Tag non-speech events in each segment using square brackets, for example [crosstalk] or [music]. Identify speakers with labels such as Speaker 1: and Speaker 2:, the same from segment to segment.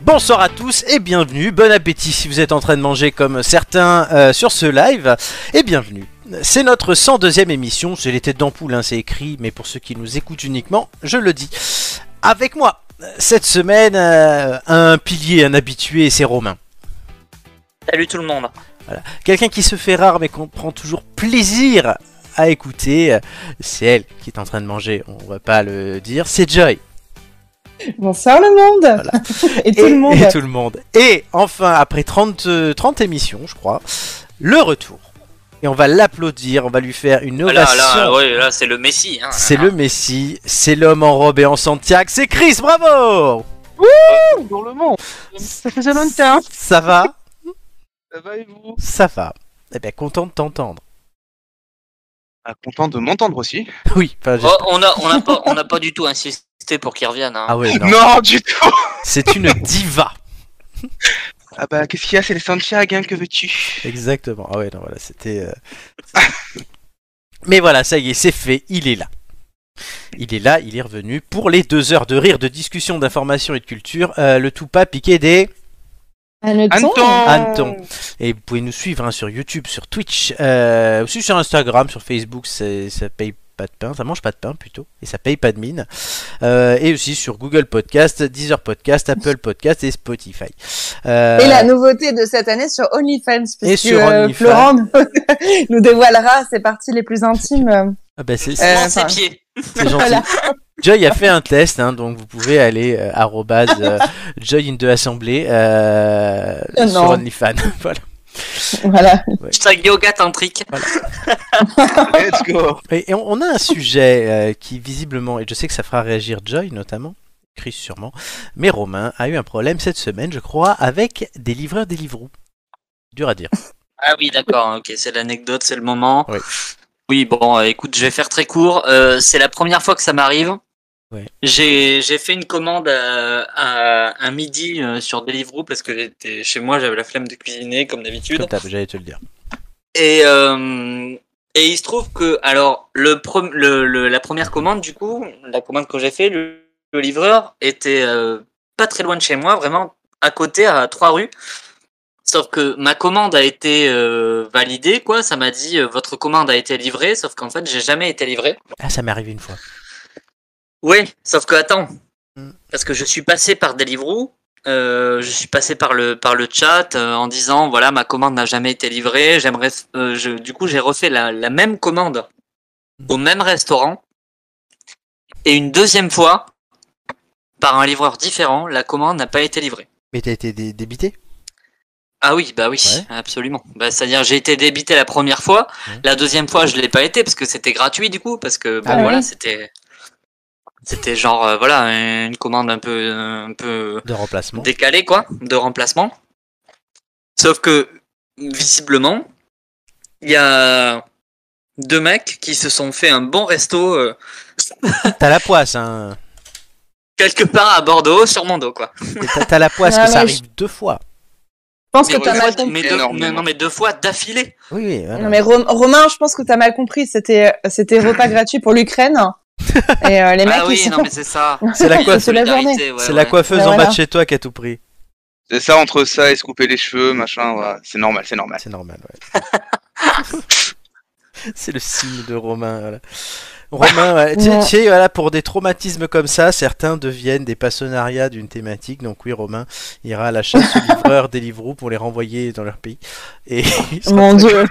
Speaker 1: Bonsoir à tous et bienvenue, bon appétit si vous êtes en train de manger comme certains euh, sur ce live, et bienvenue. C'est notre 102e émission, c'est l'été d'ampoule, hein, c'est écrit, mais pour ceux qui nous écoutent uniquement, je le dis. Avec moi, cette semaine, euh, un pilier, un habitué, c'est Romain.
Speaker 2: Salut tout le monde.
Speaker 1: Voilà. Quelqu'un qui se fait rare mais qu'on prend toujours plaisir à écouter, euh, c'est elle qui est en train de manger, on va pas le dire, c'est Joy.
Speaker 3: Bonsoir le monde
Speaker 1: Voilà.
Speaker 3: et, tout le monde.
Speaker 1: Et tout le monde. Et enfin, après 30, euh, 30 émissions, je crois, le retour. Et on va l'applaudir, on va lui faire une
Speaker 2: Ah Là,
Speaker 1: ovation.
Speaker 2: là, ouais, là, c'est le Messi. hein.
Speaker 1: C'est le Messi, c'est l'homme en robe et en Santiago, c'est Chris, bravo
Speaker 4: Bonjour le monde Ça faisait longtemps
Speaker 1: Ça va
Speaker 4: Ça va et vous
Speaker 1: Ça va. Eh bien, content de t'entendre.
Speaker 4: ah, Content de m'entendre aussi
Speaker 1: Oui, enfin, j'ai-
Speaker 2: Oh, on a, on a pas, on a pas du tout insisté pour qu'il revienne. hein.
Speaker 1: Ah ouais, non.
Speaker 4: Non, du tout
Speaker 1: C'est une diva.
Speaker 4: Ah bah qu'est-ce qu'il y a C'est les Santiago, hein, que veux-tu
Speaker 1: Exactement. Ah ouais, non, voilà, c'était. euh, [laughs] Mais voilà, ça y est, c'est fait, il est là. Il est là, il est revenu pour les deux heures de rire, de discussion, d'information et de culture. euh, le tout pas piqué des.
Speaker 3: Un autre
Speaker 4: Anton
Speaker 3: son
Speaker 1: Anton. Et vous pouvez nous suivre hein, sur YouTube, sur Twitch, euh, aussi sur Instagram, sur Facebook, c'est- ça paye pas de pain, ça mange pas de pain plutôt, et ça paye pas de mine. Euh, et aussi sur Google Podcast, Deezer Podcast, Apple Podcast et Spotify. Euh,
Speaker 3: Et la nouveauté de cette année sur OnlyFans, puisque
Speaker 1: sur
Speaker 3: euh,
Speaker 1: OnlyFans.
Speaker 3: Florent [laughs] nous, nous dévoilera ses parties les plus intimes.
Speaker 1: ah bah, c'est
Speaker 3: Euh,
Speaker 2: Prends ses
Speaker 3: enfin,
Speaker 2: pieds.
Speaker 1: c'est gentil.
Speaker 3: [laughs] Voilà.
Speaker 1: Joy a fait un test, hein, donc vous pouvez aller euh, arrobase, [laughs] euh, Joy in the Assemblée euh,
Speaker 3: Euh,
Speaker 1: sur
Speaker 3: non.
Speaker 1: OnlyFans. [laughs] voilà.
Speaker 3: voilà.
Speaker 2: Hashtag yoga tantrique.
Speaker 4: Let's go
Speaker 1: Et, et on, on a un sujet euh, qui visiblement, et je sais que ça fera réagir Joy notamment, Chris sûrement, mais Romain a eu un problème cette semaine, je crois, avec des livreurs Deliveroo. Dur à dire.
Speaker 2: Ah oui, d'accord. Ok, c'est l'anecdote, c'est le moment.
Speaker 1: Oui.
Speaker 2: Oui, bon, euh, écoute, je vais faire très court. Euh, c'est la première fois que ça m'arrive.
Speaker 1: Ouais.
Speaker 2: J'ai j'ai fait une commande euh, à un midi euh, sur Deliveroo parce que j'étais chez moi, j'avais la flemme de cuisiner comme d'habitude.
Speaker 1: Comme t'as- j'allais te le dire.
Speaker 2: Et, euh, et il se trouve que, alors, le, pre- le, le- la première commande, du coup, la commande que j'ai fait, le, le livreur était euh, pas très loin de chez moi, vraiment à côté, à trois rues. Sauf que ma commande a été euh, validée, quoi. Ça m'a dit euh, votre commande a été livrée, sauf qu'en fait, j'ai jamais été livré.
Speaker 1: Ah, ça m'est arrivé une fois.
Speaker 2: Ouais, sauf que attends,
Speaker 1: Mm.
Speaker 2: parce que je suis passé par Deliveroo, euh, je suis passé par le par le chat euh, en disant voilà ma commande n'a jamais été livrée, j'aimerais euh, je- du coup j'ai refait la, la même commande au même restaurant et une deuxième fois par un livreur différent la commande n'a pas été livrée.
Speaker 1: Mais t'as été dé- débité
Speaker 2: Ah oui bah oui
Speaker 1: Ouais.
Speaker 2: absolument. Bah, c'est-à-dire j'ai été débité la première fois,
Speaker 1: Ouais.
Speaker 2: la deuxième fois je l'ai pas été parce que c'était gratuit du coup parce que bon,
Speaker 3: Ah ouais.
Speaker 2: voilà c'était c'était genre euh, voilà une commande un peu un peu
Speaker 1: de remplacement.
Speaker 2: décalé quoi, de remplacement. Sauf que visiblement, il y a deux mecs qui se sont fait un bon resto euh,
Speaker 1: T'as la poisse, hein.
Speaker 2: quelque part à Bordeaux sur mon dos quoi.
Speaker 1: T'as- T'as la poisse
Speaker 3: Ah,
Speaker 1: que ça
Speaker 3: mais je-
Speaker 1: arrive deux fois.
Speaker 3: Je pense que
Speaker 2: Mais
Speaker 3: t'as
Speaker 2: deux
Speaker 3: mal
Speaker 2: fois-
Speaker 3: compris.
Speaker 2: mais deux-
Speaker 4: énormément.
Speaker 2: non, mais deux fois d'affilée.
Speaker 1: Oui, oui. voilà.
Speaker 3: Non, mais Rom- Romain, je pense que t'as mal compris. C'était, euh, c'était repas gratuit pour l'Ukraine. Et euh, les mecs,
Speaker 2: Ah
Speaker 3: [laughs] ils
Speaker 2: oui,
Speaker 3: sont-
Speaker 2: non mais c'est ça.
Speaker 1: C'est la, coiffe-
Speaker 3: C'est la journée.
Speaker 2: Solidarité, ouais,
Speaker 1: c'est la
Speaker 2: ouais.
Speaker 1: coiffeuse
Speaker 3: Ben
Speaker 1: en bas
Speaker 3: voilà.
Speaker 1: de chez toi qui a tout pris.
Speaker 4: C'est ça, entre ça et se couper les cheveux, machin, ouais. c'est normal, c'est normal.
Speaker 1: C'est normal, ouais. [laughs] c'est le signe de Romain. Voilà. Romain, ouais. tu sais-
Speaker 3: Ouais.
Speaker 1: tu sais, voilà, pour des traumatismes comme ça, certains deviennent des passionnariats d'une thématique. Donc oui, Romain ira à la chasse aux livreurs des Deliveroo pour les renvoyer dans leur pays. Et [laughs] il sera
Speaker 3: Mon
Speaker 1: très-
Speaker 3: dieu.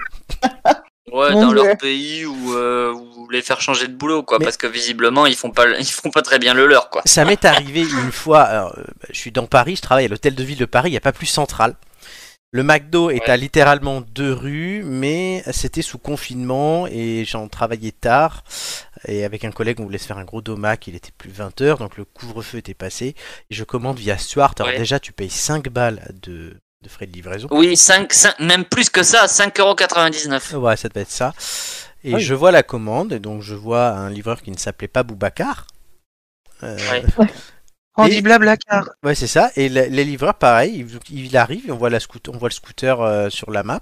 Speaker 2: Ouais,
Speaker 3: Mon
Speaker 2: dans
Speaker 3: Dieu.
Speaker 2: leur pays ou euh, ou les faire changer de boulot quoi
Speaker 1: Mais-
Speaker 2: parce que visiblement ils font pas le- ils font pas très bien le leur quoi.
Speaker 1: Ça m'est arrivé une fois. alors, euh, bah, je suis dans Paris, je travaille à l'hôtel de ville de Paris. Il n'y a pas plus central. Le McDo est
Speaker 2: Ouais.
Speaker 1: à littéralement deux rues, mais c'était sous confinement et j'en travaillais tard. Et avec un collègue, on voulait se faire un gros domac. Il était plus 20h, donc le couvre-feu était passé. Et je commande via Stuart. Alors
Speaker 2: Ouais.
Speaker 1: déjà, tu payes 5 balles de, de frais de livraison.
Speaker 2: Oui, 5, même plus que ça, 5,99€.
Speaker 1: Ouais, ça devait être ça. Et
Speaker 4: Ah oui.
Speaker 1: je vois la commande, et donc je vois un livreur qui ne s'appelait pas Boubacar. Euh,
Speaker 2: Ouais.
Speaker 4: Andy Oh, blabla car
Speaker 1: Ouais, c'est ça. Et le- les livreurs, pareil, il, il arrive, on voit, la scoot- on voit le scooter euh, sur la map.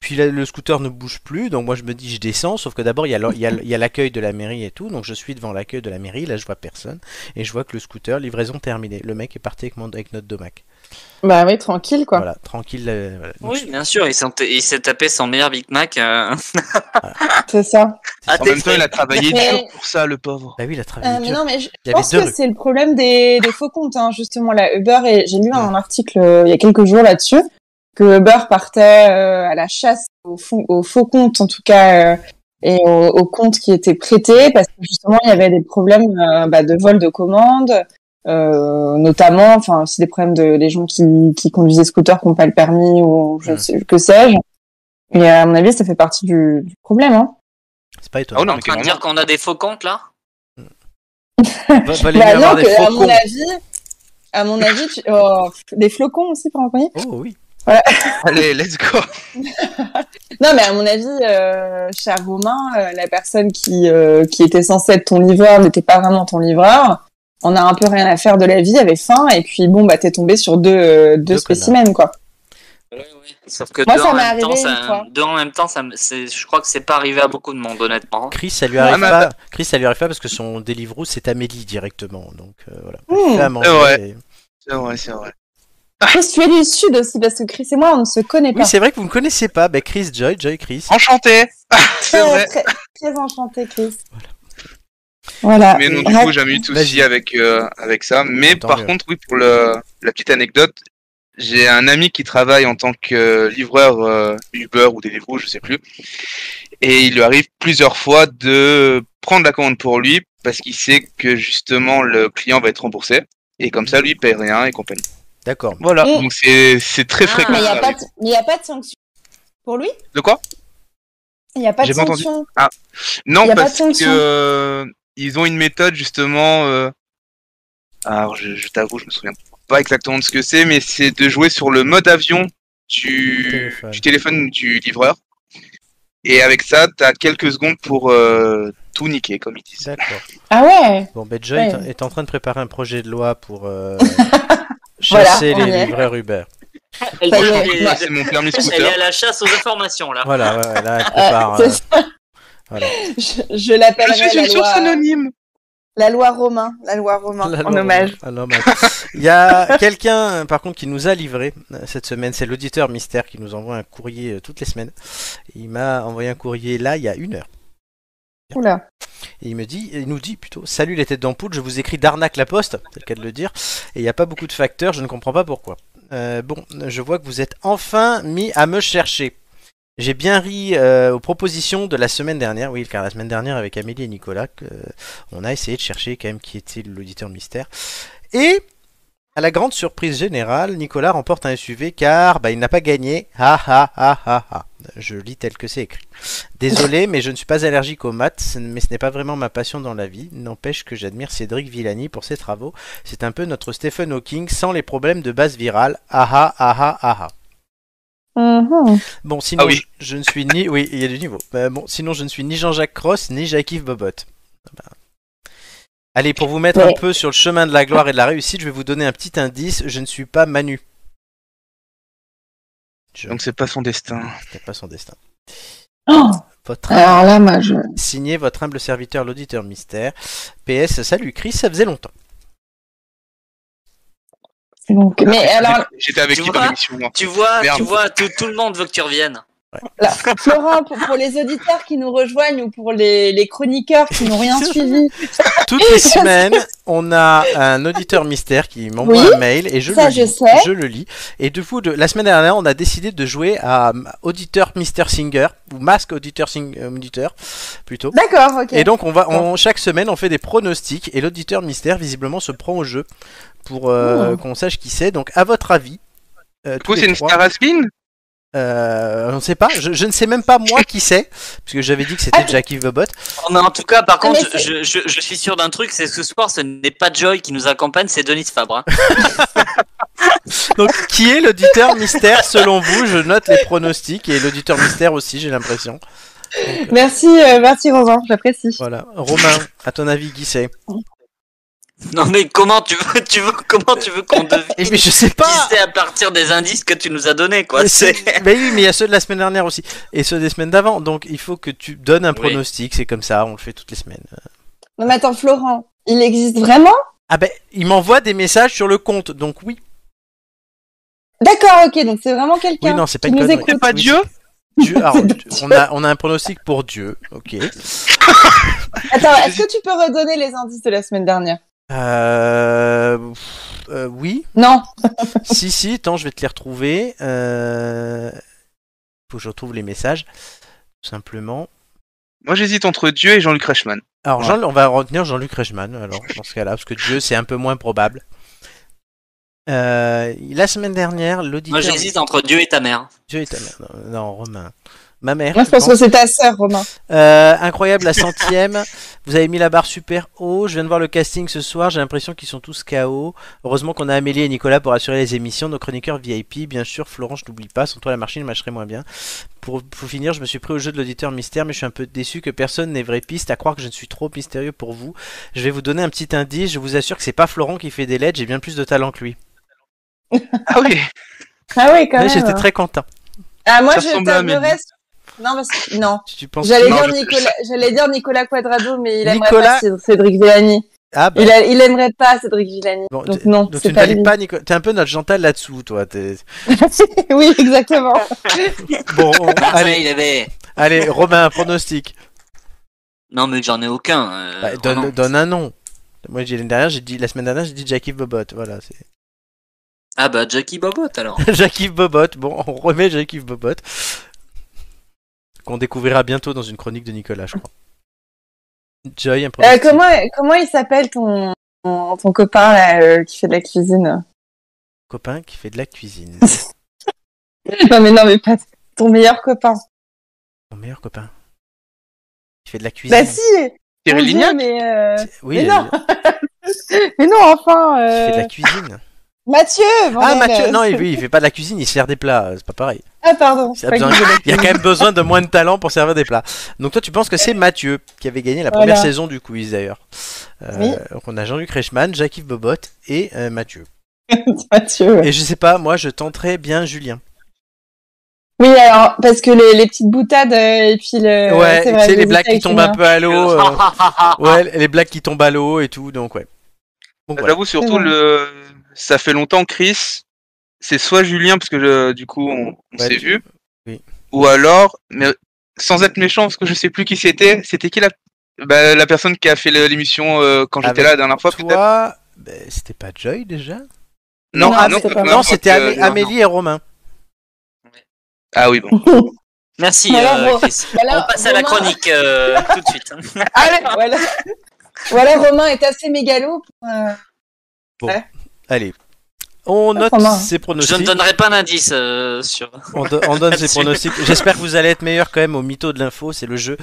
Speaker 1: Puis là, le scooter ne bouge plus, donc moi je me dis je descends, sauf que d'abord il y a l'en- il y a l- il y a l'accueil de la mairie et tout, donc je suis devant l'accueil de la mairie, là je vois personne, et je vois que le scooter, livraison terminée. Le mec est parti avec, mon, avec notre domac.
Speaker 3: Bah oui, tranquille quoi.
Speaker 1: Voilà, tranquille. euh, voilà. Donc,
Speaker 2: Oui, bien sûr, il s'en- il s'est tapé son meilleur Big Mac. euh,
Speaker 3: C'est ça.
Speaker 2: [laughs]
Speaker 1: Ah,
Speaker 2: à
Speaker 4: En même temps,
Speaker 2: Tetris.
Speaker 4: il a [laughs] travaillé
Speaker 3: Mais-
Speaker 4: dur pour ça, le pauvre.
Speaker 1: Bah oui, il a travaillé
Speaker 3: Euh, mais
Speaker 1: dur.
Speaker 3: non, mais je
Speaker 1: Il y avait
Speaker 3: pense
Speaker 1: deux
Speaker 3: que
Speaker 1: rues.
Speaker 3: c'est le problème des, des faux comptes, hein, justement, là, Uber, et j'ai lu un article euh, il y a quelques jours là-dessus, que Uber partait euh, à la chasse aux, faux- aux faux comptes, en tout cas, euh, et aux, aux comptes qui étaient prêtés, parce que justement, il y avait des problèmes euh, bah, de vol de commandes, euh, notamment, enfin, aussi des problèmes de, des gens qui, qui conduisaient scooter, qui n'ont pas le permis, ou je
Speaker 1: Mm.
Speaker 3: ne sais, que sais-je. Et à mon avis, ça fait partie du, du problème, hein.
Speaker 1: C'est pas étonnant.
Speaker 4: Ah, oh non,
Speaker 2: en
Speaker 4: mais
Speaker 2: train de
Speaker 4: carrément.
Speaker 2: dire qu'on a des faux comptes là
Speaker 1: Va-
Speaker 3: [laughs]
Speaker 1: Valérie
Speaker 3: Bah
Speaker 1: avoir
Speaker 3: non,
Speaker 1: des
Speaker 3: que, à
Speaker 1: faux
Speaker 3: mon
Speaker 1: cons.
Speaker 3: avis, à mon avis, tu- oh, des flocons aussi pour Anthony.
Speaker 1: Oh oui.
Speaker 4: Allez, let's go.
Speaker 3: Non, mais à mon avis, euh, cher Romain, euh, la personne qui euh, qui était censée être ton livreur n'était pas vraiment ton livreur. On a un peu rien à faire de la vie, avait faim, et puis bon, bah t'es tombé sur deux euh, deux,
Speaker 1: Deux
Speaker 3: spécimens quoi.
Speaker 2: Sauf que
Speaker 3: Moi,
Speaker 2: deux,
Speaker 3: ça
Speaker 2: en
Speaker 3: m'est
Speaker 2: même temps,
Speaker 3: arrivé une
Speaker 2: ça,
Speaker 3: fois.
Speaker 2: deux en même temps, ça, me- c'est- je crois que c'est pas arrivé à beaucoup de monde, honnêtement.
Speaker 1: Chris, ça lui arrive
Speaker 4: Ah, mais-
Speaker 1: pas. Chris, ça lui arrive pas parce que son Deliveroo c'est Amélie directement. Donc euh, voilà.
Speaker 3: Hmm.
Speaker 1: Là, à manger,
Speaker 4: ouais.
Speaker 1: c'est-
Speaker 4: C'est vrai, c'est vrai.
Speaker 3: Chris, tu es du sud aussi parce que Chris et moi on ne se connaît pas.
Speaker 1: Oui, c'est vrai que vous ne connaissez pas. Bah, Chris Joy, Joy Chris.
Speaker 4: Enchanté. c'est
Speaker 3: très,
Speaker 4: vrai.
Speaker 3: très, très enchanté Chris. Voilà.
Speaker 4: Mais non, du
Speaker 3: Bref.
Speaker 4: coup, j'ai jamais eu de
Speaker 1: Vas-y.
Speaker 4: soucis avec, euh, avec ça. Mais
Speaker 1: Bah, Tant
Speaker 4: par
Speaker 1: mieux.
Speaker 4: contre, oui, pour le, la petite anecdote, j'ai un ami qui travaille en tant que euh, livreur euh, Uber ou Deliveroo, je sais plus. Et il lui arrive plusieurs fois de prendre la commande pour lui parce qu'il sait que justement le client va être remboursé. Et comme
Speaker 1: Mm.
Speaker 4: ça, lui, il paye rien et compagnie.
Speaker 1: D'accord.
Speaker 4: Voilà.
Speaker 3: Mm.
Speaker 4: Donc c'est c'est très
Speaker 2: Ah,
Speaker 4: fréquent.
Speaker 3: mais il n'y
Speaker 4: ça
Speaker 3: a, pas
Speaker 4: arrive.
Speaker 3: de- mais y a pas de sanction pour lui.
Speaker 4: De quoi
Speaker 3: Il n'y a pas de
Speaker 4: J'ai pas entendu.
Speaker 3: sanction.
Speaker 4: Non,
Speaker 3: Y a pas de
Speaker 4: parce que
Speaker 3: sanction.
Speaker 4: euh, ils ont une méthode justement. euh, Alors, je, je t'avoue, je me souviens pas exactement de ce que c'est, mais c'est de jouer sur le mode avion du
Speaker 1: Téléphone.
Speaker 4: du téléphone du livreur. Et avec ça, t'as quelques secondes pour euh, tout niquer, comme ils disent.
Speaker 1: D'accord.
Speaker 3: Ah ouais.
Speaker 1: Bon, ben Joy
Speaker 3: Ouais.
Speaker 1: est en- est en train de préparer un projet de loi pour euh, chasser
Speaker 3: [laughs] Voilà, on y
Speaker 1: les
Speaker 3: est.
Speaker 1: livreurs Uber.
Speaker 2: Elle,
Speaker 3: Ça y est,
Speaker 4: Moi,
Speaker 2: elle-
Speaker 4: je
Speaker 2: elle-
Speaker 4: pense que c'est
Speaker 3: [laughs]
Speaker 4: mon permis
Speaker 2: elle est à
Speaker 4: scooter.
Speaker 2: la chasse aux informations là.
Speaker 1: Voilà, ouais, ouais, là, elle
Speaker 3: Euh,
Speaker 1: prépare.
Speaker 3: c'est
Speaker 1: euh,
Speaker 3: ça.
Speaker 1: voilà.
Speaker 3: Je, je l'appellerai
Speaker 4: Je suis
Speaker 3: la
Speaker 4: une source
Speaker 3: loi-
Speaker 4: anonyme.
Speaker 3: La loi Romain, la loi
Speaker 1: [laughs]
Speaker 3: Romain,
Speaker 1: la
Speaker 3: en
Speaker 1: loi.
Speaker 3: hommage.
Speaker 1: Ah, l'hommage. Il y a quelqu'un, par contre, qui nous a livré euh, cette semaine. C'est l'auditeur mystère qui nous envoie un courrier euh, toutes les semaines. Il m'a envoyé un courrier là, il y a une heure.
Speaker 3: Oula.
Speaker 1: Et il me dit, il nous dit plutôt, salut les têtes d'ampoule, je vous écris d'arnaque la poste, c'est le cas de le dire, et il n'y a pas beaucoup de facteurs, je ne comprends pas pourquoi. Euh, bon, je vois que vous êtes enfin mis à me chercher. J'ai bien ri euh, aux propositions de la semaine dernière, oui, car la semaine dernière avec Amélie et Nicolas, que, euh, on a essayé de chercher quand même qui était l'auditeur mystère. Et, à la grande surprise générale, Nicolas remporte un SUV car bah, il n'a pas gagné. Ha ha ha ha ha. Je lis tel que c'est écrit. Désolé, mais je ne suis pas allergique aux maths, ce- mais ce n'est pas vraiment ma passion dans la vie. N'empêche que j'admire Cédric Villani pour ses travaux. C'est un peu notre Stephen Hawking sans les problèmes de base virale. Ah ah ah ah ah ah.
Speaker 3: Mhm.
Speaker 1: Bon, sinon,
Speaker 4: Ah oui.
Speaker 1: je, je ne suis ni. Oui, il y a du niveau. Euh, bon, sinon, je ne suis ni Jean-Jacques Cross, ni Jacques-Yves Bobot. Ah ben. Allez, pour vous mettre un
Speaker 3: Ouais.
Speaker 1: peu sur le chemin de la gloire et de la réussite, je vais vous donner un petit indice. Je ne suis pas Manu. Je
Speaker 4: Donc c'est pas son destin.
Speaker 1: ne pas son destin.
Speaker 3: Oh,
Speaker 1: Votre
Speaker 3: alors là, moi, je.
Speaker 1: Signé votre humble serviteur, l'auditeur mystère. PS, salut Chris, ça faisait longtemps.
Speaker 3: Donc... Mais alors,
Speaker 4: J'étais avec
Speaker 2: Tu
Speaker 4: qui
Speaker 2: vois
Speaker 4: dans l'émission moi
Speaker 2: Tu vois,
Speaker 4: Merde.
Speaker 2: tu vois, tout, tout le monde veut que tu reviennes.
Speaker 3: là, Florent, pour, pour les auditeurs qui nous rejoignent ou pour les, les chroniqueurs qui n'ont rien suivi,
Speaker 1: Toutes
Speaker 3: [laughs]
Speaker 1: les
Speaker 3: Ça,
Speaker 1: semaines, on a un auditeur mystère qui m'envoie
Speaker 3: Oui,
Speaker 1: un mail et je,
Speaker 3: ça,
Speaker 1: le lis,
Speaker 3: je sais.
Speaker 1: je le lis. Et du coup, de, la semaine dernière, on a décidé de jouer à euh, auditeur Mister Singer ou masque auditeur Sing- euh, auditeur plutôt.
Speaker 3: d'accord, ok.
Speaker 1: Et donc, on va, on, chaque semaine, on fait des pronostics et l'auditeur mystère visiblement se prend au jeu pour euh,
Speaker 3: Oh.
Speaker 1: qu'on sache qui c'est. Donc, à votre avis, euh,
Speaker 4: Du
Speaker 1: tous
Speaker 4: coup,
Speaker 1: les
Speaker 4: c'est une
Speaker 1: trois-
Speaker 4: star Aspin
Speaker 1: Euh, on ne sait pas, je, je ne sais même pas moi qui c'est, puisque j'avais dit que c'était
Speaker 3: Attends.
Speaker 1: Jackie Bobot.
Speaker 2: Oh, mais en tout cas, par
Speaker 3: Ah,
Speaker 2: contre,
Speaker 3: mais
Speaker 2: je, je- je suis sûr d'un truc, c'est que ce soir, ce n'est pas Joy qui nous accompagne, c'est Denis
Speaker 1: [laughs]
Speaker 2: Fabre. hein.
Speaker 1: Donc, qui est l'auditeur mystère selon vous Je note les pronostics et l'auditeur mystère aussi, j'ai l'impression.
Speaker 3: Merci, euh, merci Romain, j'apprécie.
Speaker 1: Voilà. Romain, à ton avis, qui c'est
Speaker 2: Non mais comment tu veux, tu veux, comment tu veux qu'on devine
Speaker 1: Et Eh, mais je sais pas.
Speaker 2: qui c'est à partir des indices que tu nous as donnés quoi.
Speaker 1: Mais
Speaker 2: C'est
Speaker 1: c'est- mais oui, mais il y a ceux de la semaine dernière aussi. Et ceux des semaines d'avant. Donc il faut que tu donnes un
Speaker 2: Oui.
Speaker 1: pronostic. C'est comme ça, on le fait toutes les semaines.
Speaker 3: Non, mais attends, Florent, il existe vraiment
Speaker 1: Ah ben, il m'envoie des messages sur le compte. Donc oui.
Speaker 3: D'accord, ok, donc c'est vraiment
Speaker 1: Oui,
Speaker 3: quelqu'un.
Speaker 1: non, c'est pas
Speaker 3: qui
Speaker 1: une
Speaker 3: nous
Speaker 1: connerie.
Speaker 3: écoute.
Speaker 4: C'est pas
Speaker 1: Oui,
Speaker 4: Dieu
Speaker 1: c'est- Dieu, alors,
Speaker 3: C'est
Speaker 1: on, a,
Speaker 3: pas
Speaker 1: on a un pronostic pour Dieu. Ok.
Speaker 3: Attends, est-ce que tu peux redonner les indices de la semaine dernière
Speaker 1: Euh, pff, euh, oui.
Speaker 3: Non.
Speaker 1: si, si, attends, je vais te les retrouver. Euh... Faut que je retrouve les messages. Tout simplement.
Speaker 4: Moi, j'hésite entre Dieu et Jean-Luc Reichmann.
Speaker 1: Alors,
Speaker 4: Ouais.
Speaker 1: Jean, on va retenir Jean-Luc Reichmann,
Speaker 2: [laughs]
Speaker 1: alors, dans ce cas-là, parce que Dieu, c'est un peu moins probable. Euh, la semaine dernière,
Speaker 2: Moi
Speaker 1: l'auditeur.
Speaker 2: j'hésite entre Dieu et ta mère.
Speaker 1: Dieu et ta mère. Non, non, Romain. Ma mère.
Speaker 3: Moi, je
Speaker 1: je
Speaker 3: pense
Speaker 1: pense.
Speaker 3: que c'est ta sœur, Romain.
Speaker 1: Euh, incroyable, la centième. Vous avez mis la barre super haut. Je viens de voir le casting ce soir. J'ai l'impression qu'ils sont tous KO. Heureusement qu'on a Amélie et Nicolas pour assurer les émissions. Nos chroniqueurs VIP, bien sûr. Florent, je t'oublie pas. Sans toi, la machine marcherait moins bien. Pour, pour finir, je me suis pris au jeu de l'auditeur mystère, mais je suis un peu déçu que personne n'ait vraie piste. À croire que je ne suis trop mystérieux pour vous. Je vais vous donner un petit indice. Je vous assure que c'est pas Florent qui fait des lettres. J'ai bien plus de talent que lui.
Speaker 4: Ah oui
Speaker 3: Ah oui, quand
Speaker 1: Ouais,
Speaker 3: même.
Speaker 1: J'étais très content.
Speaker 3: Ah, moi,
Speaker 4: Ça
Speaker 3: je
Speaker 4: ressemble à
Speaker 3: tablerais. Non, parce que... non.
Speaker 1: Tu, tu penses que-
Speaker 3: J'allais
Speaker 4: Non,
Speaker 3: dire,
Speaker 4: je-
Speaker 3: Nicolas... j'allais dire Nicolas Quadrado, mais il aimerait
Speaker 1: Nicolas-
Speaker 3: pas Céd- Cédric Villani.
Speaker 1: Ah, bah,
Speaker 3: Il, a- il aimerait pas Cédric Villani.
Speaker 1: Bon,
Speaker 3: donc non,
Speaker 1: donc tu
Speaker 3: c'est
Speaker 1: ne
Speaker 3: pas
Speaker 1: valides
Speaker 3: lui.
Speaker 1: pas, Nicolas. T'es un peu notre Chantal là-dessous, toi. T'es-
Speaker 3: [laughs] oui, exactement.
Speaker 1: Bon, [laughs] on- allez.
Speaker 2: Allez, il avait.
Speaker 1: Allez, Romain, un pronostic.
Speaker 2: Non mais j'en ai aucun. euh,
Speaker 1: Bah, donne,
Speaker 2: vraiment.
Speaker 1: donne un nom. Moi, j'ai- l'année dernière, j'ai dit, la semaine dernière, j'ai dit Jackie Bobot. Voilà, c'est
Speaker 2: Ah bah Jackie Bobot
Speaker 1: [laughs]
Speaker 2: alors.
Speaker 1: Jackie Bobot. Bon, on remet Jackie Bobot. Qu'on découvrira bientôt dans une chronique de Nicolas, je crois. Joy, un
Speaker 3: Euh,
Speaker 1: pronostic.
Speaker 3: comment, comment il s'appelle ton, ton, ton copain là, euh, qui fait de la cuisine [laughs]
Speaker 1: Copain qui fait de la cuisine.
Speaker 3: Non, mais non, mais pas ton meilleur copain.
Speaker 1: Mon meilleur copain. Qui fait de la cuisine.
Speaker 3: Bah si
Speaker 4: Thierry
Speaker 3: mon Dieu,
Speaker 4: Lignac
Speaker 3: mais, euh,
Speaker 1: Oui,
Speaker 3: mais
Speaker 1: il-
Speaker 3: non. mais non, enfin
Speaker 1: il fait de
Speaker 3: euh,
Speaker 1: la cuisine.
Speaker 3: Mathieu
Speaker 1: Ah,
Speaker 3: bordel,
Speaker 1: Mathieu,
Speaker 3: euh,
Speaker 1: non, lui, il fait pas de la cuisine, il se sert des plats. euh, C'est pas pareil.
Speaker 3: Ah, pardon.
Speaker 1: Il y, a besoin- il y a quand même besoin de moins de talent pour servir des plats. Donc toi, tu penses que c'est Mathieu qui avait gagné la première
Speaker 3: Voilà.
Speaker 1: saison du quiz d'ailleurs. Euh,
Speaker 3: Oui.
Speaker 1: donc On a Jean-Luc Reichmann, Jacques-Yves Bobot et euh, Mathieu.
Speaker 3: Mathieu. ouais.
Speaker 1: Et je sais pas, moi, je tenterais bien Julien.
Speaker 3: Oui, alors, parce que les, les petites boutades euh, et puis le.
Speaker 1: ouais, tu
Speaker 3: c'est
Speaker 1: sais,
Speaker 3: vrai,
Speaker 1: les
Speaker 3: j'hésitais
Speaker 1: blagues qui
Speaker 3: avec
Speaker 1: tombent
Speaker 3: Julien.
Speaker 1: un peu à l'eau. euh, [laughs] ouais, les blagues qui tombent à l'eau et tout, donc ouais. Donc, voilà.
Speaker 4: J'avoue, surtout,
Speaker 3: Ouais.
Speaker 4: le... ça fait longtemps, Chris. C'est soit Julien, parce que je- du coup, on, on
Speaker 1: Ouais,
Speaker 4: s'est
Speaker 1: tu-
Speaker 4: vu.
Speaker 1: oui.
Speaker 4: Ou alors, mais sans être méchant, parce que je sais plus qui c'était, c'était qui la, bah, la personne qui a fait le- l'émission euh, quand j'étais
Speaker 1: Avec
Speaker 4: là la dernière fois, peut-être
Speaker 1: Toi, ben, c'était pas Joy déjà
Speaker 4: Non,
Speaker 3: Non,
Speaker 4: ah,
Speaker 3: c'était pas
Speaker 4: non,
Speaker 3: moi.
Speaker 1: Non, c'était
Speaker 4: euh,
Speaker 1: Amé- Amélie et Romain.
Speaker 4: Ah oui, bon.
Speaker 2: [laughs] Merci
Speaker 3: Voilà,
Speaker 2: euh,
Speaker 3: bon.
Speaker 2: Chris.
Speaker 3: Voilà,
Speaker 2: On passe à la
Speaker 3: Romain-
Speaker 1: [laughs]
Speaker 2: chronique euh, tout de suite.
Speaker 3: Allez, Ah, voilà. voilà, Romain est assez mégalo. pour, euh,
Speaker 1: Allez. On note
Speaker 3: Ah, Romain.
Speaker 1: ses
Speaker 2: Je ne
Speaker 1: pronostics.
Speaker 2: donnerai pas d'indice euh, sur.
Speaker 1: On, do- on donne ses
Speaker 2: Là-dessus.
Speaker 1: pronostics. J'espère que vous allez être meilleur quand même au mytho de l'info. C'est le jeu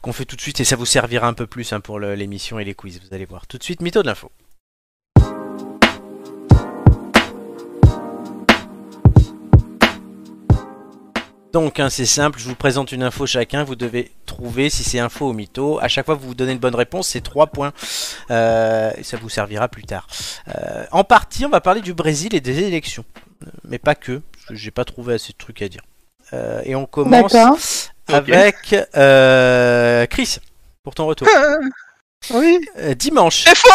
Speaker 1: qu'on fait tout de suite et ça vous servira un peu plus hein, pour le- l'émission et les quiz. Vous allez voir. Tout de suite, mytho de l'info. Donc, hein, c'est simple, je vous présente une info chacun, vous devez trouver si c'est info ou mytho. À chaque fois que vous donnez une bonne réponse, c'est 3 points. Euh, et ça vous servira plus tard. Euh, en partie, on va parler du Brésil et des élections. Euh, Mais pas que, parce que j'ai pas trouvé assez de trucs à dire. Euh, et on commence
Speaker 3: D'accord.
Speaker 1: avec euh, Chris pour ton retour.
Speaker 4: oui.
Speaker 1: Euh, dimanche,
Speaker 4: C'est faux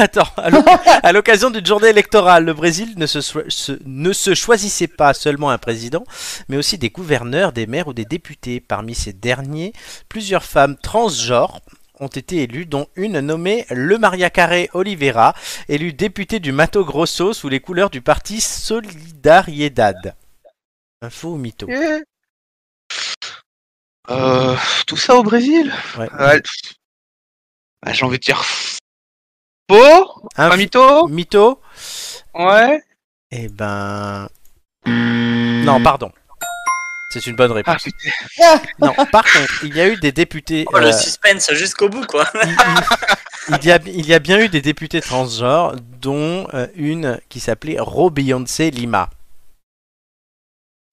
Speaker 1: attends, à l'oc- à l'occasion d'une journée électorale, le Brésil ne se, soi- se- ne se choisissait pas seulement un président, mais aussi des gouverneurs, des maires ou des députés. Parmi ces derniers, plusieurs femmes transgenres ont été élues, dont une nommée Le Maria Carré Oliveira, élue députée du Mato Grosso sous les couleurs du parti Solidariedad. Info ou mytho
Speaker 4: Euh, tout ça au Brésil
Speaker 1: Ouais.
Speaker 4: Ouais. Ah, J'ai envie de dire faux,
Speaker 1: Inf-
Speaker 4: un mytho,
Speaker 1: mytho
Speaker 4: ouais.
Speaker 1: Eh ben. Non, pardon. C'est une bonne réponse.
Speaker 4: Ah, putain.
Speaker 1: Non, par contre, il y a eu des députés.
Speaker 2: Oh,
Speaker 1: euh,
Speaker 2: le suspense jusqu'au bout quoi.
Speaker 1: il, il- il y a, il y a bien eu des députés transgenres, dont euh, une qui s'appelait Ro Beyoncé Lima.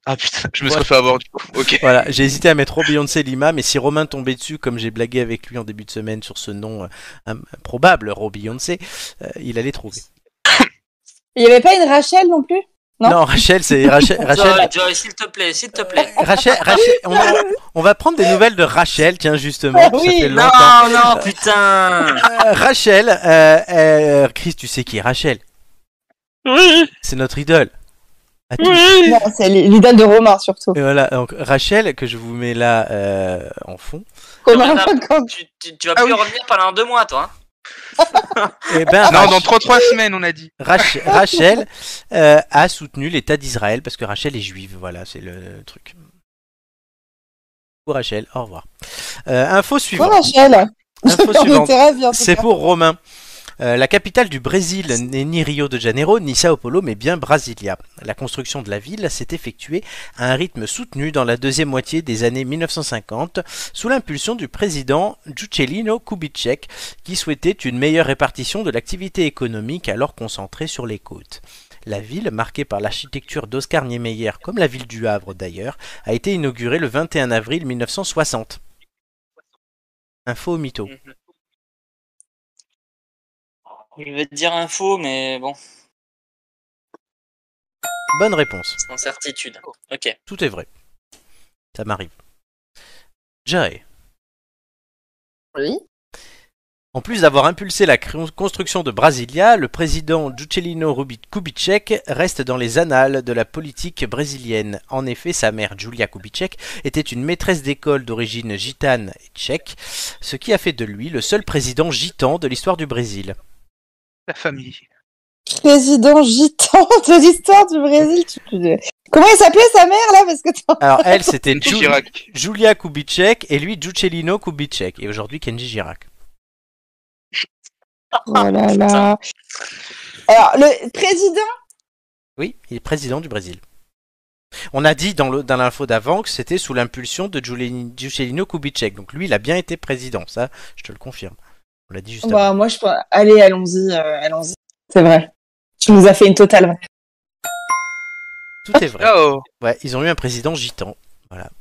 Speaker 4: Ah putain, je me
Speaker 1: Ouais.
Speaker 4: serais fait avoir du coup. Ok.
Speaker 1: Voilà, j'ai hésité à mettre Beyoncé Lima, mais si Romain tombait dessus, comme j'ai blagué avec lui en début de semaine sur ce nom euh, im- improbable, Beyoncé, euh, il allait trouver.
Speaker 3: Il y avait pas une Rachel non plus
Speaker 1: Non,
Speaker 3: Non.
Speaker 1: Rachel, c'est Rachel. Rachel,
Speaker 2: Joy, Joy, s'il te plaît, s'il te plaît.
Speaker 1: Rachel, Rachel- on, va, on va prendre des nouvelles de Rachel, tiens justement.
Speaker 3: Ah
Speaker 1: ça
Speaker 3: oui,
Speaker 1: fait
Speaker 2: Non,
Speaker 1: longtemps.
Speaker 2: non, putain.
Speaker 1: Euh, Rachel, euh, euh, Chris, tu sais qui est Rachel
Speaker 4: Oui,
Speaker 1: C'est notre idole. À tous.
Speaker 4: oui.
Speaker 3: Non, c'est l'idole de Romain surtout.
Speaker 1: Et voilà, donc Rachel, que je vous mets là euh, en fond,
Speaker 3: Romain,
Speaker 2: Romain,
Speaker 3: quand-
Speaker 2: Tu, tu, tu vas
Speaker 4: Ah
Speaker 2: plus
Speaker 4: oui.
Speaker 2: revenir pendant deux mois, toi. hein.
Speaker 1: eh ben,
Speaker 4: Ah, Non,
Speaker 1: Rach-
Speaker 4: dans 3-3 semaines, on a dit.
Speaker 1: Rach- Rachel euh, a soutenu l'État d'Israël parce que Rachel est juive, voilà, c'est le truc. Pour Rachel, au revoir. Euh, info
Speaker 3: Bon,
Speaker 1: suivante.
Speaker 3: Rachel. [laughs]
Speaker 1: Info suivante.
Speaker 3: bien.
Speaker 1: C'est pour Romain. Euh, la capitale du Brésil n'est ni Rio de Janeiro, ni Sao Paulo, mais bien Brasilia. La construction de la ville s'est effectuée à un rythme soutenu dans la deuxième moitié des années 1950, sous l'impulsion du président Juscelino Kubitschek, qui souhaitait une meilleure répartition de l'activité économique alors concentrée sur les côtes. La ville, marquée par l'architecture d'Oscar Niemeyer, comme la ville du Havre d'ailleurs, a été inaugurée le 21 avril 1960. Info mytho.
Speaker 2: Je vais te dire un faux, mais bon,
Speaker 1: Bonne réponse.
Speaker 2: sans certitude. Ok.
Speaker 1: Tout est vrai. Ça m'arrive. Jai,
Speaker 3: Oui.
Speaker 1: en plus d'avoir impulsé la cré- construction de Brasilia, le président Juscelino Rubi- Kubitschek reste dans les annales de la politique brésilienne. En effet, sa mère Julia Kubitschek était une maîtresse d'école d'origine gitane et tchèque, ce qui a fait de lui le seul président gitan de l'histoire du Brésil.
Speaker 4: La famille.
Speaker 3: Président gitan [laughs] de l'histoire du Brésil. tu- tu- Comment il s'appelait sa mère là Parce que [laughs] t'en-
Speaker 1: Alors elle,
Speaker 4: [laughs]
Speaker 1: c'était
Speaker 4: Kenji
Speaker 1: Ju-
Speaker 4: Girac.
Speaker 1: Julia Kubitschek et lui Juscelino Kubitschek et aujourd'hui Kenji Girac.
Speaker 3: Oh là là. Alors, le président.
Speaker 1: Oui, il est président du Brésil. On a dit dans le- dans l'info d'avant que c'était sous l'impulsion de Giulini- Juscelino Kubitschek. Donc lui, il a bien été président, ça, je te le confirme. On l'a dit juste avant.
Speaker 3: Bah, moi, je pense. Allez, allons-y. euh, allons-y. C'est vrai. Tu nous as fait une totale.
Speaker 1: Tout est vrai.
Speaker 4: Oh.
Speaker 1: Ouais, ils ont eu un président gitan. Voilà.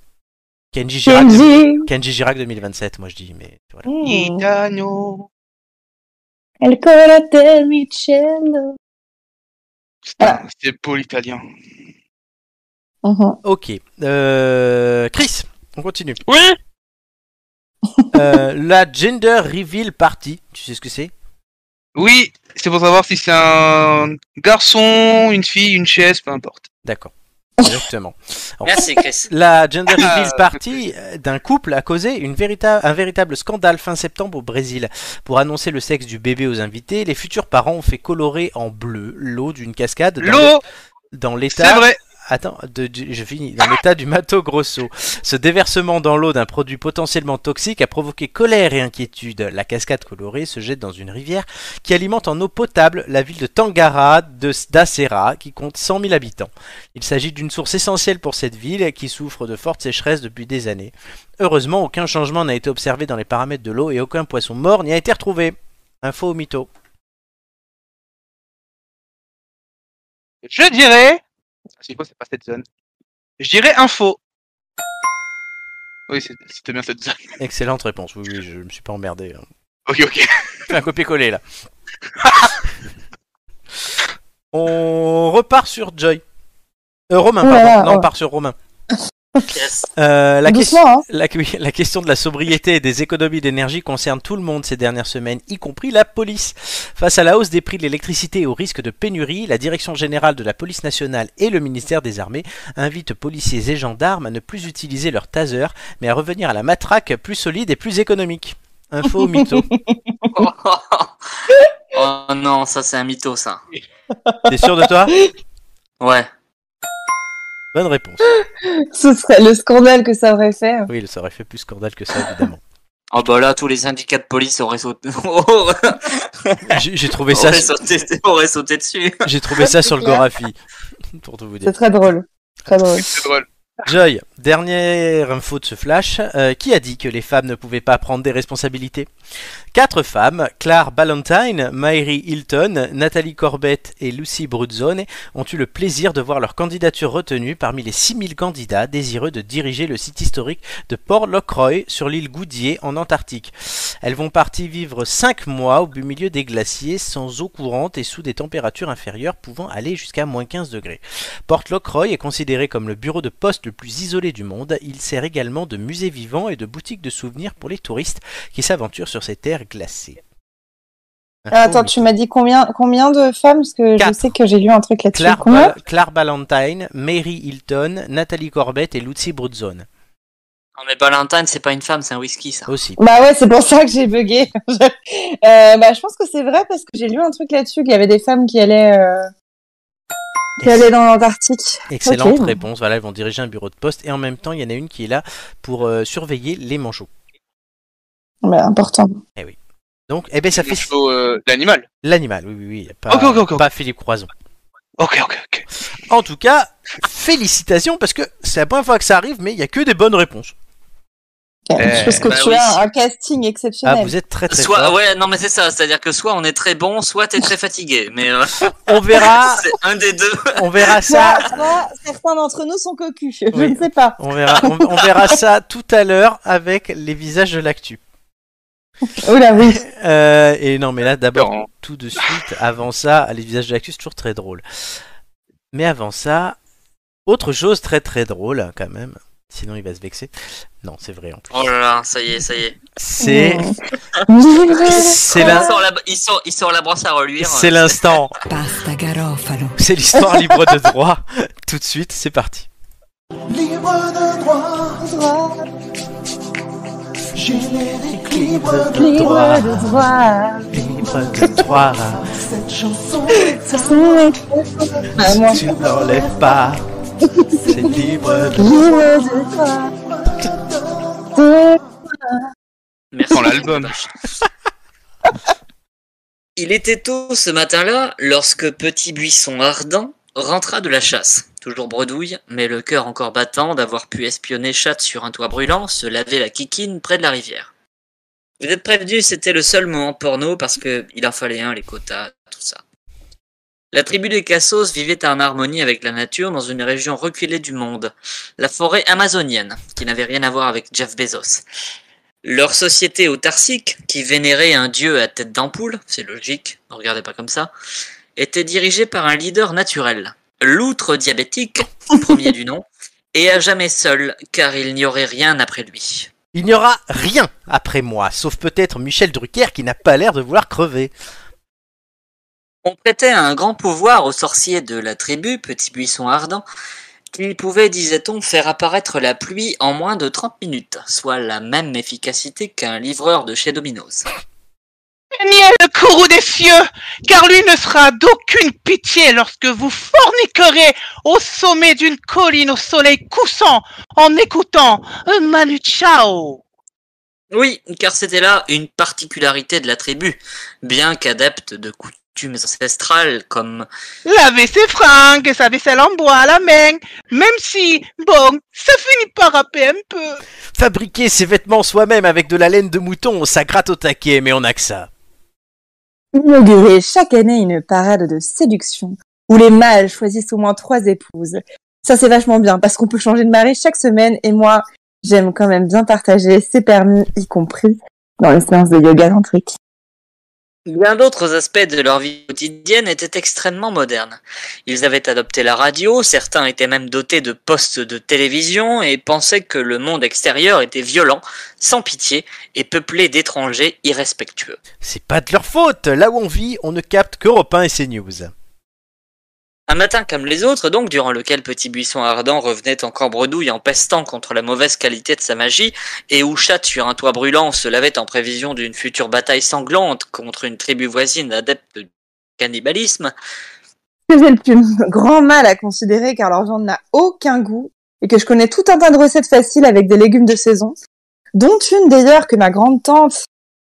Speaker 1: Kenji Girac,
Speaker 3: Kenji.
Speaker 1: Kenji Girac 2027, moi je dis, mais voilà.
Speaker 3: Mmh.
Speaker 4: Itano.
Speaker 3: El colate Michel.
Speaker 4: Putain, C'est beau l'italien.
Speaker 3: Mhm.
Speaker 1: Ok. Euh, Chris, on continue.
Speaker 4: Oui.
Speaker 1: Euh, la Gender Reveal Party, tu sais ce que c'est
Speaker 4: Oui, c'est pour savoir si c'est un garçon, une fille, une chaise, peu importe.
Speaker 1: D'accord. Exactement.
Speaker 2: Merci,
Speaker 1: [laughs]
Speaker 2: Chris.
Speaker 1: La gender
Speaker 4: [laughs]
Speaker 1: reveal
Speaker 4: Ah.
Speaker 1: party euh, d'un couple a causé une verita- un véritable scandale fin septembre au Brésil. Pour annoncer le sexe du bébé aux invités, les futurs parents ont fait colorer en bleu l'eau d'une cascade dans
Speaker 4: L'eau,
Speaker 1: le- dans
Speaker 4: c'est
Speaker 1: l'état
Speaker 4: vrai.
Speaker 1: Attends, de- du- je finis. Dans l'état du Mato Grosso, ce déversement dans l'eau d'un produit potentiellement toxique a provoqué colère et inquiétude. La cascade colorée se jette dans une rivière qui alimente en eau potable la ville de Tangara de d'Acera, qui compte 100 000 habitants. Il s'agit d'une source essentielle pour cette ville qui souffre de fortes sécheresses depuis des années. Heureusement, aucun changement n'a été observé dans les paramètres de l'eau et aucun poisson mort n'y a été retrouvé. Info au mytho.
Speaker 4: Je dirais. Ah, C'est quoi, c'est pas cette zone. Je dirais info. Oui, c'est- c'était bien cette zone.
Speaker 1: Excellente réponse. Oui, oui, je me suis pas emmerdé. hein.
Speaker 4: Ok, ok.
Speaker 1: fais un copier-coller là. [laughs] on repart sur Joy. Euh, Romain,
Speaker 3: Oh
Speaker 1: pardon.
Speaker 3: là là,
Speaker 1: non, on
Speaker 3: ouais.
Speaker 1: part sur Romain.
Speaker 2: Yes.
Speaker 1: Euh, la, question-
Speaker 3: Doucement, hein.
Speaker 1: la, oui, la question de la sobriété et des économies d'énergie concerne tout le monde ces dernières semaines, y compris la police. Face à la hausse des prix de l'électricité et au risque de pénurie, la Direction générale de la police nationale et le ministère des Armées invitent policiers et gendarmes à ne plus utiliser leur taser, mais à revenir à la matraque plus solide et plus économique. Info
Speaker 3: [laughs]
Speaker 1: mytho.
Speaker 2: Oh, oh, oh. Oh non, ça c'est un mytho, ça.
Speaker 1: T'es sûr de toi
Speaker 2: Ouais.
Speaker 1: Bonne réponse.
Speaker 3: Ce serait le scandale que ça aurait fait.
Speaker 1: Oui, ça aurait fait plus scandale que ça,
Speaker 3: [laughs]
Speaker 1: évidemment.
Speaker 2: Oh bah là, tous les syndicats de police auraient sauté, [laughs] auraient
Speaker 1: J'ai j'ai trouvé, ça sur-
Speaker 2: sauté, [laughs] auraient sauté dessus.
Speaker 1: j'ai trouvé ça sur le
Speaker 3: C'est clair.
Speaker 1: Gorafi, pour tout vous
Speaker 3: C'est
Speaker 1: dire.
Speaker 3: très drôle. Très drôle.
Speaker 4: [laughs] C'est drôle.
Speaker 1: Joy, dernière info de ce flash, euh, qui a dit que les femmes ne pouvaient pas prendre des responsabilités Quatre femmes, Claire Ballantyne, Mary Hilton, Nathalie Corbett et Lucy Bruzzone, ont eu le plaisir de voir leur candidature retenue parmi les 6000 candidats désireux de diriger le site historique de Port Lockroy sur l'île Goodyear en Antarctique. Elles vont partir vivre 5 mois au beau milieu des glaciers sans eau courante et sous des températures inférieures pouvant aller jusqu'à moins 15 degrés. Port Lockroy est considéré comme le bureau de poste le plus isolé du monde. Il sert également de musée vivant et de boutique de souvenirs pour les touristes qui s'aventurent sur ces terres glacées.
Speaker 3: Ah, attends, tu m'as dit combien, combien de femmes Parce que
Speaker 1: Quatre.
Speaker 3: je sais que j'ai lu un truc là-dessus.
Speaker 1: Claire,
Speaker 3: Combien
Speaker 1: Ba- Claire Ballantyne, Mary Hilton, Nathalie Corbett et Lucy Brudzone
Speaker 2: Non, mais Valentine, c'est pas une femme, c'est un whisky, ça.
Speaker 1: aussi.
Speaker 3: Bah ouais, c'est pour ça que j'ai bugué. [laughs] Je- euh, bah, je pense que c'est vrai parce que j'ai lu un truc là-dessus qu'il y avait des femmes qui allaient, euh, qui allaient dans l'Antarctique.
Speaker 1: Excellente
Speaker 3: Ok.
Speaker 1: réponse. Voilà, elles vont diriger un bureau de poste et en même temps, il y en a une qui est là pour euh, surveiller les manchots.
Speaker 3: Bah, important.
Speaker 1: Donc, eh ben, ça fait
Speaker 4: Manchot, euh, l'animal.
Speaker 1: l'animal. Oui, oui, oui. Pas,
Speaker 4: Ok, ok, ok, ok.
Speaker 1: pas Philippe Croison.
Speaker 4: Ok, ok, ok.
Speaker 1: En tout cas, félicitations parce que c'est la première fois que ça arrive, mais il n'y a que des bonnes réponses.
Speaker 3: Ok,
Speaker 4: Eh,
Speaker 3: je pense que
Speaker 2: bah
Speaker 3: tu
Speaker 2: oui.
Speaker 3: as un casting
Speaker 1: Ah,
Speaker 3: exceptionnel.
Speaker 1: vous êtes très très
Speaker 2: Soit,
Speaker 1: forts.
Speaker 2: ouais, non, mais c'est ça. C'est-à-dire que soit on est très bon, soit t'es très fatigué. Mais euh,
Speaker 1: On verra,
Speaker 2: [laughs] c'est un des deux.
Speaker 1: on verra ça.
Speaker 3: Soit- soit certains d'entre nous sont cocus. Je
Speaker 1: Oui.
Speaker 3: ne sais pas.
Speaker 1: On verra, on, on verra ça tout à l'heure avec les visages de l'actu.
Speaker 3: Oh là oui.
Speaker 1: Euh, et non, mais là, d'abord,
Speaker 4: Laurent.
Speaker 1: tout de suite, avant ça, les visages de l'actu, c'est toujours très drôle. Mais avant ça, autre chose très très drôle, hein, quand même. Sinon, il va se vexer. Non, c'est vrai en plus.
Speaker 2: Oh là là, ça y est, ça y est.
Speaker 1: C'est. C'est
Speaker 2: Il
Speaker 1: l'in-
Speaker 2: sort la, il sort, il sort la brosse à reluire.
Speaker 1: c'est l'instant.
Speaker 5: Pasta Garofalo.
Speaker 1: C'est l'histoire libre de droit. Tout de suite, c'est parti.
Speaker 6: Libre de droit, générique libre de droit.
Speaker 3: Libre de droit.
Speaker 1: Libre de droit.
Speaker 6: Cette chanson,
Speaker 3: Ah, moi.
Speaker 1: Mmh. Tu n'enlèves pas.
Speaker 6: [laughs]
Speaker 1: C'est libre de
Speaker 3: Libre de droit.
Speaker 2: Merci.
Speaker 4: Dans l'album.
Speaker 2: Il était tôt ce matin-là lorsque Petit Buisson Ardent rentra de la chasse. Toujours bredouille, mais le cœur encore battant d'avoir pu espionner Chatte sur un toit brûlant, se laver la kikine près de la rivière. Vous êtes prévenu, c'était le seul moment porno parce que il en fallait un, les quotas, tout ça. La tribu des Cassos vivait en harmonie avec la nature dans une région reculée du monde, la forêt amazonienne, qui n'avait rien à voir avec Jeff Bezos. Leur société autarcique, qui vénérait un dieu à tête d'ampoule, c'est logique, ne regardez pas comme ça, était dirigée par un leader naturel, l'outre diabétique, premier du nom, et à jamais seul, car il n'y aurait rien après lui.
Speaker 1: Il n'y aura rien après moi, sauf peut-être Michel Drucker qui n'a pas l'air de vouloir crever.
Speaker 2: On prêtait un grand pouvoir aux sorciers de la tribu, Petit Buisson Ardent, qui pouvaient, disait-on, faire apparaître la pluie en moins de 30 minutes, soit la même efficacité qu'un livreur de chez Domino's.
Speaker 7: Craignez le courroux des cieux, car lui ne sera d'aucune pitié lorsque vous forniquerez au sommet d'une colline au soleil couchant en écoutant euh, Manu Chao.
Speaker 2: Oui, car c'était là une particularité de la tribu, bien qu'adepte de coutumes ancestrales comme
Speaker 7: Laver ses fringues et sa vaisselle en bois à la main, même si, bon, ça finit par râper un peu.
Speaker 1: Fabriquer ses vêtements soi-même avec de la laine de mouton, ça gratte au taquet, mais on a que ça.
Speaker 3: inaugurer chaque année une parade de séduction où les mâles choisissent au moins trois épouses. Ça, c'est vachement bien parce qu'on peut changer de mari chaque semaine et moi, j'aime quand même bien partager ces permis, y compris dans les séances de yoga tantrique. [laughs]
Speaker 2: bien d'autres aspects de leur vie quotidienne étaient extrêmement modernes. Ils avaient adopté la radio, certains étaient même dotés de postes de télévision et pensaient que le monde extérieur était violent, sans pitié et peuplé d'étrangers irrespectueux.
Speaker 1: C'est pas de leur faute, là où on vit, on ne capte qu'Europe 1 et ses news.
Speaker 2: Un matin comme les autres, donc, durant lequel Petit Buisson Ardent revenait encore bredouille en pestant contre la mauvaise qualité de sa magie, et où Chatte sur un toit brûlant se lavait en prévision d'une future bataille sanglante contre une tribu voisine adepte du cannibalisme,
Speaker 3: Que j'ai le plus grand mal à considérer car leur viande n'a aucun goût et que je connais tout un tas de recettes faciles avec des légumes de saison, dont une d'ailleurs que ma grande tante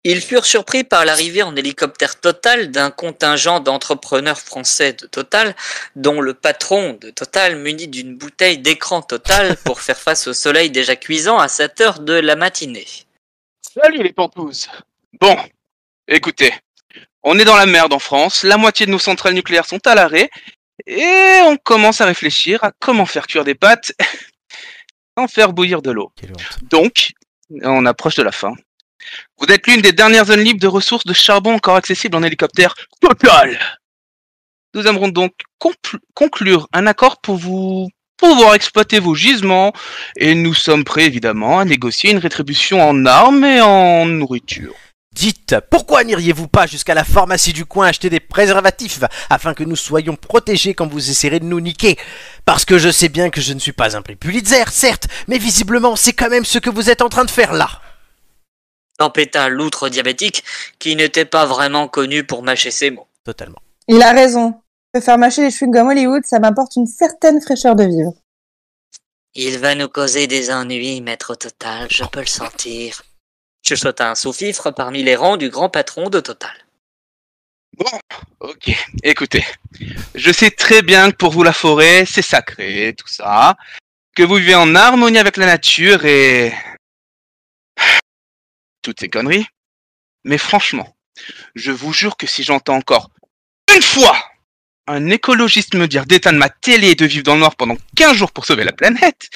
Speaker 2: Ils furent surpris par l'arrivée en hélicoptère Total d'un contingent d'entrepreneurs français de Total, dont le patron de Total muni d'une bouteille d'écran Total pour faire face au soleil déjà cuisant à 7 heures de la matinée.
Speaker 4: Salut les pantouses Bon, écoutez, on est dans la merde en France, la moitié de nos centrales nucléaires sont à l'arrêt, et on commence à réfléchir à comment faire cuire des pâtes [laughs] sans faire bouillir de l'eau.
Speaker 1: Quelle honte.
Speaker 4: Donc, on approche de la fin. Vous êtes l'une des dernières zones libres de ressources de charbon encore accessibles en hélicoptère total. Nous aimerons donc conclu- conclure un accord pour vous pouvoir exploiter vos gisements et nous sommes prêts évidemment à négocier une rétribution en armes et en nourriture.
Speaker 1: Dites, pourquoi n'iriez-vous pas jusqu'à la pharmacie du coin acheter des préservatifs afin que nous soyons protégés quand vous essaierez de nous niquer Parce que je sais bien que je ne suis pas un prix Pulitzer, certes, mais visiblement c'est quand même ce que vous êtes en train de faire là.
Speaker 2: Tempêta l'outre diabétique, qui n'était pas vraiment connu pour mâcher ses mots.
Speaker 1: Totalement.
Speaker 3: Il a raison. Se faire mâcher les chewing-gums Hollywood, ça m'apporte une certaine fraîcheur de vivre.
Speaker 2: Il va nous causer des ennuis, maître Total, je peux le sentir. Chuchota un sous-fifre parmi les rangs du grand patron de Total.
Speaker 4: Ok, écoutez, je sais très bien que pour vous la forêt c'est sacré, tout ça, que vous vivez en harmonie avec la nature et toutes ces conneries. Mais franchement, je vous jure que si j'entends encore une fois un écologiste me dire d'éteindre ma télé et de vivre dans le noir pendant 15 jours pour sauver la planète,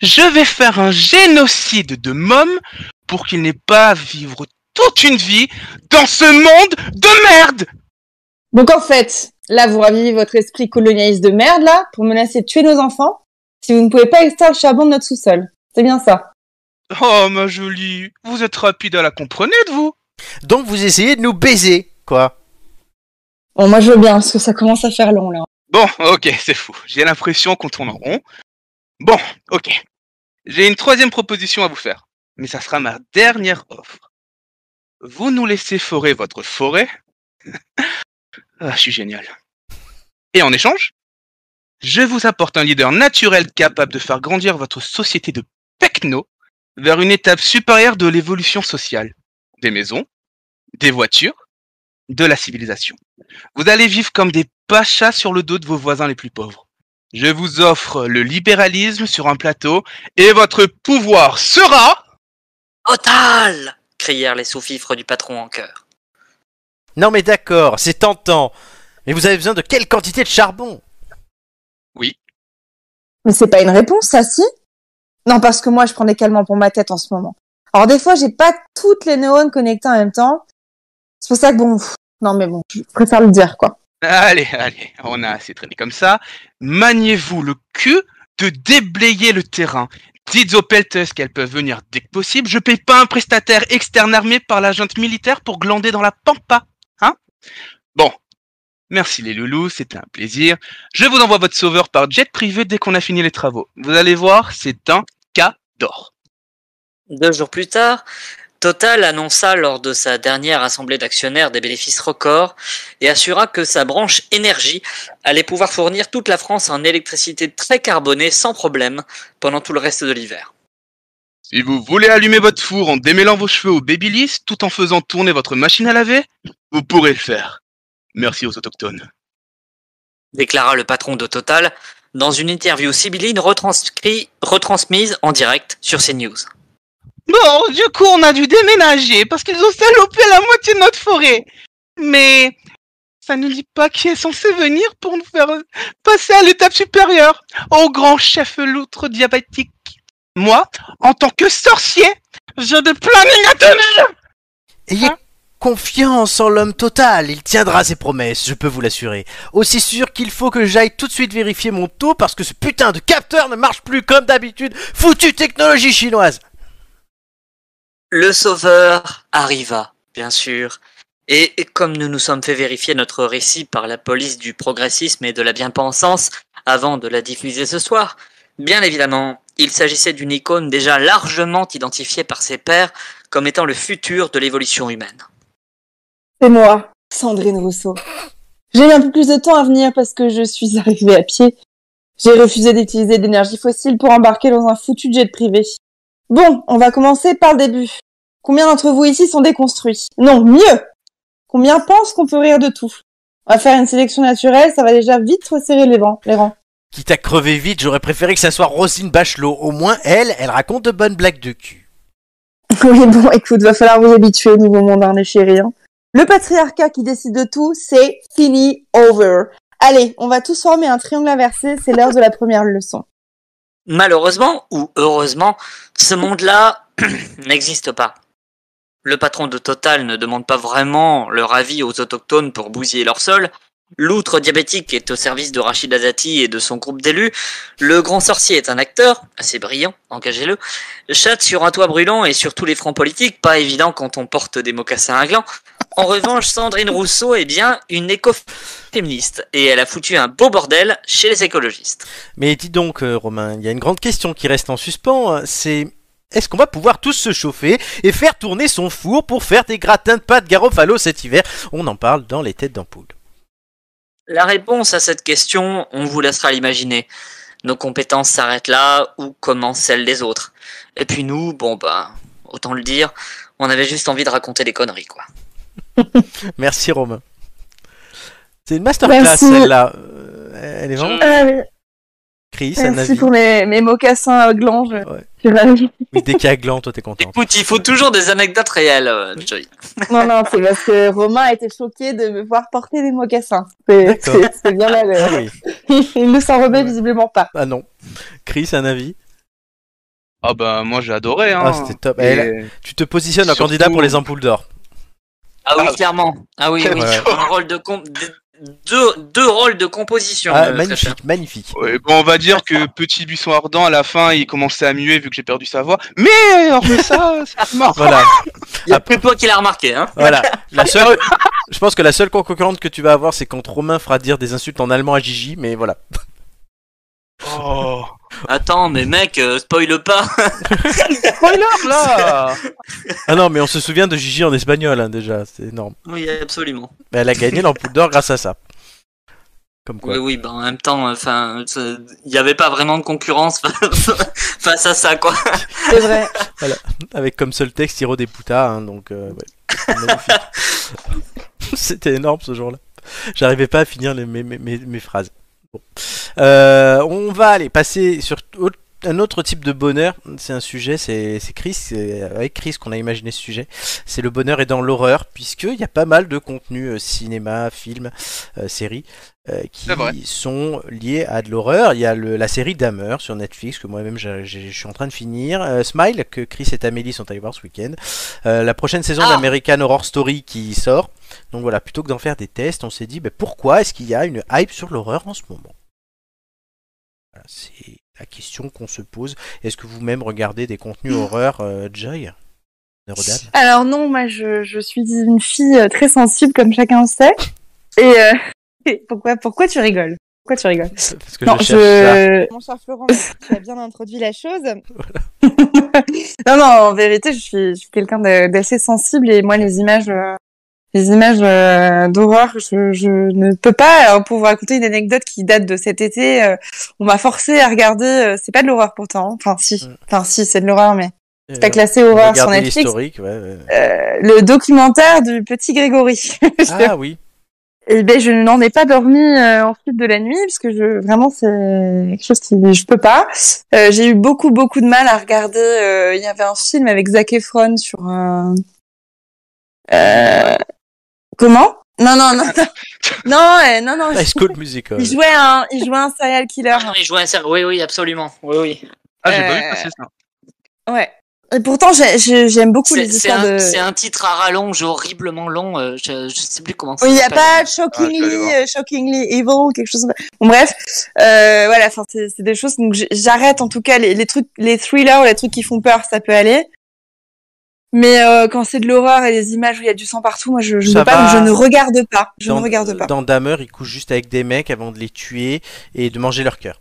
Speaker 4: je vais faire un génocide de mômes pour qu'il n'ait pas à vivre toute une vie dans ce monde de merde
Speaker 3: Donc en fait, là, vous ravivez votre esprit colonialiste de merde, là, pour menacer de tuer nos enfants, si vous ne pouvez pas extraire le charbon de notre sous-sol. C'est bien ça.
Speaker 4: Oh, ma jolie, vous êtes rapide à la comprenez de vous
Speaker 1: Donc vous essayez de nous baiser, quoi.
Speaker 3: Bon, moi, je veux bien, parce que ça commence à faire long, là.
Speaker 4: Bon, ok, [laughs] c'est fou. J'ai l'impression qu'on tourne en rond. Bon, ok. J'ai une troisième proposition à vous faire, mais ça sera ma dernière offre. Vous nous laissez forer votre forêt. [laughs] ah, je suis génial. Et en échange, je vous apporte un leader naturel capable de faire grandir votre société de pecno vers une étape supérieure de l'évolution sociale. Des maisons, des voitures, de la civilisation. Vous allez vivre comme des pachas sur le dos de vos voisins les plus pauvres. Je vous offre le libéralisme sur un plateau et votre pouvoir sera...
Speaker 2: Total crièrent les sous-fifres du patron en chœur.
Speaker 1: Non mais d'accord, c'est tentant. Mais vous avez besoin de quelle quantité de charbon
Speaker 3: Mais c'est pas une réponse, ça, si Non, parce que moi, je prends des calmants pour ma tête en ce moment. Alors, des fois, j'ai pas toutes les neurones connectées en même temps. C'est pour ça que, bon, pff, non, mais bon, je préfère le dire, quoi.
Speaker 4: Allez, allez, on a assez traîné comme ça. Maniez-vous le cul de déblayer le terrain. Dites aux pelteuses qu'elles peuvent venir dès que possible. Je paye pas un prestataire externe armé par la junte militaire pour glander dans la pampa. Hein Bon. Merci les loulous, c'était un plaisir. Je vous envoie votre sauveur par jet privé dès qu'on a fini les travaux. Vous allez voir, c'est un cas d'or.
Speaker 2: Deux jours plus tard, Total annonça lors de sa dernière assemblée d'actionnaires des bénéfices records et assura que sa branche énergie allait pouvoir fournir toute la France en électricité très carbonée sans problème pendant tout le reste de l'hiver.
Speaker 4: Si vous voulez allumer votre four en démêlant vos cheveux au babyliss tout en faisant tourner votre machine à laver, vous pourrez le faire. Merci aux autochtones.
Speaker 2: déclara le patron de Total dans une interview sibylline retranscrit- retransmise en direct sur CNews.
Speaker 7: Bon, du coup, on a dû déménager parce qu'ils ont salopé la moitié de notre forêt. Mais ça ne dit pas qui est censé venir pour nous faire passer à l'étape supérieure. Au grand chef loutre diabatique. Moi, en tant que sorcier, j'ai des planning à tenir.
Speaker 1: Ayez
Speaker 7: Hein
Speaker 1: confiance en l'homme total, il tiendra ses promesses, je peux vous l'assurer. Aussi sûr qu'il faut que j'aille tout de suite vérifier mon taux parce que ce putain de capteur ne marche plus comme d'habitude. Foutue technologie chinoise
Speaker 2: Le sauveur arriva, bien sûr. Et comme nous nous sommes fait vérifier notre récit par la police du progressisme et de la bien-pensance avant de la diffuser ce soir, bien évidemment, il s'agissait d'une icône déjà largement identifiée par ses pairs comme étant le futur de l'évolution humaine.
Speaker 3: C'est moi, Sandrine Rousseau. J'ai eu un peu plus de temps à venir parce que je suis arrivée à pied. J'ai refusé d'utiliser d'énergie fossile pour embarquer dans un foutu jet privé. Bon, on va commencer par le début. Combien d'entre vous ici sont déconstruits Non, mieux Combien pensent qu'on peut rire de tout On va faire une sélection naturelle, ça va déjà vite resserrer les rangs. Les rangs.
Speaker 1: Quitte à crever vite, j'aurais préféré que ça soit Rosine Bachelot. Au moins, elle, elle raconte de bonnes blagues de cul.
Speaker 3: [laughs] Oui, bon, écoute, va falloir vous habituer au nouveau monde, hein, les chéris. hein. Le patriarcat qui décide de tout, c'est fini, over. Allez, on va tous former un triangle inversé, c'est l'heure de la première leçon.
Speaker 2: Malheureusement ou heureusement, ce monde-là [clears throat] n'existe pas. Le patron de Total ne demande pas vraiment leur avis aux autochtones pour bousiller leur sol. L'outre diabétique est au service de Rachid Azati et de son groupe d'élus. Le grand sorcier est un acteur, assez brillant, engagez-le. Chatte sur un toit brûlant et sur tous les fronts politiques, pas évident quand on porte des mocassins à gland. En revanche, Sandrine Rousseau est bien une écoféministe et elle a foutu un beau bordel chez les écologistes.
Speaker 1: Mais dis donc, euh, Romain, il y a une grande question qui reste en suspens. euh, C'est est-ce qu'on va pouvoir tous se chauffer et faire tourner son four pour faire des gratins de pâtes Garofalo cet hiver On en parle dans les têtes d'ampoule.
Speaker 2: La réponse à cette question, on vous laissera l'imaginer. Nos compétences s'arrêtent là ou commencent celles des autres. Et puis nous, bon bah, autant le dire, on avait juste envie de raconter des conneries quoi.
Speaker 1: Merci Romain. C'est une masterclass
Speaker 3: Merci.
Speaker 1: celle-là. Euh, Elle est vraiment
Speaker 3: Ah,
Speaker 1: Chris, un avis.
Speaker 3: mes, mes mocassins euh, à glands, je,
Speaker 1: Ouais.
Speaker 3: je [laughs] vais aller.
Speaker 1: Oui, dès qu'il y a gland, toi t'es contente.
Speaker 2: Écoute, il faut toujours des anecdotes réelles, euh, Joy.
Speaker 3: Non, non, c'est parce que Romain était choqué de me voir porter des mocassins. C'est
Speaker 1: D'accord.
Speaker 3: c'est- c'est bien là.
Speaker 1: Ah
Speaker 3: le-
Speaker 1: oui.
Speaker 3: [laughs] Il ne s'en remet
Speaker 1: Ouais.
Speaker 3: visiblement pas.
Speaker 1: Ah non. Chris, un avis.
Speaker 4: Ah bah moi j'ai adoré. Hein.
Speaker 1: Ah, c'était top.
Speaker 4: Et-
Speaker 1: Eh, là, tu te positionnes en
Speaker 4: Surtout-
Speaker 1: candidat pour les ampoules d'or.
Speaker 2: Ah oui,
Speaker 4: Ah.
Speaker 2: clairement. Ah oui, oui.
Speaker 1: Ouais.
Speaker 2: Un rôle de com- de- deux, deux rôles de composition.
Speaker 1: Ah,
Speaker 2: euh, très cher.
Speaker 1: magnifique, magnifique.
Speaker 4: Ouais, bon, on va dire que petit buisson ardent à la fin, il commençait à muer vu que j'ai perdu sa voix. Mais hormis
Speaker 7: [laughs]
Speaker 4: ça, c'est mort.
Speaker 1: Voilà,
Speaker 2: Il y a plus toi qui l'a remarqué, hein.
Speaker 1: voilà. La seule, je pense que la seule concurrente que tu vas avoir, c'est quand Romain fera dire des insultes en allemand à Gigi, mais voilà.
Speaker 4: Oh.
Speaker 2: Attends, mais mec, euh, spoil pas.
Speaker 4: Spoiler là.
Speaker 1: [laughs] Ah non, mais on se souvient de Gigi en espagnol hein, déjà, c'est énorme.
Speaker 2: [laughs] oui, absolument.
Speaker 1: Mais elle a gagné l'ampoule d'or grâce à ça. Comme quoi.
Speaker 2: Oui, oui, bah en même temps, enfin, il n'y avait pas vraiment de concurrence [laughs] face à ça, quoi.
Speaker 3: C'est vrai.
Speaker 1: Avec comme seul texte Hiro des Putas, hein, donc euh, ouais. Magnifique. C'était énorme ce jour-là. J'arrivais pas à finir les- mes, mes- mes- mes phrases. Bon. Euh, on va aller passer sur au- un autre type de bonheur. C'est un sujet, c'est c'est Chris, c'est avec Chris qu'on a imaginé ce sujet. C'est le bonheur est dans l'horreur, puisqu'il y a pas mal de contenus euh, cinéma, film, euh, séries euh, qui
Speaker 4: C'est vrai.
Speaker 1: sont liés à de l'horreur. Il y a le- la série Dahmer sur Netflix que moi-même j'ai- j'ai- je suis en train de finir. Euh, Smile que Chris et Amélie sont allés voir ce week-end. Euh, la prochaine saison
Speaker 2: Ah.
Speaker 1: d'American Horror Story qui sort. Donc voilà, plutôt que d'en faire des tests, on s'est dit ben, pourquoi est-ce qu'il y a une hype sur l'horreur en ce moment Voilà, C'est la question qu'on se pose. Est-ce que vous-même regardez des contenus horreur, euh, Joy Neurodame
Speaker 3: Alors non, moi je, je suis une fille euh, très sensible comme chacun le sait. Et euh, [laughs] pourquoi pourquoi tu rigoles Pourquoi tu rigoles
Speaker 1: [laughs] Parce que je cherche ça.
Speaker 3: Mon cher Florent, merci, tu as bien introduit
Speaker 1: [laughs]
Speaker 3: la chose. non non, en vérité, je suis, je suis quelqu'un de- d'assez sensible et moi les images euh, les images euh, d'horreur, je, je ne peux pas. Alors, pour vous raconter une anecdote qui date de cet été, euh, on m'a forcé à regarder. euh, c'est pas de l'horreur pourtant. Enfin si,
Speaker 1: Mm.
Speaker 3: enfin si, c'est de l'horreur, mais c'est pas
Speaker 1: Euh,
Speaker 3: classé horreur sur
Speaker 1: regardez
Speaker 3: Netflix.
Speaker 1: l'historique, ouais, ouais.
Speaker 3: Euh, le documentaire du petit Grégory. [laughs] Je-
Speaker 1: Ah
Speaker 3: [laughs]
Speaker 1: oui.
Speaker 3: Eh ben, je n'en ai pas dormi euh, ensuite de la nuit parce que je vraiment c'est quelque chose qui je peux pas. Euh, j'ai eu beaucoup beaucoup de mal à regarder. euh, Il y avait un film avec Zac Efron sur un. Euh... Comment Non non
Speaker 2: [laughs]
Speaker 3: non non non euh, non non.
Speaker 1: High School Musical.
Speaker 3: Il jouait un il jouait un serial killer.
Speaker 2: Ah, il jouait un ser- Oui, oui, absolument. Oui, oui.
Speaker 4: Ah, j'ai pas vu
Speaker 3: Euh,
Speaker 4: passer ça.
Speaker 3: Ouais. Et pourtant j'ai- j'ai- j'aime beaucoup
Speaker 2: C'est
Speaker 3: les
Speaker 2: c'est
Speaker 3: histoires
Speaker 2: un,
Speaker 3: de.
Speaker 2: c'est un titre à rallonge, horriblement long. euh, je, je sais plus comment ça
Speaker 3: Oui, il n'y a
Speaker 2: s'appelle.
Speaker 3: pas
Speaker 4: Ah, je vais aller
Speaker 3: shockingly,
Speaker 4: voir.
Speaker 3: euh, shockingly evil ou quelque chose. comme ça. Bon, bref, euh, voilà, enfin, c'est c'est des choses. Donc, j- j'arrête en tout cas les, les trucs, les thrillers, les trucs qui font peur, ça peut aller. Mais euh, quand c'est de l'horreur et des images où il y a du sang partout, moi, je, je
Speaker 1: Ça
Speaker 3: ne veux pas, donc
Speaker 1: va.
Speaker 3: je ne regarde pas. Je
Speaker 1: dans,
Speaker 3: ne regarde pas.
Speaker 1: Dans Dahmer, ils couchent juste avec des mecs avant de les tuer et de manger leur cœur.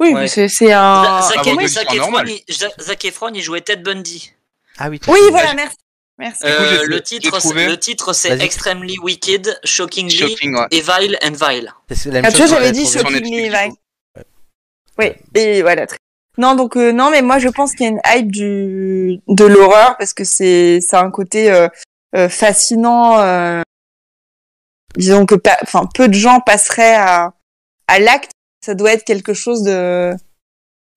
Speaker 3: Oui,
Speaker 2: Ouais.
Speaker 3: mais c'est c'est
Speaker 2: Za-
Speaker 3: un.
Speaker 2: Zac-
Speaker 4: Ah, bon,
Speaker 2: Zac
Speaker 4: c'est
Speaker 2: Efron,
Speaker 4: normal.
Speaker 2: il- Ja- Zac Efron, il jouait Ted Bundy.
Speaker 1: Ah oui. t'as
Speaker 3: Oui,
Speaker 1: raison.
Speaker 3: voilà, merci, merci.
Speaker 4: coup,
Speaker 2: Euh,
Speaker 4: j'ai-
Speaker 2: le
Speaker 4: j'ai
Speaker 2: titre,
Speaker 4: trouvé.
Speaker 2: c'est- le titre, c'est
Speaker 1: Vas-y.
Speaker 2: Extremely Wicked, Shockingly,
Speaker 4: Shocking, ouais.
Speaker 2: Evil and Vile.
Speaker 1: C'est la même
Speaker 3: Ah, tu vois,
Speaker 1: chose que
Speaker 3: j'avais
Speaker 1: t'as
Speaker 3: dit
Speaker 1: trouvé.
Speaker 4: sur
Speaker 3: shockingly
Speaker 4: Netflix,
Speaker 3: evil. Oui, et voilà. très- Non, donc euh, non, mais moi je pense qu'il y a une hype du de l'horreur parce que c'est ça a un côté euh, euh, fascinant. euh, disons que pa- enfin peu de gens passeraient à à l'acte. Ça doit être quelque chose de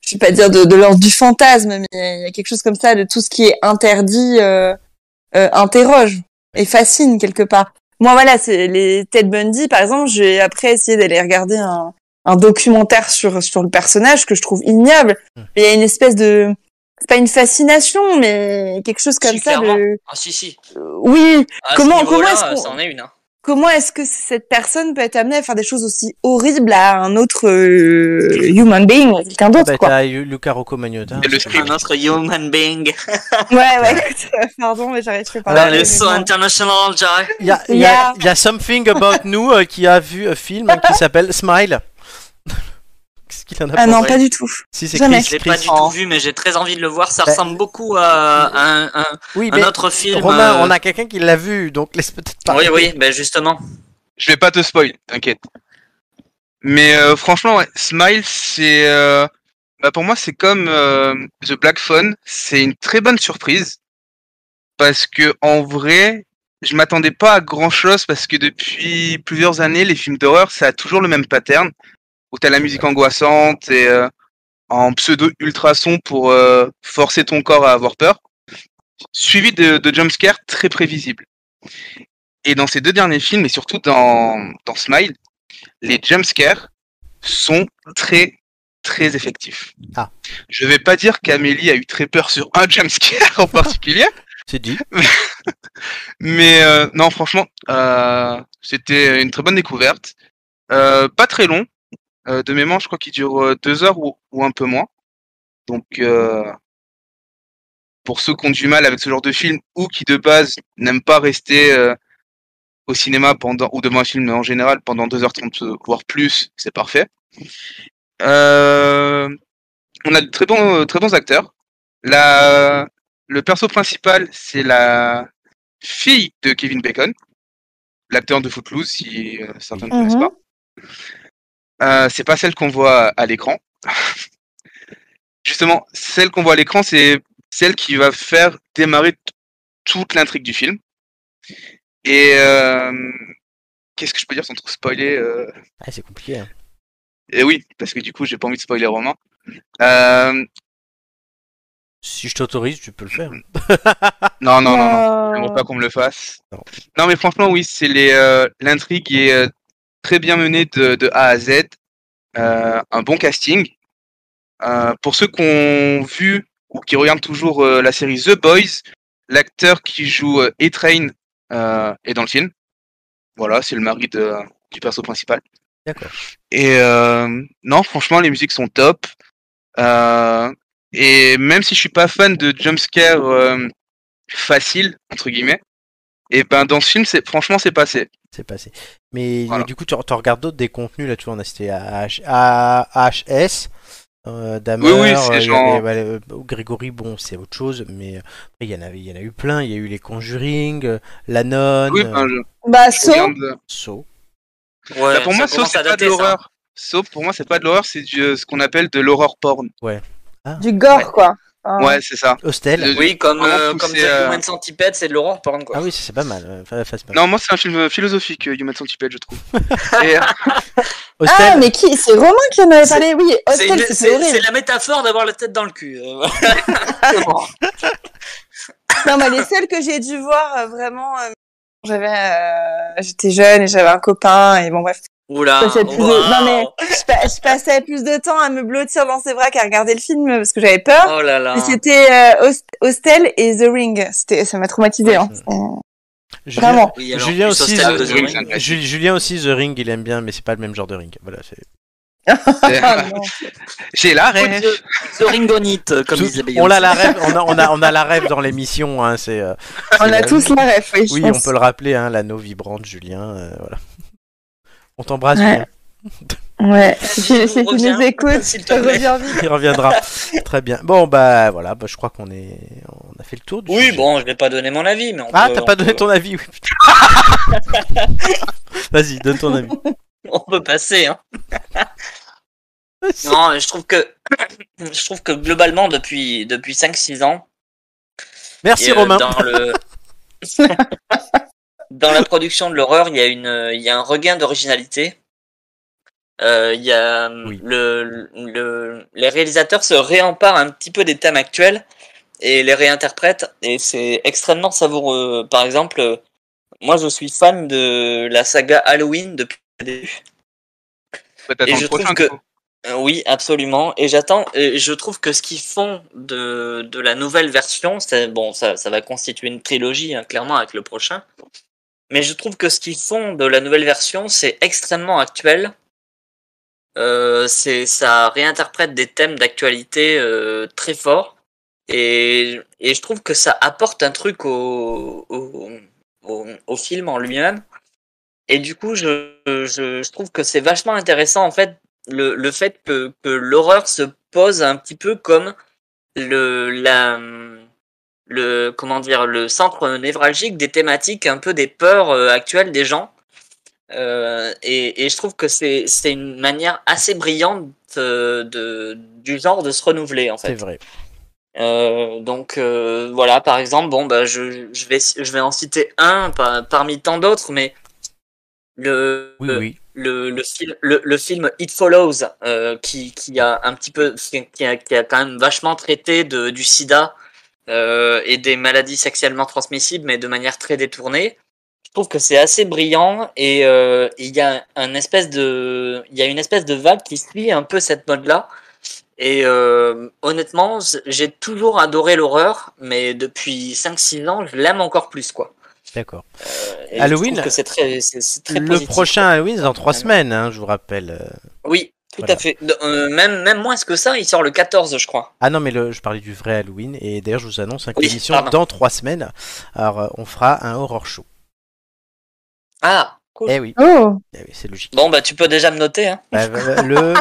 Speaker 3: je vais pas dire de, de l'ordre du fantasme, mais il y a quelque chose comme ça de tout ce qui est interdit euh, euh, interroge et fascine quelque part. Moi voilà, c'est les Ted Bundy par exemple. J'ai après essayé d'aller regarder un un documentaire sur sur le personnage que je trouve ignoble. Mais il y a une espèce de c'est pas une fascination, mais quelque chose comme
Speaker 2: Si,
Speaker 3: ça. De...
Speaker 2: Ah si si.
Speaker 3: Oui,
Speaker 2: À
Speaker 3: Comment-
Speaker 2: ce niveau-là,
Speaker 3: comment est-ce qu'on-
Speaker 2: ça en est une. hein.
Speaker 3: comment est-ce que cette personne peut être amenée à faire des choses aussi horribles à un autre euh, human being, à quelqu'un d'autre,
Speaker 1: Bah,
Speaker 3: quoi
Speaker 1: t'as Yu- Luca Rocomagnotta.
Speaker 4: Et le script.
Speaker 2: Un autre human being.
Speaker 3: Ouais, ouais, [laughs] écoute, euh, pardon, mais j'arrive plus à
Speaker 1: Ah, oui,
Speaker 2: Dans le
Speaker 3: parler.
Speaker 2: son international, Jai.
Speaker 1: Il y a, il y a- il y a Something About Nous euh, qui a vu un film
Speaker 3: [laughs]
Speaker 1: qui s'appelle Smile. [laughs] Qu'est-ce qu'il en a
Speaker 3: Ah non,
Speaker 1: pensé
Speaker 3: pas du tout.
Speaker 1: Si, c'est
Speaker 3: jamais.
Speaker 1: Chris.
Speaker 2: Je l'ai
Speaker 1: Chris.
Speaker 2: pas du tout vu, mais j'ai très envie de le voir. Ça ressemble beaucoup à un, un-
Speaker 1: Oui,
Speaker 3: Eh
Speaker 2: un
Speaker 3: ben,
Speaker 1: mais
Speaker 2: autre film.
Speaker 1: Romain,
Speaker 2: euh,
Speaker 1: on a quelqu'un qui l'a vu, donc laisse peut-être pas.
Speaker 2: Oui, oui, ben justement.
Speaker 4: Je vais pas te spoil, t'inquiète. Mais euh, franchement, ouais, Smile, c'est. euh, bah, pour moi, c'est comme euh, The Black Phone. C'est une très bonne surprise. Parce que, en vrai, je m'attendais pas à grand chose. Parce que depuis plusieurs années, les films d'horreur, ça a toujours le même pattern. Où t'as la musique angoissante et euh, en pseudo-ultrason pour euh, forcer ton corps à avoir peur. Suivi de, de jumpscares très prévisibles. Et dans ces deux derniers films, et surtout dans, dans Smile, les jumpscares sont très, très effectifs.
Speaker 1: Ah.
Speaker 4: Je vais pas dire qu'Amélie a eu très peur sur un [laughs] jumpscare en particulier,
Speaker 1: C'est dit.
Speaker 4: mais euh, non, franchement, euh, c'était une très bonne découverte. Euh, pas très long. Euh, de mémoire, je crois qu'il dure euh, deux heures ou, ou un peu moins. Donc, euh, pour ceux qui ont du mal avec ce genre de film ou qui de base n'aiment pas rester euh, au cinéma pendant ou devant un film en général pendant 2h30 euh, voire plus, c'est parfait. Euh, on a de très bons, euh, très bons acteurs. La, le perso principal, c'est la fille de Kevin Bacon, l'acteur de Footloose, si euh, certains ne
Speaker 3: Mhm.
Speaker 4: connaissent pas. Euh, c'est pas celle qu'on voit à l'écran. [laughs] Justement, celle qu'on voit à l'écran, c'est celle qui va faire démarrer t- toute l'intrigue du film. Et euh, qu'est-ce que je peux dire sans trop spoiler euh,
Speaker 1: Ah, c'est compliqué. hein.
Speaker 4: Et Eh oui, parce que du coup, j'ai pas envie de spoiler Romain. Euh,
Speaker 1: Si je t'autorise, tu peux le faire.
Speaker 4: non, non, non, non.
Speaker 3: Euh,
Speaker 4: J'aimerais pas qu'on me le fasse.
Speaker 1: Non.
Speaker 4: Non, mais franchement, oui, c'est les euh, l'intrigue est euh, très bien menée de, de A à Z. Euh, un bon casting. Euh, pour ceux qui ont vu ou qui regardent toujours euh, la série The Boys, l'acteur qui joue euh, E-Train euh, est dans le film. Voilà, c'est le mari de, du perso principal.
Speaker 1: D'accord.
Speaker 4: Et euh, non, franchement, les musiques sont top. Euh, et même si je suis pas fan de jumpscare euh, facile entre guillemets, et ben dans ce film, c'est franchement c'est passé.
Speaker 1: C'est passé. Mais
Speaker 4: Voilà.
Speaker 1: du coup, tu tu regardes d'autres des contenus là, tu vois, on a cité AH, AHS, euh, Dahmer,
Speaker 4: Oui, oui,
Speaker 1: euh, il
Speaker 4: c'est
Speaker 1: y avait,
Speaker 4: genre-
Speaker 1: bah, euh, Grégory, bon, c'est autre chose, mais euh, après, il y, en avait- il y en a eu plein. Il y a eu les Conjuring, euh, La Nonne,
Speaker 4: Oui, ben, je,
Speaker 3: Bah,
Speaker 4: je
Speaker 3: so,
Speaker 4: regarde.
Speaker 1: Saw.
Speaker 2: Ouais,
Speaker 4: Bah, pour moi,
Speaker 2: ça
Speaker 4: Saw,
Speaker 2: commence à
Speaker 4: c'est pas de
Speaker 2: dater, ça.
Speaker 4: l'horreur. Saw, pour moi, c'est pas de l'horreur, c'est du- euh, ce qu'on appelle de l'horreur porn.
Speaker 3: du gore,
Speaker 4: Ouais.
Speaker 3: quoi. Enfin,
Speaker 1: Ah.
Speaker 4: Ouais, c'est ça.
Speaker 1: Hostel.
Speaker 4: Le-
Speaker 2: Oui, comme,
Speaker 4: Vraiment
Speaker 2: euh,
Speaker 4: poussé,
Speaker 2: comme Jack
Speaker 4: euh,
Speaker 2: Human Centipede, c'est de l'horreur porn, quoi.
Speaker 1: Ah oui, ça, c'est pas mal. euh, enfin, enfin, c'est pas mal.
Speaker 4: Non, moi, c'est un film philosophique, euh, Human Centipede, je
Speaker 1: [laughs]
Speaker 4: trouve. Et, euh,
Speaker 1: Hostel,
Speaker 3: Ah, mais qui C'est Romain qui en avait parlé Oui,
Speaker 2: C'est une-
Speaker 3: Hostel,
Speaker 2: C'est
Speaker 3: c'était
Speaker 2: c'est
Speaker 3: horrible.
Speaker 2: la métaphore d'avoir la tête dans le cul. euh, voilà.
Speaker 3: [laughs] Non, mais les seuls que j'ai dû voir, euh, vraiment... euh, J'avais, euh, j'étais jeune et j'avais un copain et bon bref,
Speaker 2: Oula.
Speaker 3: Ça, c'est plus-
Speaker 2: waouh.
Speaker 3: non, mais- je, pa- je passais plus de temps à me blottir dans ses bras qu'à regarder le film parce que j'avais peur.
Speaker 2: Oh là
Speaker 1: Ah.
Speaker 2: là.
Speaker 3: Mais c'était euh, Host- Hostel et The Ring. C'était, ça m'a traumatisé. Hein.
Speaker 1: Julien,
Speaker 3: Vraiment.
Speaker 2: Oui, alors,
Speaker 1: Julien
Speaker 2: plus
Speaker 1: aussi,
Speaker 2: au stade
Speaker 4: The-
Speaker 2: de
Speaker 4: The Ring,
Speaker 2: The Ring.
Speaker 4: c'est un
Speaker 1: Ju- Julien aussi, The Ring, il aime bien, mais c'est pas le même genre de ring. Voilà, c'est-
Speaker 3: Ah, non.
Speaker 4: J'ai la
Speaker 2: Oh,
Speaker 4: rêve.
Speaker 2: Dieu. The Ringonite, euh, comme
Speaker 1: Tout- oh
Speaker 2: disait Beyoncé.
Speaker 1: on a la rêve, on a, on a, on a la rêve dans l'émission. Hein, c'est, euh,
Speaker 3: On
Speaker 1: [laughs]
Speaker 3: a
Speaker 1: c'est-
Speaker 3: tous la ref. Oui, je
Speaker 1: Oui,
Speaker 3: pense.
Speaker 1: on peut le rappeler, hein, l'anneau vibrante, Julien. euh, voilà. On t'embrasse,
Speaker 3: Ouais.
Speaker 1: Julien. [laughs]
Speaker 3: Ouais. Si, si tu
Speaker 2: Reviens,
Speaker 3: nous écoutes,
Speaker 2: s'il te plaît.
Speaker 3: reviens vite.
Speaker 1: Il reviendra. Très bien. Bon, bah voilà, bah, je crois qu'on est... on a fait le tour. Du
Speaker 2: Oui,
Speaker 1: sujet.
Speaker 2: bon, je n'ai pas donné mon avis, mais on
Speaker 1: Ah,
Speaker 2: peut-
Speaker 1: t'as
Speaker 2: on
Speaker 1: pas donné
Speaker 2: peut-
Speaker 1: ton avis, oui. [laughs] putain. Vas-y, donne ton avis.
Speaker 2: On peut passer, hein. Non, je trouve que [coughs] je trouve que globalement depuis depuis 5 6 ans
Speaker 1: Merci
Speaker 2: et, euh,
Speaker 1: Romain.
Speaker 2: dans
Speaker 1: [laughs]
Speaker 2: le dans la production de l'horreur, il y a une euh, il y a un regain d'originalité. Euh, il y a euh,
Speaker 1: Oui.
Speaker 2: le, le les réalisateurs se réemparent un petit peu des thèmes actuels et les réinterprètent et c'est extrêmement savoureux. Par exemple, euh, moi je suis fan de la saga Halloween depuis le début.
Speaker 4: Bah, t'attends
Speaker 2: Et je
Speaker 4: le
Speaker 2: trouve
Speaker 4: prochain,
Speaker 2: que-
Speaker 4: du coup.
Speaker 2: Euh, Oui, absolument. Et j'attends. et Je trouve que ce qu'ils font de, de la nouvelle version, c'est bon, ça, ça va constituer une trilogie hein, clairement avec le prochain. Mais je trouve que ce qu'ils font de la nouvelle version, c'est extrêmement actuel. Euh, c'est ça réinterprète des thèmes d'actualité euh, très forts. Et, et je trouve que ça apporte un truc au, au, au, au film en lui-même. Et du coup, je, je, je trouve que c'est vachement intéressant en fait le, le fait que, que l'horreur se pose un petit peu comme le la le comment dire le centre névralgique des thématiques un peu des peurs euh, actuelles des gens Euh, et, et je trouve que c'est c'est une manière assez brillante euh, de du genre de se renouveler en
Speaker 1: C'est
Speaker 2: fait
Speaker 1: vrai.
Speaker 2: euh, donc euh, voilà, par exemple, bon bah je, je vais je vais en citer un par- parmi tant d'autres, mais le
Speaker 1: Oui,
Speaker 2: le,
Speaker 1: oui.
Speaker 2: le le film le, le film It Follows euh, qui qui a un petit peu qui a, qui a quand même vachement traité de du sida euh, et des maladies sexuellement transmissibles, mais de manière très détournée. Je trouve que c'est assez brillant et euh, il y a un espèce de il y a une espèce de vague qui suit un peu cette mode là. Et euh, honnêtement, z- j'ai toujours adoré l'horreur, mais depuis 5-6 ans, je l'aime encore plus, quoi.
Speaker 1: D'accord.
Speaker 2: Euh, et
Speaker 1: Halloween,
Speaker 2: je trouve que c'est très, c'est, c'est très
Speaker 1: Le
Speaker 2: positif.
Speaker 1: prochain Halloween c'est dans trois semaines, hein, je vous rappelle. Euh,
Speaker 2: Oui, tout
Speaker 1: Voilà.
Speaker 2: à fait. De- euh, même, même moins que ça, il sort le 14, je crois.
Speaker 1: Ah non, mais le- je parlais du vrai Halloween. Et d'ailleurs, je vous annonce une
Speaker 2: Oui,
Speaker 1: émission
Speaker 2: pardon.
Speaker 1: dans trois semaines. Alors, euh, on fera un horror show.
Speaker 2: Ah, cool.
Speaker 1: Eh oui,
Speaker 3: Oh,
Speaker 1: eh oui, c'est logique.
Speaker 2: Bon, bah tu peux déjà me noter, hein.
Speaker 1: Bah, bah, le,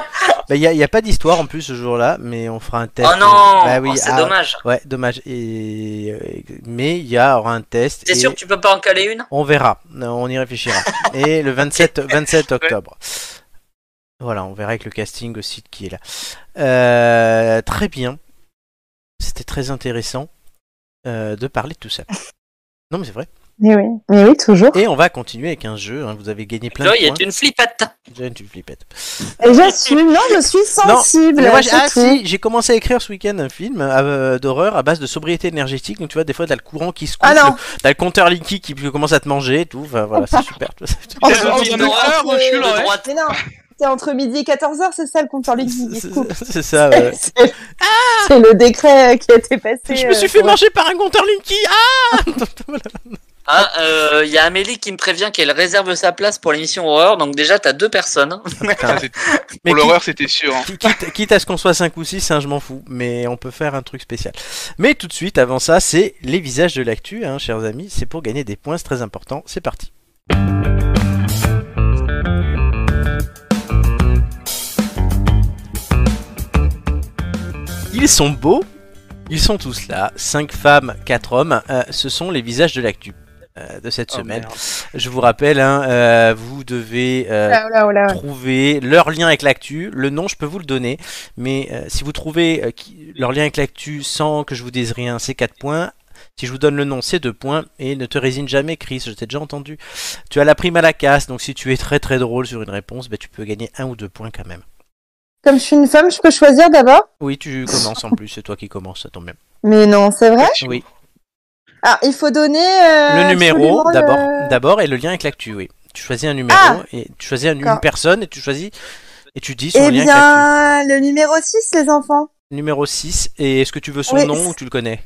Speaker 1: il y, a- y a pas d'histoire en plus ce jour-là, mais on fera un test.
Speaker 2: Oh non
Speaker 1: Bah oui,
Speaker 2: Oh, C'est
Speaker 1: ah,
Speaker 2: dommage.
Speaker 1: Ouais, dommage. Et euh, mais il y a- aura un test.
Speaker 2: T'es
Speaker 1: et
Speaker 2: sûr que tu peux pas en caler une
Speaker 1: On verra. Euh, On y réfléchira. et le 27, 27 octobre. Voilà, on verra avec le casting aussi qui est là. Euh, très bien. C'était très intéressant euh, de parler de tout ça. Non mais c'est vrai.
Speaker 3: mais oui, mais oui, toujours.
Speaker 1: Et on va continuer avec un jeu. hein. Vous avez gagné plein
Speaker 2: Joy
Speaker 1: de
Speaker 2: est
Speaker 1: points.
Speaker 2: une flippette.
Speaker 1: Joy, tu flippettes.
Speaker 3: Et j'assume, non, je suis sensible.
Speaker 1: Mais moi, j'ai-
Speaker 3: c'est
Speaker 1: ah,
Speaker 3: tout.
Speaker 1: si, j'ai commencé à écrire ce week-end un film euh, d'horreur à base de sobriété énergétique. Donc tu vois, des fois, t'as le courant qui se coupe,
Speaker 3: Ah
Speaker 1: [laughs]
Speaker 3: non.
Speaker 1: le- t'as le compteur Linky qui commence à te manger, et tout. Enfin,
Speaker 3: Oh,
Speaker 1: voilà, c'est super.
Speaker 3: En-
Speaker 7: Putain,
Speaker 3: en-
Speaker 7: je viens de
Speaker 3: en-
Speaker 7: croire,
Speaker 3: entre-
Speaker 7: je suis là,
Speaker 2: ouais.
Speaker 3: Mais non, c'est entre midi et 14h, c'est ça le compteur Luigi.
Speaker 1: [laughs] C'est-
Speaker 3: du coup.
Speaker 1: c'est- C'est ça. ouais.
Speaker 3: C'est [laughs] c'est le décret euh, qui a été passé. euh,
Speaker 1: Je me suis fait
Speaker 3: mal.
Speaker 1: manger par un compteur Linky. Ah Voilà.
Speaker 2: Ah, euh, il y a Amélie qui me prévient qu'elle réserve sa place pour l'émission horreur, donc déjà t'as deux personnes. hein.
Speaker 4: Ça, c'est-
Speaker 1: Ah. Mais
Speaker 4: Pour
Speaker 1: qui-
Speaker 4: l'horreur, c'était sûr. hein.
Speaker 1: qui- quitte, quitte à ce qu'on soit 5 ou 6, je m'en fous, mais on peut faire un truc spécial. Mais tout de suite, avant ça, c'est les visages de l'actu, hein, chers amis. C'est pour gagner des points, c'est très important. C'est parti. Ils sont beaux, ils sont tous là, 5 femmes, 4 hommes, euh, ce sont les visages de l'actu euh, de cette
Speaker 2: Oh,
Speaker 1: semaine.
Speaker 2: merde.
Speaker 1: Je vous rappelle, hein, euh, vous devez euh,
Speaker 3: Là, là, là, là.
Speaker 1: trouver leur lien avec l'actu. Le nom, je peux vous le donner, mais euh, si vous trouvez euh, qui- leur lien avec l'actu sans que je vous dise rien, c'est 4 points. Si je vous donne le nom, c'est 2 points. Et ne te résigne jamais, Chris, je t'ai déjà entendu. Tu as la prime à la casse, donc si tu es très très drôle sur une réponse, ben, tu peux gagner un ou deux points quand même.
Speaker 3: Comme je suis une femme, je peux choisir d'abord
Speaker 1: Oui, tu commences en plus, c'est toi qui commences, ça tombe bien.
Speaker 3: Mais non, c'est vrai
Speaker 1: Oui.
Speaker 3: Alors, il faut donner. euh,
Speaker 1: Le numéro,
Speaker 3: absolument le-
Speaker 1: d'abord, d'abord, et le lien avec l'actu, oui. Tu choisis un numéro,
Speaker 3: Ah
Speaker 1: et tu choisis un- une
Speaker 3: D'accord.
Speaker 1: personne, et tu choisis, et tu dis son
Speaker 3: Eh
Speaker 1: lien avec l'actu.
Speaker 3: bien, le numéro 6, les enfants.
Speaker 1: Numéro 6, et est-ce que tu veux son
Speaker 3: Oui.
Speaker 1: nom ou tu le connais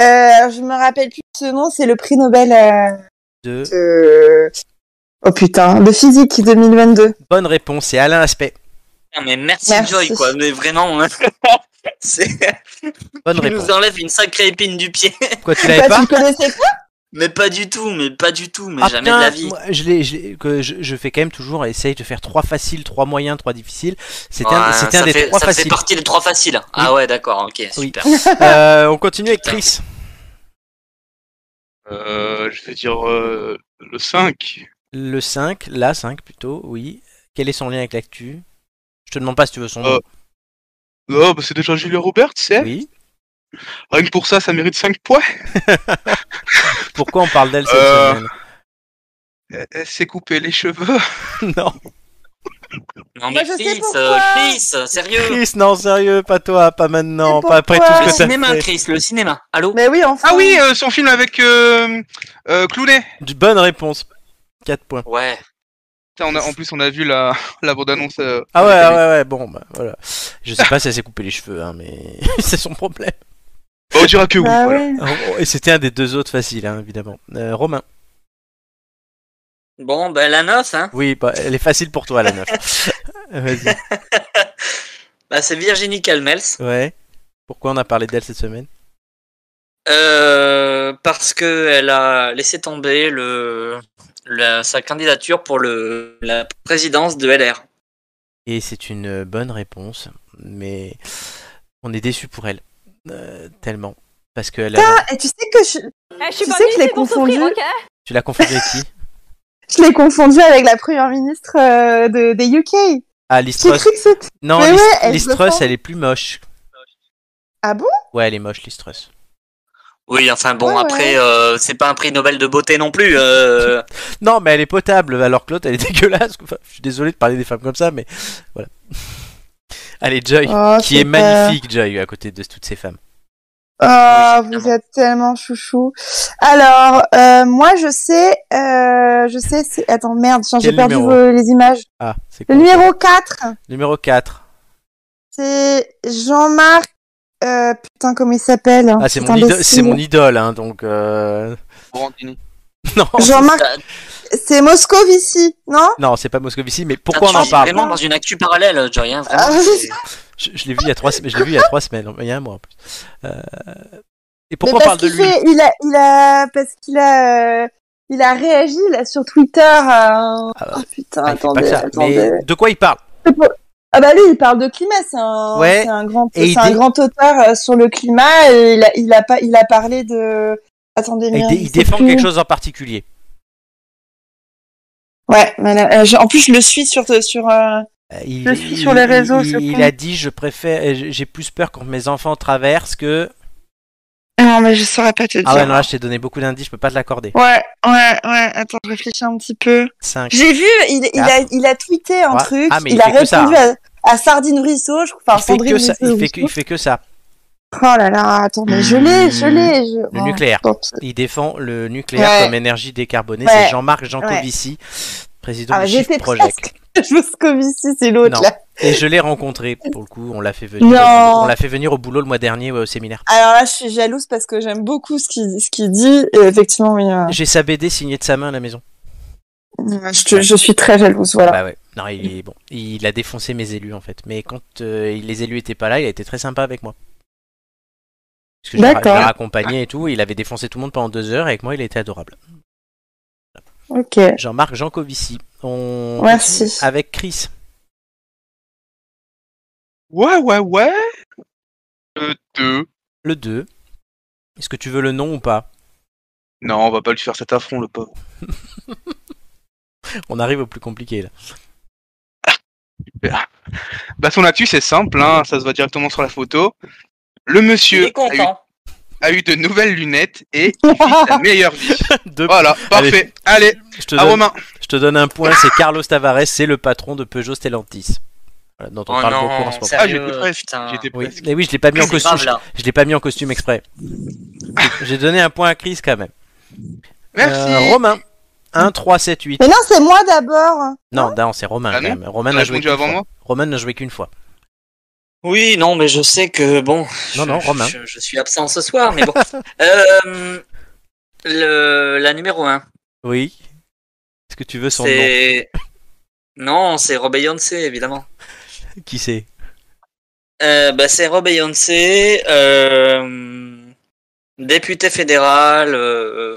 Speaker 3: Euh, alors, je me rappelle plus de ce nom, c'est le prix Nobel euh,
Speaker 1: Deux.
Speaker 3: de. Oh putain, de physique 2022.
Speaker 1: Bonne réponse, c'est Alain Aspect.
Speaker 2: Non, Ah, mais merci,
Speaker 3: Merci.
Speaker 2: Joy, quoi. Mais vraiment, hein. [laughs] c'est...
Speaker 1: Bonne
Speaker 2: tu
Speaker 1: réponse.
Speaker 2: nous enlèves une sacrée épine du pied. [laughs]
Speaker 1: Quoi, [laughs] tu
Speaker 3: Bah,
Speaker 1: l'avais pas
Speaker 3: tu le connaissais pas
Speaker 2: Mais pas du tout, mais pas du tout, mais
Speaker 1: Ah,
Speaker 2: jamais
Speaker 1: putain,
Speaker 2: de la vie.
Speaker 1: moi, je, l'ai- je l'ai- que je, je fais quand même toujours, essaye de faire trois faciles, trois moyens, trois difficiles. C'était un,
Speaker 2: Ouais,
Speaker 1: c'était un
Speaker 2: ça
Speaker 1: des
Speaker 2: fait,
Speaker 1: trois
Speaker 2: ça fait
Speaker 1: faciles.
Speaker 2: partie des trois faciles. Ah ouais, d'accord, ok, super.
Speaker 1: [laughs] Euh, on continue avec Chris.
Speaker 4: Euh, je vais dire euh, le 5.
Speaker 1: Le 5, la 5 plutôt, oui. Quel est son lien avec l'actu Je te demande pas si tu veux son
Speaker 4: Euh,
Speaker 1: nom.
Speaker 4: Oh, bah c'est déjà Julia Roberts, c'est elle
Speaker 1: Oui.
Speaker 4: Rien que pour ça, ça mérite 5 points.
Speaker 1: Pourquoi on parle d'elle cette
Speaker 2: [laughs]
Speaker 4: Euh,
Speaker 1: semaine
Speaker 4: Elle, elle s'est coupée euh, les cheveux.
Speaker 1: Non,
Speaker 2: Non
Speaker 3: Moi,
Speaker 2: mais
Speaker 3: je sais
Speaker 2: Chris,
Speaker 3: pourquoi.
Speaker 2: euh, Chris, sérieux.
Speaker 1: Chris, non, sérieux, pas toi, pas maintenant,
Speaker 3: Mais
Speaker 1: pas après tout
Speaker 3: pourquoi
Speaker 2: Le
Speaker 1: ce que t'as
Speaker 2: cinéma,
Speaker 1: fait.
Speaker 2: Chris, le cinéma. Allô
Speaker 3: Mais oui, enfin.
Speaker 4: Ah oui, euh, son film avec euh, euh, Clooney.
Speaker 1: Bonne réponse. 4 points.
Speaker 2: Ouais.
Speaker 4: Putain, on a- en plus, on a vu la, [laughs] la bande-annonce. euh,
Speaker 1: Ah ouais,
Speaker 4: avec
Speaker 1: ah
Speaker 4: lui.
Speaker 1: ouais, ouais, bon, bah voilà. Je sais pas si elle s'est coupé les cheveux, hein, mais [laughs] c'est son problème.
Speaker 4: Bah, on dira que oui.
Speaker 3: Bah
Speaker 4: voilà.
Speaker 3: ouais.
Speaker 1: Oh, oh, Et c'était un des deux autres faciles, hein, évidemment. Euh, Romain.
Speaker 2: Bon, ben la noce, hein.
Speaker 1: Oui, bah, elle est facile pour toi, la neuf. [laughs] Vas-y.
Speaker 2: Bah, c'est Virginie Calmels.
Speaker 1: Ouais. Pourquoi on a parlé d'elle cette semaine
Speaker 2: Euh, parce que elle a laissé tomber le, la- sa candidature pour le, la présidence de LR.
Speaker 1: Et c'est une bonne réponse, mais on est déçu pour elle. Euh, tellement. Parce qu'elle a...
Speaker 3: Et tu sais que je,
Speaker 5: Eh, je suis
Speaker 3: Tu
Speaker 5: pas
Speaker 3: sais que
Speaker 5: venue
Speaker 3: je l'ai
Speaker 5: ici pour souffrir,
Speaker 3: confondu.
Speaker 5: ok
Speaker 1: Tu l'as confondue avec
Speaker 3: [laughs]
Speaker 1: qui
Speaker 3: je l'ai confondu avec la première ministre euh, de, des UK.
Speaker 1: Ah, Liz
Speaker 3: J'ai
Speaker 1: Truss.
Speaker 3: cru que c'était.
Speaker 1: Non,
Speaker 3: Mais
Speaker 1: Liz,
Speaker 3: ouais, elle
Speaker 1: Liz
Speaker 3: se
Speaker 1: Truss,
Speaker 3: prend.
Speaker 1: elle est plus moche.
Speaker 3: Ah bon
Speaker 1: Ouais, elle est moche, Liz Truss.
Speaker 2: Oui, enfin bon,
Speaker 3: Ouais, ouais.
Speaker 2: après, euh, c'est pas un prix Nobel de beauté non plus. Euh,
Speaker 1: Non, mais elle est potable, alors que l'autre, elle est [laughs] dégueulasse. Enfin, je suis désolé de parler des femmes comme ça, mais voilà. [laughs] Allez, Joy,
Speaker 3: Oh,
Speaker 1: qui est
Speaker 3: c'est pas-
Speaker 1: magnifique, Joy, à côté de toutes ces femmes.
Speaker 3: Ah,
Speaker 2: Oui,
Speaker 3: vous
Speaker 2: évidemment.
Speaker 3: êtes tellement chouchou. Alors, euh, moi, je sais, euh, je sais, c'est- attends, merde, tiens, j'ai
Speaker 1: Quel
Speaker 3: perdu
Speaker 1: numéro
Speaker 3: vos- les images.
Speaker 1: Ah, c'est quoi
Speaker 3: Le numéro 4,
Speaker 1: Numéro 4.
Speaker 3: c'est Jean-Marc, euh, putain, comment il s'appelle? hein,
Speaker 1: Ah, c'est
Speaker 3: Cet
Speaker 1: mon, ido-
Speaker 3: imbécile.
Speaker 1: c'est mon idole, hein, donc... euh, [laughs]
Speaker 4: Brandini.
Speaker 1: Non,
Speaker 3: Jean-Marc,
Speaker 2: t'as-
Speaker 3: c'est Moscovici, non?
Speaker 1: non c'est pas Moscovici, mais
Speaker 2: t'as-
Speaker 1: pourquoi
Speaker 2: Ah, tu
Speaker 1: on en
Speaker 2: vis
Speaker 1: parle
Speaker 2: Vraiment dans une actu parallèle, Joy. Hein, vraiment,
Speaker 3: Ah,
Speaker 2: c'est-
Speaker 1: Je, je l'ai vu il y a trois semaines. Je l'ai vu il y a trois semaines. Il y a un mois en plus. Euh, Et pourquoi
Speaker 3: Mais
Speaker 1: on parle
Speaker 3: parce
Speaker 1: de
Speaker 3: qu'il
Speaker 1: lui
Speaker 3: fait- il a, il a, parce qu'il a, euh, il a réagi, là, sur Twitter à un...
Speaker 1: Ah bah,
Speaker 3: Oh, putain,
Speaker 1: Ah, il fait pas
Speaker 3: attendez,
Speaker 1: que ça.
Speaker 3: attendez.
Speaker 1: Mais de quoi il parle
Speaker 3: Ah bah lui, il parle de climat, c'est un,
Speaker 1: Ouais.
Speaker 3: c'est un grand,
Speaker 1: Et il
Speaker 3: c'est un
Speaker 1: dé-
Speaker 3: grand auteur euh, sur le climat. Et il a, il a pas, il a parlé de. Attendez,
Speaker 1: il,
Speaker 3: merde,
Speaker 1: dé-
Speaker 3: je
Speaker 1: il
Speaker 3: sais
Speaker 1: défend
Speaker 3: plus.
Speaker 1: quelque chose en particulier.
Speaker 3: Ouais, voilà, euh, je- en plus je le suis sur, sur. euh,
Speaker 1: Euh, Il,
Speaker 3: Je suis
Speaker 1: il-
Speaker 3: sur les réseaux,
Speaker 1: Il,
Speaker 3: je
Speaker 1: il
Speaker 3: crois.
Speaker 1: a dit je préfère, euh, j'ai j'ai plus peur quand mes enfants traversent que.
Speaker 3: Ah Non, mais je saurais pas te dire.
Speaker 1: Ah ouais, non, là je t'ai donné beaucoup d'indices, je peux pas te l'accorder.
Speaker 3: Ouais, ouais, ouais. Attends, je réfléchis un petit peu.
Speaker 1: 5.
Speaker 3: J'ai vu, il, il a, il a tweeté un
Speaker 1: Ouais.
Speaker 3: truc.
Speaker 1: Ah, mais
Speaker 3: il,
Speaker 1: il
Speaker 3: a
Speaker 1: fait que
Speaker 3: répondu
Speaker 1: ça,
Speaker 3: à, à Sardine Rousseau, je crois. Enfin,
Speaker 1: Il fait
Speaker 3: Sandrine
Speaker 1: que ça.
Speaker 3: Rousseau,
Speaker 1: Il fait que, il
Speaker 3: Rousseau.
Speaker 1: fait que ça.
Speaker 3: Oh là là, attends, mais je l'ai,
Speaker 1: Mmh.
Speaker 3: je l'ai. Je...
Speaker 1: Le
Speaker 3: Oh,
Speaker 1: nucléaire.
Speaker 3: tant pis.
Speaker 1: Il défend le nucléaire
Speaker 3: Ouais.
Speaker 1: comme énergie décarbonée.
Speaker 3: Ouais.
Speaker 1: C'est Jean-Marc Jancovici, président
Speaker 3: Ah,
Speaker 1: du
Speaker 3: j'étais
Speaker 1: Shift Project.
Speaker 3: presque. [laughs] Moscovici, c'est l'autre
Speaker 1: Non.
Speaker 3: là.
Speaker 1: Et je l'ai rencontré pour le coup. On l'a fait venir. au
Speaker 3: Non.
Speaker 1: boulot- On l'a fait venir au boulot le mois dernier ouais, au séminaire.
Speaker 3: Alors là, je suis jalouse parce que j'aime beaucoup ce qu'il ce qu'il dit. Et effectivement, oui, euh,
Speaker 1: J'ai sa BD signée de sa main à la maison.
Speaker 3: je, te- je suis très jalouse. Voilà.
Speaker 1: Bah ouais. Non, il est bon. Il a défoncé mes élus en fait. Mais quand euh, les élus étaient pas là, il a été très sympa avec moi. Parce que je l'ai ra- je
Speaker 3: D'accord.
Speaker 1: l'ai raccompagné et tout. Il avait défoncé tout le monde pendant deux heures et avec moi, il a été adorable. [laughs]
Speaker 3: Ok.
Speaker 1: Jean-Marc Jancovici. On
Speaker 3: Merci.
Speaker 1: continue Avec Chris.
Speaker 4: Ouais, ouais, ouais. Le 2.
Speaker 1: Le 2. Est-ce que tu veux le nom ou pas
Speaker 4: Non, on va pas lui faire cet affront, le pauvre.
Speaker 1: On arrive au plus compliqué là. [laughs]
Speaker 4: Bah, son actu, c'est simple, hein, ça se voit directement sur la photo. Le
Speaker 2: il
Speaker 4: monsieur
Speaker 1: ah
Speaker 2: est
Speaker 4: a eu,
Speaker 2: content.
Speaker 4: a eu de nouvelles lunettes et il vit
Speaker 2: [laughs]
Speaker 4: sa meilleure vie.
Speaker 1: Deux-
Speaker 4: Voilà, parfait. Allez,
Speaker 1: Je te,
Speaker 2: Ah,
Speaker 4: à
Speaker 1: donne,
Speaker 4: Romain.
Speaker 1: je te donne un point. C'est Carlos Tavares. C'est le patron de Peugeot Stellantis. Voilà, dont on
Speaker 2: Oh
Speaker 1: parle
Speaker 2: non,
Speaker 1: beaucoup en ce moment.
Speaker 2: ça-
Speaker 4: Ah, j'étais
Speaker 2: Sérieux,
Speaker 4: presque.
Speaker 2: putain.
Speaker 4: J'étais
Speaker 1: Oui,
Speaker 4: presque.
Speaker 1: mais oui, je l'ai pas mis en
Speaker 2: C'est grave,
Speaker 1: costume.
Speaker 2: là.
Speaker 1: Je l'ai pas mis en costume exprès. J'ai donné un point à Chris quand même.
Speaker 4: Merci.
Speaker 1: Euh, Romain. 1, 3, 7, 8.
Speaker 3: Mais non, c'est moi d'abord.
Speaker 1: Non, non, c'est Romain
Speaker 4: Ah
Speaker 1: quand
Speaker 4: non
Speaker 1: même. Romain
Speaker 4: T'as
Speaker 1: n'a joué
Speaker 4: répondu
Speaker 1: qu'une
Speaker 4: avant
Speaker 1: fois.
Speaker 4: moi
Speaker 1: Romain n'a joué qu'une fois.
Speaker 2: Oui, non, mais je sais que bon.
Speaker 1: Non,
Speaker 2: je-
Speaker 1: non,
Speaker 2: je-
Speaker 1: Romain.
Speaker 2: Je, je suis absent ce soir,
Speaker 1: [laughs]
Speaker 2: mais bon. Euh, le, la numéro 1,
Speaker 1: Oui. Est-ce que tu veux son nom
Speaker 2: c'est. Non, c'est Rob Beyoncé, évidemment.
Speaker 1: Qui c'est
Speaker 2: Euh, bah, c'est Rob Beyoncé, euh, député fédéral, euh,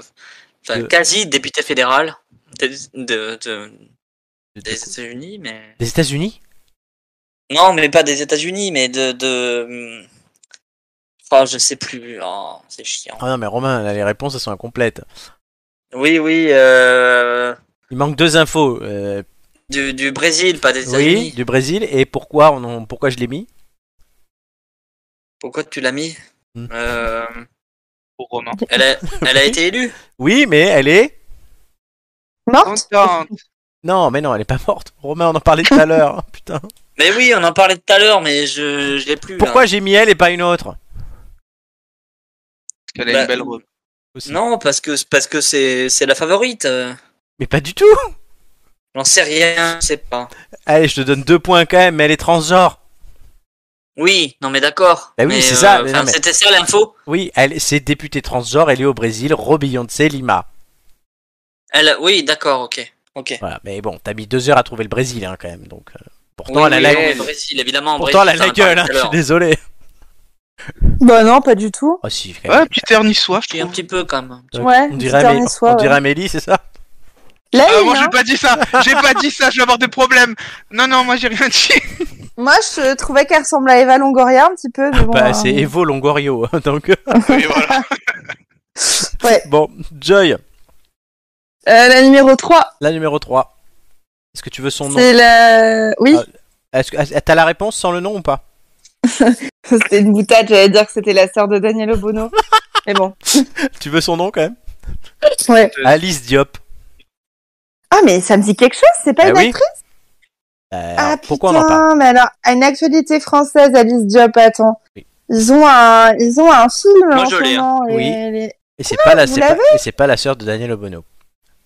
Speaker 2: enfin
Speaker 1: De-
Speaker 2: quasi député fédéral des, de- de-
Speaker 1: De-
Speaker 2: des États-Unis, mais
Speaker 1: Des États-Unis
Speaker 2: non, mais pas des États-Unis, mais de, de, enfin je sais plus, oh, c'est chiant.
Speaker 1: Ah non, mais Romain, là, les réponses elles sont incomplètes.
Speaker 2: Oui, oui, euh,
Speaker 1: Il manque deux infos. euh,
Speaker 2: du, du Brésil, pas
Speaker 1: Oui,
Speaker 2: des États-Unis.
Speaker 1: du Brésil. Et pourquoi, on, on- pourquoi je l'ai mis
Speaker 2: Pourquoi tu l'as mis
Speaker 1: Hmm.
Speaker 2: Euh,
Speaker 4: pour Romain.
Speaker 2: elle, a,
Speaker 1: [laughs]
Speaker 2: elle a été élue.
Speaker 1: Oui, mais elle est.
Speaker 3: Morte
Speaker 1: Non, mais non, elle est pas morte. Romain, on en parlait tout à l'heure. [laughs] Putain.
Speaker 2: Mais oui, on en parlait tout à l'heure, mais je, je l'ai plus. là.
Speaker 1: Pourquoi j'ai mis elle et pas une autre
Speaker 4: qu'elle a
Speaker 2: Bah,
Speaker 4: une belle robe.
Speaker 1: aussi
Speaker 2: Non, parce que parce que c'est c'est la favorite. euh,
Speaker 1: Mais pas du tout.
Speaker 2: J'en sais rien, je sais pas.
Speaker 1: Allez, je te donne deux points quand même. mais Elle est transgenre.
Speaker 2: Oui, non mais d'accord.
Speaker 1: Bah oui,
Speaker 2: Mais, euh,
Speaker 1: c'est ça, mais
Speaker 2: enfin,
Speaker 1: non, mais-
Speaker 2: C'était ça l'info.
Speaker 1: Oui, elle, c'est députée transgenre. Elle est au Brésil. Robilloncé Lima.
Speaker 2: Elle, oui, d'accord, ok, ok.
Speaker 1: Voilà. Mais bon, t'as mis deux heures à trouver le Brésil hein, quand même. Donc, euh, pourtant,
Speaker 2: Oui,
Speaker 1: elle a
Speaker 2: oui,
Speaker 1: la,
Speaker 2: non, mais Brésil, évidemment.
Speaker 1: pourtant, elle a
Speaker 2: Brésil,
Speaker 1: la
Speaker 2: ça, on en
Speaker 1: gueule.
Speaker 2: parlait
Speaker 1: hein,
Speaker 2: tout à
Speaker 1: je suis
Speaker 2: l'heure.
Speaker 1: désolé.
Speaker 3: Bah non, pas du tout.
Speaker 1: Oh si, quand même.
Speaker 4: Ouais, petit air niçois, je
Speaker 2: Puis un
Speaker 4: trouve.
Speaker 2: petit peu quand même.
Speaker 1: Donc,
Speaker 3: Ouais,
Speaker 1: on
Speaker 3: petit
Speaker 1: dirait,
Speaker 3: air
Speaker 1: Amé-
Speaker 3: niçois,
Speaker 1: on
Speaker 3: ouais.
Speaker 1: dirait Amélie, c'est ça
Speaker 3: Là,
Speaker 4: Ah,
Speaker 3: il
Speaker 4: moi,
Speaker 3: a-
Speaker 4: j'ai pas dit ça. J'ai pas dit ça, je vais avoir des problèmes. Non, non, moi, j'ai rien dit.
Speaker 3: moi, je trouvais qu'elle ressemble à Eva Longoria un petit peu. mais bon,
Speaker 1: Bah,
Speaker 3: hein.
Speaker 1: c'est Evo Longorio. hein, [laughs] Donc,
Speaker 4: [laughs] Oui, voilà.
Speaker 1: bon, Joy,
Speaker 3: Euh, la numéro 3,
Speaker 1: la numéro 3. Est-ce que tu veux son nom
Speaker 3: c'est la... Oui,
Speaker 1: Ah. Est-ce que ah, t'as la réponse sans le nom ou pas [laughs]
Speaker 3: c'était une boutade, j'allais dire que c'était la sœur de Daniel
Speaker 1: [laughs]
Speaker 3: Obono. Mais bon.
Speaker 1: Tu veux son nom quand même
Speaker 3: Ouais.
Speaker 2: Euh.
Speaker 1: Alice Diop.
Speaker 3: Ah, mais ça me dit quelque chose, c'est pas
Speaker 1: Ah
Speaker 3: une
Speaker 1: oui.
Speaker 3: actrice
Speaker 1: Euh,
Speaker 3: Ah,
Speaker 1: pourquoi on
Speaker 3: putain,
Speaker 1: en parle
Speaker 3: mais alors, à une actualité française, Alice Diop, attends.
Speaker 1: Oui.
Speaker 3: Ils ont un, ils ont un film
Speaker 2: Moi,
Speaker 3: en
Speaker 2: je
Speaker 3: ce
Speaker 2: l'ai, hein.
Speaker 3: moment. et
Speaker 1: Oui.
Speaker 3: les-
Speaker 1: Et c'est pas la,
Speaker 3: vous
Speaker 1: c'est pas,
Speaker 3: l'avez
Speaker 1: et c'est pas la sœur de Daniel Obono.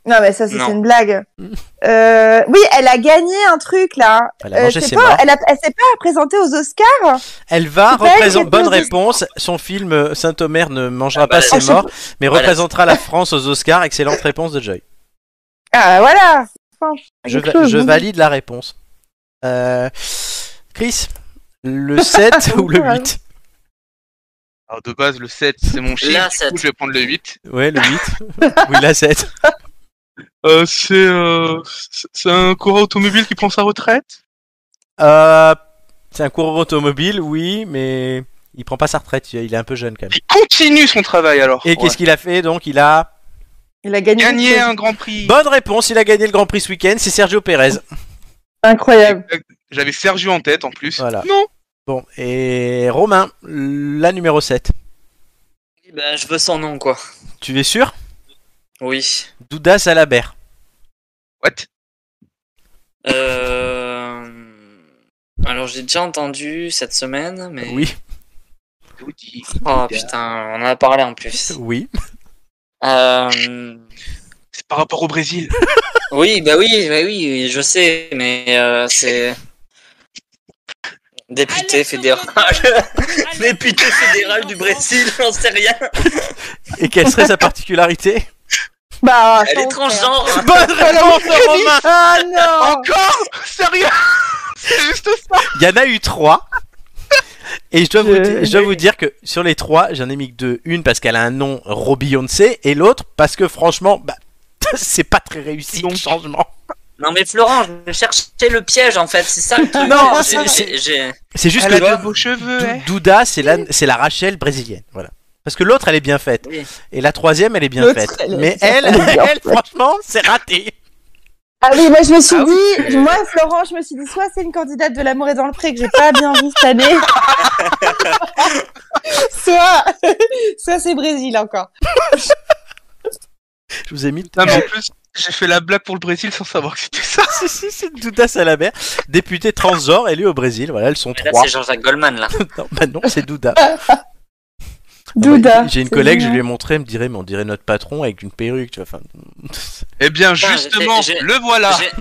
Speaker 3: Non, mais ça, c'est
Speaker 2: Non.
Speaker 1: [laughs]
Speaker 3: une blague.
Speaker 1: Mm.
Speaker 3: Euh, oui, elle a gagné un truc, là.
Speaker 1: Elle a mangé
Speaker 3: Euh, je sais
Speaker 1: ses
Speaker 3: pas,
Speaker 1: morts.
Speaker 3: elle, a- elle s'est pas présentée aux Oscars.
Speaker 1: Elle va
Speaker 3: C'est pas elle qui a
Speaker 1: représenter.
Speaker 3: dit
Speaker 1: Bonne
Speaker 3: aux Oscars.
Speaker 1: réponse. Son film euh, Saint-Omer ne mangera
Speaker 2: Ah,
Speaker 1: pas
Speaker 2: voilà.
Speaker 1: ses
Speaker 3: Oh, je-
Speaker 1: morts, mais
Speaker 2: Voilà.
Speaker 1: représentera la France aux Oscars. Excellente réponse de Joy.
Speaker 3: Ah, voilà. Enfin,
Speaker 1: Je,
Speaker 3: quelque
Speaker 1: va-
Speaker 3: chose,
Speaker 1: je
Speaker 3: bon.
Speaker 1: valide la réponse. Euh, Chris, le 7 ou le 8
Speaker 4: Alors, de base, le 7, c'est mon chiffre.
Speaker 2: La
Speaker 4: du
Speaker 2: sept.
Speaker 4: coup, je vais prendre le 8.
Speaker 1: Ouais, le 8. oui, la 7.
Speaker 4: Euh, c'est, euh, c'est un coureur automobile qui prend sa retraite
Speaker 1: Euh, c'est un coureur automobile, oui, mais il prend pas sa retraite. Il est un peu jeune quand même.
Speaker 4: Il continue son travail, alors.
Speaker 1: Et qu'est-ce qu'il a fait donc Il a
Speaker 3: Il a gagné.
Speaker 4: Gagner
Speaker 3: quelque chose.
Speaker 4: un grand prix.
Speaker 1: Bonne réponse, il a gagné le Grand Prix ce week-end, c'est Sergio Pérez.
Speaker 3: Incroyable.
Speaker 4: Euh, J'avais Sergio en tête, en plus.
Speaker 1: Voilà.
Speaker 4: Non
Speaker 1: Bon, et Romain, la numéro 7.
Speaker 2: Ben, je veux son nom quoi.
Speaker 1: Tu es sûr
Speaker 2: Oui.
Speaker 1: Douda Salabert.
Speaker 4: What
Speaker 2: Euh... Alors j'ai déjà entendu cette semaine, mais
Speaker 1: Oui,
Speaker 2: oh putain, on en a parlé en plus.
Speaker 1: oui.
Speaker 2: Euh...
Speaker 4: C'est par rapport au [laughs] Brésil.
Speaker 2: Oui, bah oui, bah oui, je sais, mais euh, c'est député fédéral, [laughs] député fédéral du Brésil, [laughs] j'en sais rien.
Speaker 1: Et quelle serait sa particularité
Speaker 3: Bah,
Speaker 2: Elle est
Speaker 3: attends, frère.
Speaker 2: transgenre.
Speaker 1: [laughs]
Speaker 2: Oh,
Speaker 1: Bonne réponse, Romain
Speaker 3: Ah, non.
Speaker 4: Encore Sérieux [laughs] C'est juste ça
Speaker 1: Il y en a eu 3. Et je dois, vous,
Speaker 3: Je-
Speaker 1: di- je dois vous dire que sur les 3, j'en ai mis que deux. Une parce qu'elle a un nom Robillonce et l'autre parce que franchement, bah, [laughs] c'est pas très réussi le changement.
Speaker 2: Non mais Florent, je cherchais le piège en fait, c'est ça le truc.
Speaker 1: Non,
Speaker 2: J'ai-
Speaker 1: c'est-
Speaker 2: j'ai- j'ai-
Speaker 1: C'est juste
Speaker 4: Elle
Speaker 1: que
Speaker 4: a de beaux cheveux,
Speaker 1: Dou-
Speaker 4: hein.
Speaker 1: Douda, c'est la, c'est la Rachel brésilienne. Voilà. Parce que l'autre, elle est bien faite.
Speaker 2: Oui.
Speaker 1: Et la troisième, elle est bien
Speaker 3: L'autre,
Speaker 1: faite.
Speaker 3: elle est-
Speaker 1: Mais elle,
Speaker 3: elle est bien
Speaker 1: [laughs] elle, franchement, c'est raté.
Speaker 3: Ah oui, moi, je me suis
Speaker 4: Ah
Speaker 3: dit, moi, Florent, je me suis dit, soit c'est une candidate de l'amour et dans le pré que j'ai pas bien vu cette année. soit, soit c'est Brésil encore.
Speaker 1: Ah Je vous ai mis.
Speaker 4: Non, Ah, mais en plus, j'ai fait la blague pour le Brésil sans savoir que c'était ça.
Speaker 1: [laughs] Si, si, si, Douda Salabert, députée transgenre élue au Brésil. Voilà, elles sont
Speaker 2: Là
Speaker 1: trois.
Speaker 2: c'est Jean-Jacques Goldman là.
Speaker 1: Non, bah non, c'est Douda.
Speaker 3: Douda.
Speaker 1: Ah bah, J'ai une
Speaker 3: c'est
Speaker 1: collègue, je
Speaker 3: génial.
Speaker 1: lui ai montré, elle me dirait, mais on dirait notre patron avec une perruque, tu vois. Enfin,
Speaker 4: Eh bien,
Speaker 2: Putain,
Speaker 4: justement,
Speaker 2: j'ai- j'ai-
Speaker 4: le voilà.
Speaker 2: J'ai-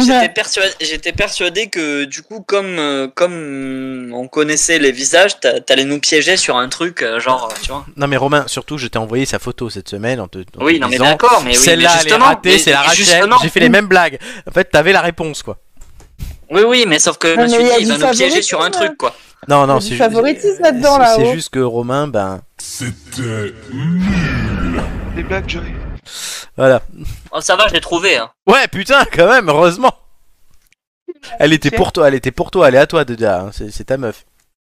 Speaker 2: J'étais persuadé, j'étais persuadé que du coup comme euh, comme on connaissait les visages, t'a- t'allais nous piéger sur un truc euh, genre euh, tu vois.
Speaker 1: non, mais Romain, surtout, je t'ai envoyé sa photo cette semaine en te. en te
Speaker 2: Oui, non mais
Speaker 1: disant,
Speaker 2: d'accord, mais oui, mais
Speaker 1: Celle-là, elle est
Speaker 2: justement, mais
Speaker 1: ratée, c'est la Rachel.
Speaker 2: justement.
Speaker 1: J'ai fait les mêmes blagues. En fait, t'avais la réponse, quoi.
Speaker 2: Oui, oui, mais sauf que je
Speaker 3: Non,
Speaker 2: me
Speaker 3: mais
Speaker 2: suis
Speaker 3: il y
Speaker 2: dit,
Speaker 3: a
Speaker 2: il
Speaker 3: du
Speaker 2: va nous piéger
Speaker 3: favoritisme,
Speaker 2: sur un truc, quoi.
Speaker 1: Non, non,
Speaker 3: Il y a du
Speaker 1: c'est ju-
Speaker 3: favoritisme là-dedans,
Speaker 1: c'est-
Speaker 3: là-haut.
Speaker 1: C'est juste que Romain, ben.
Speaker 6: C'était
Speaker 4: Des blagues, Joey.
Speaker 1: Voilà.
Speaker 2: Oh, ça va, je l'ai trouvé. [laughs] Hein.
Speaker 1: Ouais, putain, quand même, heureusement. Elle était
Speaker 4: Cher.
Speaker 1: pour toi, elle était pour toi, elle est à toi, Deda. hein, C'est c'est ta meuf.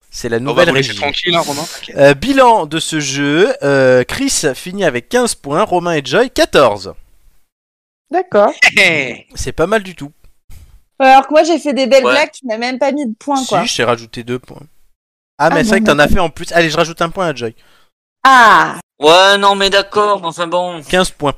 Speaker 1: C'est la
Speaker 4: On va
Speaker 1: nouvelle
Speaker 4: vous laisser
Speaker 1: régie.
Speaker 4: tranquille, hein, Romain.
Speaker 7: Ah,
Speaker 4: t'inquiète.
Speaker 1: Euh, bilan de ce jeu, euh, Chris finit avec 15 points, Romain et Joy 14.
Speaker 3: D'accord.
Speaker 4: Hey.
Speaker 1: C'est pas mal du tout.
Speaker 3: Alors que moi, j'ai fait des belles
Speaker 2: Ouais.
Speaker 3: blagues, tu m'as même pas mis de points, quoi.
Speaker 1: Si, je t'ai rajouté deux points. Ah, mais
Speaker 3: Ah,
Speaker 1: c'est vrai que
Speaker 3: bon,
Speaker 1: t'en as fait en plus. Allez, je rajoute un point à Joy.
Speaker 3: Ah
Speaker 2: Ouais, non, mais d'accord, mais enfin bon,
Speaker 1: 15 points.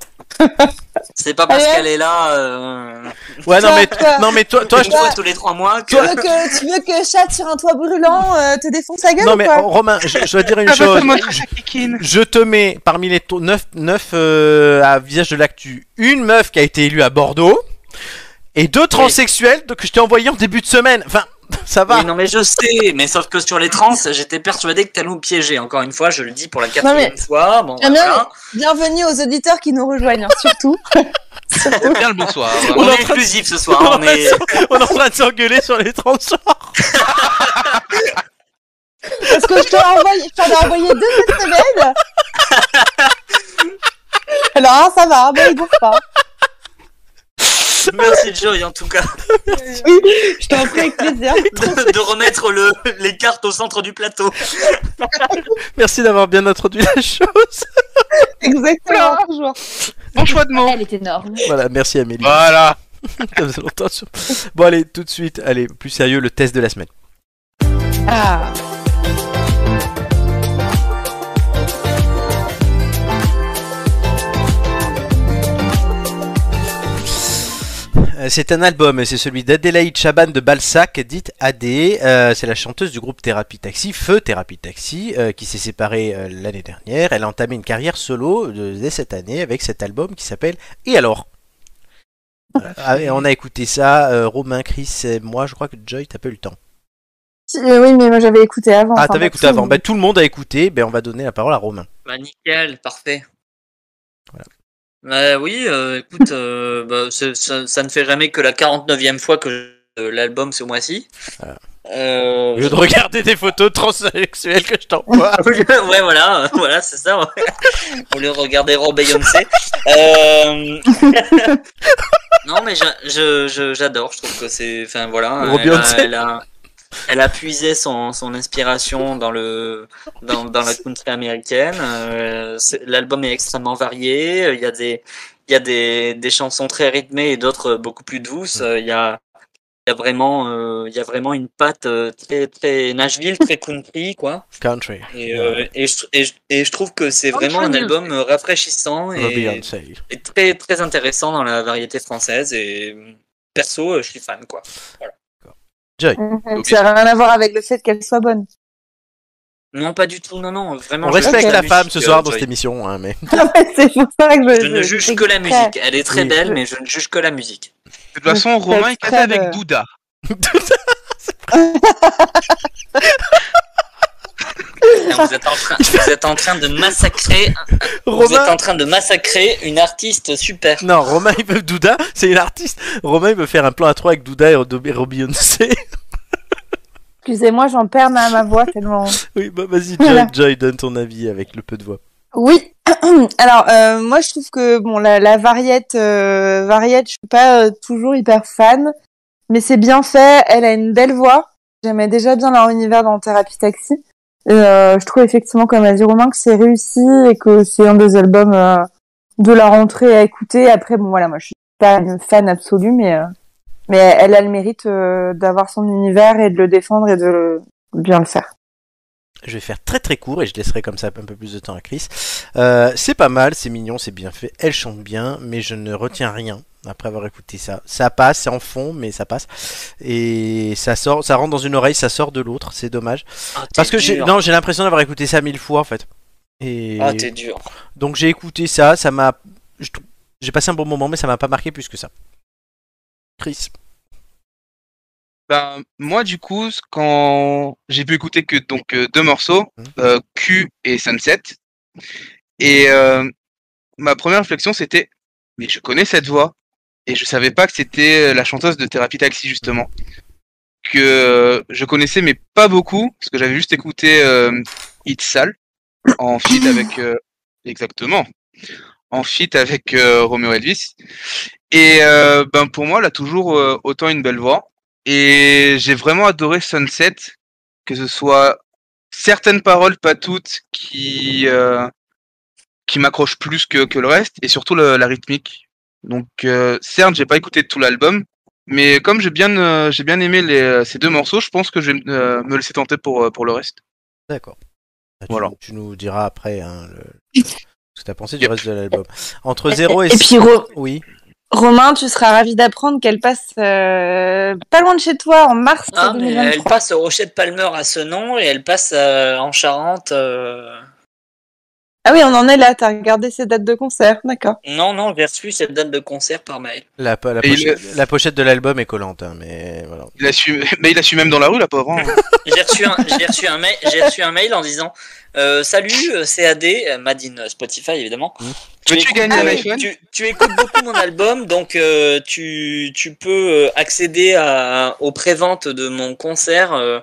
Speaker 2: c'est pas parce
Speaker 3: Allez.
Speaker 2: qu'elle est là, euh,
Speaker 1: Ouais, non,
Speaker 3: Toi,
Speaker 1: mais,
Speaker 3: toi.
Speaker 1: non, mais toi, toi, je
Speaker 2: une fois tous les trois mois que.
Speaker 3: tu veux, que, tu veux que Chat sur un toit brûlant euh, te défonce la gueule
Speaker 1: Non,
Speaker 3: ou
Speaker 1: mais
Speaker 3: quoi
Speaker 1: oh, Romain, je, je dois dire une
Speaker 7: Ah bah,
Speaker 1: chose.
Speaker 7: ça me montre sa kikine.
Speaker 1: Je te mets parmi les 9, euh, à visage de l'actu une meuf qui a été élue à Bordeaux et deux transsexuels que je t'ai envoyé en début de semaine. Enfin, [laughs] ça va.
Speaker 2: Oui, non, mais je sais, mais sauf que sur les trans, j'étais persuadé que t'allais nous piéger. Encore une fois, je le dis pour la quatrième fois. Bon,
Speaker 3: Ah, mais
Speaker 2: voilà.
Speaker 3: Bienvenue aux auditeurs qui nous rejoignent, hein, surtout.
Speaker 4: Bien le bonsoir.
Speaker 2: On,
Speaker 1: On est en train
Speaker 2: est
Speaker 1: de-
Speaker 2: inclusif ce
Speaker 1: on, est
Speaker 2: soir.
Speaker 1: en
Speaker 2: On
Speaker 1: train de
Speaker 2: est...
Speaker 1: s'en- on est en train de s'engueuler sur les transgenres.
Speaker 3: Parce que je t'en ai envoyé, je t'en ai envoyé deux cette
Speaker 1: [laughs]
Speaker 3: semaine. Alors, hein, ça va, mais ils bouffent pas. hein.
Speaker 2: [laughs] Merci Joy en [laughs] tout cas
Speaker 3: Oui, je t'en prie avec plaisir.
Speaker 2: de, de remettre le, les cartes au centre du plateau.
Speaker 1: Merci d'avoir bien introduit la chose.
Speaker 3: [laughs] Exactement, toujours.
Speaker 7: Bon choix de mots.
Speaker 5: Elle est énorme.
Speaker 1: Voilà, merci Amélie.
Speaker 4: Voilà.
Speaker 1: [laughs] Ça faisait longtemps sur- Bon, allez, tout de suite, allez, plus sérieux, le test de la semaine.
Speaker 3: Ah.
Speaker 1: Euh, C'est un album, et c'est celui d'Adélaïde Chaban de Balzac, dite AD. Euh, c'est la chanteuse du groupe Thérapie Taxi, Feu Thérapie Taxi, euh, qui s'est séparée euh, l'année dernière. Elle a entamé une carrière solo de- dès cette année avec cet album qui s'appelle Et alors Voilà. Ah, et on a écouté ça, euh, Romain, Chris et moi, je crois que Joy, t'as pas eu le temps.
Speaker 3: Si, euh, oui, mais moi j'avais écouté avant.
Speaker 1: Ah,
Speaker 3: Enfin,
Speaker 1: t'avais
Speaker 3: bon,
Speaker 1: écouté avant. Bah, tout le monde a écouté, ben, on va donner la parole à Romain.
Speaker 2: Bah nickel, parfait.
Speaker 1: Voilà.
Speaker 2: Bah oui, euh, écoute, euh, bah, c'est- ça, ça ne fait jamais que la 49e fois que je- euh, l'album ce mois-ci.
Speaker 1: Voilà.
Speaker 2: Euh,
Speaker 1: Au lieu de regarder des photos transsexuelles que je t'envoie.
Speaker 2: [laughs] ouais, voilà, [laughs] euh, voilà, c'est ça. ouais. Au lieu de regarder Rob Beyoncé. Euh, [laughs] non, mais j'a- je- je- j'adore. Je trouve que c'est. Enfin, voilà.
Speaker 1: Rob
Speaker 2: elle,
Speaker 1: Beyoncé.
Speaker 2: a, elle, a, elle a puisé son, son inspiration dans, le, dans, dans la country américaine. Euh, c'est- L'album est extrêmement varié. Il y a des. Il y a des, des chansons très rythmées et d'autres beaucoup plus douces.
Speaker 1: Mm.
Speaker 2: Euh, Il y a, il y, a vraiment, euh, il y a vraiment une patte euh, très, très Nashville, très country, quoi.
Speaker 1: [laughs] Country.
Speaker 2: Et, euh, et, je, et, je, et je trouve que c'est vraiment un album euh, rafraîchissant
Speaker 1: Robbie
Speaker 2: et,
Speaker 1: Beyoncé.
Speaker 2: et très, très intéressant dans la variété française. Et euh, perso, euh, je suis fan. quoi.
Speaker 1: Bah,
Speaker 3: Mhm, Ça n'a rien à voir avec le fait qu'elle soit bonne. [laughs]
Speaker 2: Non, pas du tout. Non, non, vraiment.
Speaker 1: On
Speaker 2: je-
Speaker 1: respecte
Speaker 2: je-
Speaker 1: la
Speaker 2: je-
Speaker 1: femme ce
Speaker 2: euh,
Speaker 1: soir dans
Speaker 2: Joy.
Speaker 1: cette émission, [laughs] hein, mais
Speaker 3: Ah ouais, c'est pour ça que je,
Speaker 2: Je ne juge que la
Speaker 3: j'extrais.
Speaker 2: musique. Elle est très
Speaker 1: Oui.
Speaker 2: belle, mais je ne juge que la [laughs] musique.
Speaker 4: De toute façon, Romain est casé
Speaker 3: très, euh,
Speaker 4: avec Douda.
Speaker 2: Là, Vous êtes, en train, vous êtes en train de massacrer. Vous êtes
Speaker 1: Romain,
Speaker 2: en train de massacrer une artiste super.
Speaker 1: non, Romain il veut Douda, c'est une artiste. Romain il veut faire un plan à trois avec Douda et Rob- et Rob Beyoncé.
Speaker 3: Excusez-moi, j'en perds ma, ma voix tellement.
Speaker 1: [laughs] Oui, bah vas-y, Joy,
Speaker 3: Voilà.
Speaker 1: Joy, donne ton avis avec le peu de voix.
Speaker 3: Oui. [clears throat] Alors euh, moi je trouve que bon la, la variette euh, variette je suis pas euh, toujours hyper fan mais c'est bien fait elle a une belle voix j'aimais déjà bien leur univers dans Thérapie Taxi et, euh, je trouve effectivement comme a dit Romain que c'est réussi et que c'est un des albums euh, de la rentrée à écouter après bon voilà moi je suis pas une fan absolue mais euh, mais elle a le mérite euh, d'avoir son univers et de le défendre et de le- bien le faire
Speaker 1: Je vais faire très très court et je laisserai comme ça un peu plus de temps à Chris. Euh, c'est pas mal, c'est mignon, c'est bien fait, elle chante bien, mais je ne retiens rien après avoir écouté ça. Ça passe, c'est en fond, mais ça passe. Et ça sort, ça rentre dans une oreille, ça sort de l'autre, c'est dommage.
Speaker 2: Ah, t'es
Speaker 1: Parce que j'ai,
Speaker 2: dur.
Speaker 1: non, j'ai l'impression d'avoir écouté ça mille fois en fait. Et
Speaker 2: Ah, t'es dur.
Speaker 1: Donc j'ai écouté ça, ça m'a. je trou- J'ai passé un bon moment, mais ça m'a pas marqué plus que ça. Chris.
Speaker 4: Ben, moi, du coup, ce- quand j'ai pu écouter que donc euh, deux morceaux,
Speaker 1: Mhm.
Speaker 4: euh, Q et Sunset, et euh, ma première réflexion c'était, mais je connais cette voix, et je savais pas que c'était euh, la chanteuse de Thérapie Taxi justement, que euh, je connaissais mais pas beaucoup, parce que j'avais juste écouté euh, It's Sal en feat avec, euh, exactement, en feat avec euh, Romeo Elvis, et euh, ben pour moi, elle a toujours euh, autant une belle voix. Et j'ai vraiment adoré Sunset, que ce soit certaines paroles, pas toutes, qui, euh, qui m'accrochent plus que, que le reste, et surtout le- la rythmique. Donc, euh, certes, j'ai pas écouté tout l'album, Mais comme j'ai bien, euh, j'ai bien aimé les- ces deux morceaux, je pense que je vais euh, me laisser tenter pour, euh, pour le reste.
Speaker 1: D'accord. Ah, tu,
Speaker 4: Voilà.
Speaker 1: tu nous diras après hein,
Speaker 3: [laughs]
Speaker 1: le- ce que tu as pensé du reste de l'album. Entre 0 et,
Speaker 3: Et puis, Ro-
Speaker 1: Oui.
Speaker 3: Romain, tu seras ravi d'apprendre qu'elle passe euh, pas loin de chez toi en mars
Speaker 2: Ah, mais elle
Speaker 3: 2023.
Speaker 2: passe au Rocher de Palmer à ce nom et elle passe euh, en Charente. euh,
Speaker 3: Ah oui, on en est là. T'as regardé ses dates de concert, d'accord.
Speaker 2: Non, non, j'ai reçu cette date de concert par mail.
Speaker 1: La, po- la
Speaker 4: Et
Speaker 1: pochette, la pochette de l'album est collante, hein, mais voilà.
Speaker 4: Il a su... [laughs] Mais il a su même dans la rue, la pauvre. hein.
Speaker 2: J'ai reçu, un- j'ai reçu, un mail- j'ai reçu un mail en disant euh, Salut, euh, CAD, euh, Madine euh, Spotify évidemment.
Speaker 1: Mmh.
Speaker 4: Veux-tu
Speaker 2: écoutes-
Speaker 4: gagner un
Speaker 2: euh,
Speaker 4: iPhone
Speaker 2: tu, tu écoutes beaucoup mon album, donc euh, tu, tu peux euh, accéder à, aux préventes de mon concert, euh,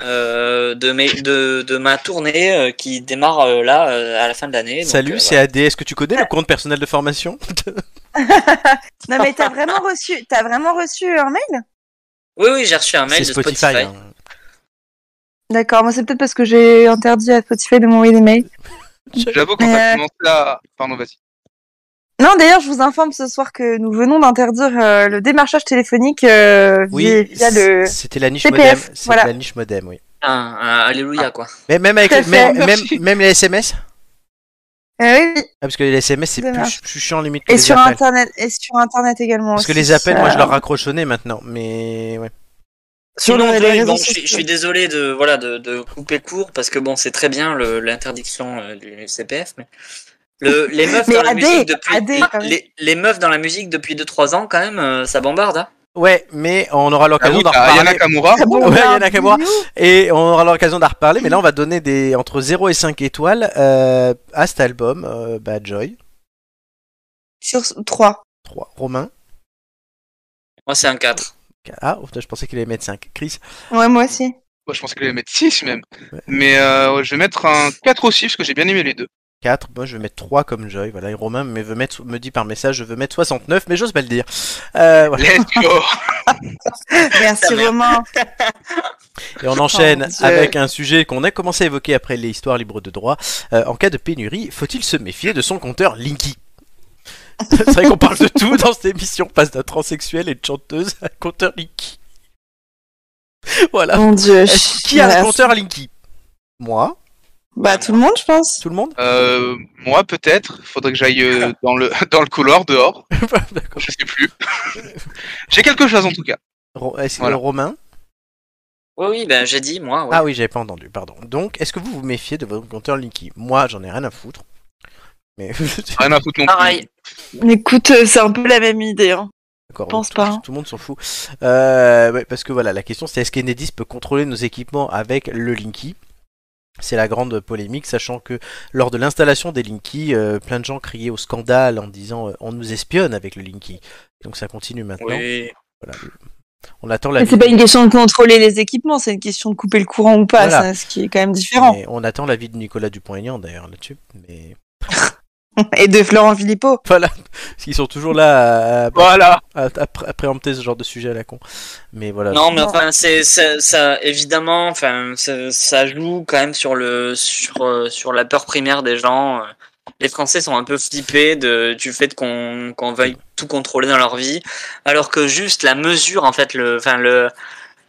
Speaker 2: euh, de, mes, de, de ma tournée euh, qui démarre euh, là euh, à la fin de l'année. donc,
Speaker 1: Salut,
Speaker 2: euh,
Speaker 1: c'est AD. Est-ce que tu connais le compte personnel de formation
Speaker 3: Non mais t'as vraiment reçu, t'as vraiment reçu un mail
Speaker 2: Oui, oui, j'ai reçu un mail
Speaker 1: C'est
Speaker 2: de
Speaker 1: Spotify.
Speaker 2: Spotify.
Speaker 1: hein.
Speaker 3: D'accord, moi c'est peut-être parce que j'ai interdit à Spotify de m'envoyer des mails.
Speaker 4: J'avoue quand
Speaker 3: Mais,
Speaker 4: t'as
Speaker 3: euh,
Speaker 4: commencé à... Pardon, vas-y.
Speaker 3: Non, d'ailleurs, je vous informe ce soir que nous venons d'interdire euh, le démarchage téléphonique euh, via,
Speaker 1: Oui,
Speaker 3: via le.
Speaker 1: c'était la niche
Speaker 3: CPF,
Speaker 1: modem. C'était
Speaker 3: voilà.
Speaker 1: la niche modem, oui.
Speaker 2: Un- un alléluia, quoi.
Speaker 1: Mais même avec
Speaker 3: Tout à
Speaker 1: les-
Speaker 3: fait.
Speaker 1: même, même, même les SMS
Speaker 3: Euh, oui,
Speaker 1: Ah, Parce que les SMS, c'est
Speaker 3: C'est vrai.
Speaker 1: plus, plus chiant limite que
Speaker 3: et
Speaker 1: les
Speaker 3: sur
Speaker 1: appels.
Speaker 3: internet, et sur internet également.
Speaker 1: Parce que
Speaker 3: aussi,
Speaker 1: les appels, moi,
Speaker 3: euh,
Speaker 1: je leur raccrochonnais maintenant. Mais ouais.
Speaker 3: sur
Speaker 2: Sinon,
Speaker 3: le- les
Speaker 2: Joy,
Speaker 3: réseaux
Speaker 2: bon, je, suis-
Speaker 3: sociaux.
Speaker 2: je suis désolé de, voilà, de, de couper court parce que bon, c'est très bien le- l'interdiction euh, du CPF, mais le, les meufs
Speaker 3: Mais
Speaker 2: dans la
Speaker 3: AD,
Speaker 2: musique depuis
Speaker 3: AD, quand même.
Speaker 2: les, les meufs dans la musique depuis 2-3 ans quand même, euh, ça bombarde. Hein.
Speaker 1: Ouais, mais Bah, on aura
Speaker 4: Ah
Speaker 1: l'occasion
Speaker 4: oui,
Speaker 1: d'en
Speaker 4: t'as Ayana
Speaker 1: reparler.
Speaker 4: Kamura.
Speaker 3: Ah [laughs] bon,
Speaker 1: Ouais,
Speaker 3: bah,
Speaker 1: y en a qu'à voir. Et on aura l'occasion d'en reparler. Mais là, on va donner des entre 0 et 5 étoiles euh, à cet album. euh, bah, Joy,
Speaker 3: Sur 3.
Speaker 1: 3. Romain.
Speaker 2: Moi, c'est un 4.
Speaker 1: Ah, oh, putain, je pensais qu'il allait mettre 5. Chris.
Speaker 3: Ouais,
Speaker 1: [laughs]
Speaker 3: moi aussi.
Speaker 4: Ouais, je pense qu'il allait mettre 6 même. Mais euh, ouais, je vais mettre un 4 aussi parce que j'ai bien aimé les deux.
Speaker 1: 4, moi je vais mettre 3 comme Joy, voilà, et Romain me, veut mettre, me dit par message je veux mettre 69, mais j'ose pas le dire. Euh, voilà.
Speaker 4: Let's go
Speaker 3: Merci Romain.
Speaker 1: Et on enchaîne
Speaker 3: [laughs] Oh mon Dieu.
Speaker 1: avec un sujet qu'on a commencé à évoquer après les histoires libres de droit. Euh, en cas de pénurie, faut-il se méfier de son compteur Linky [laughs] C'est vrai qu'on parle de tout dans cette émission, on passe d'un transsexuel et de chanteuse à un compteur Linky. [laughs] Voilà.
Speaker 3: Mon Dieu.
Speaker 1: Est-ce- Euh, Qui a
Speaker 3: Voilà.
Speaker 1: un compteur Linky Moi
Speaker 3: Bah tout le monde, je pense.
Speaker 1: Tout le
Speaker 3: [laughs]
Speaker 1: monde
Speaker 4: euh, Moi peut-être, faudrait que j'aille euh, dans, le, [laughs] dans le couloir dehors,
Speaker 1: D'accord.
Speaker 4: je sais
Speaker 1: [laughs]
Speaker 4: plus. j'ai quelque chose en tout cas.
Speaker 1: Ro- Est-ce que
Speaker 4: Voilà.
Speaker 1: Romain
Speaker 2: Oui, oui, ben j'ai dit moi. ouais.
Speaker 1: Ah oui, j'avais pas entendu, pardon. Donc, est-ce que vous vous méfiez de votre compteur Linky Moi, j'en ai rien à foutre. Mais. [laughs]
Speaker 4: Rien à foutre non plus.
Speaker 2: Pareil.
Speaker 3: Écoute, euh, c'est un peu la même idée. Hein.
Speaker 1: D'accord,
Speaker 3: pense
Speaker 1: tout,
Speaker 3: pas, hein.
Speaker 1: tout le monde s'en fout. Euh, ouais, parce que voilà, la question c'est est-ce qu'Enedis peut contrôler nos équipements avec le Linky c'est la grande polémique, sachant que lors de l'installation des Linky, euh, plein de gens criaient au scandale en disant euh, on nous espionne avec le Linky. Donc ça continue maintenant.
Speaker 2: Oui.
Speaker 1: Voilà. On attend la
Speaker 3: Mais c'est pas une question de contrôler les équipements, c'est une question de couper le courant ou pas,
Speaker 1: Voilà.
Speaker 3: ça, ce qui est quand même différent.
Speaker 1: mais on attend l'avis de Nicolas Dupont-Aignan d'ailleurs là-dessus. Mais [laughs]
Speaker 3: Et de Florent Philippot.
Speaker 1: voilà, parce qu'ils sont toujours là à, à-
Speaker 4: Voilà
Speaker 1: à- à pré- à préempter ce genre de sujet à la con. Mais voilà.
Speaker 2: Non, mais enfin, c'est ça, ça- évidemment, enfin, ça, ça joue quand même sur le sur euh, sur la peur primaire des gens. euh. Les Français sont un peu flippés de du fait qu'on qu'on veuille tout contrôler dans leur vie, alors que juste la mesure, en fait, le enfin le,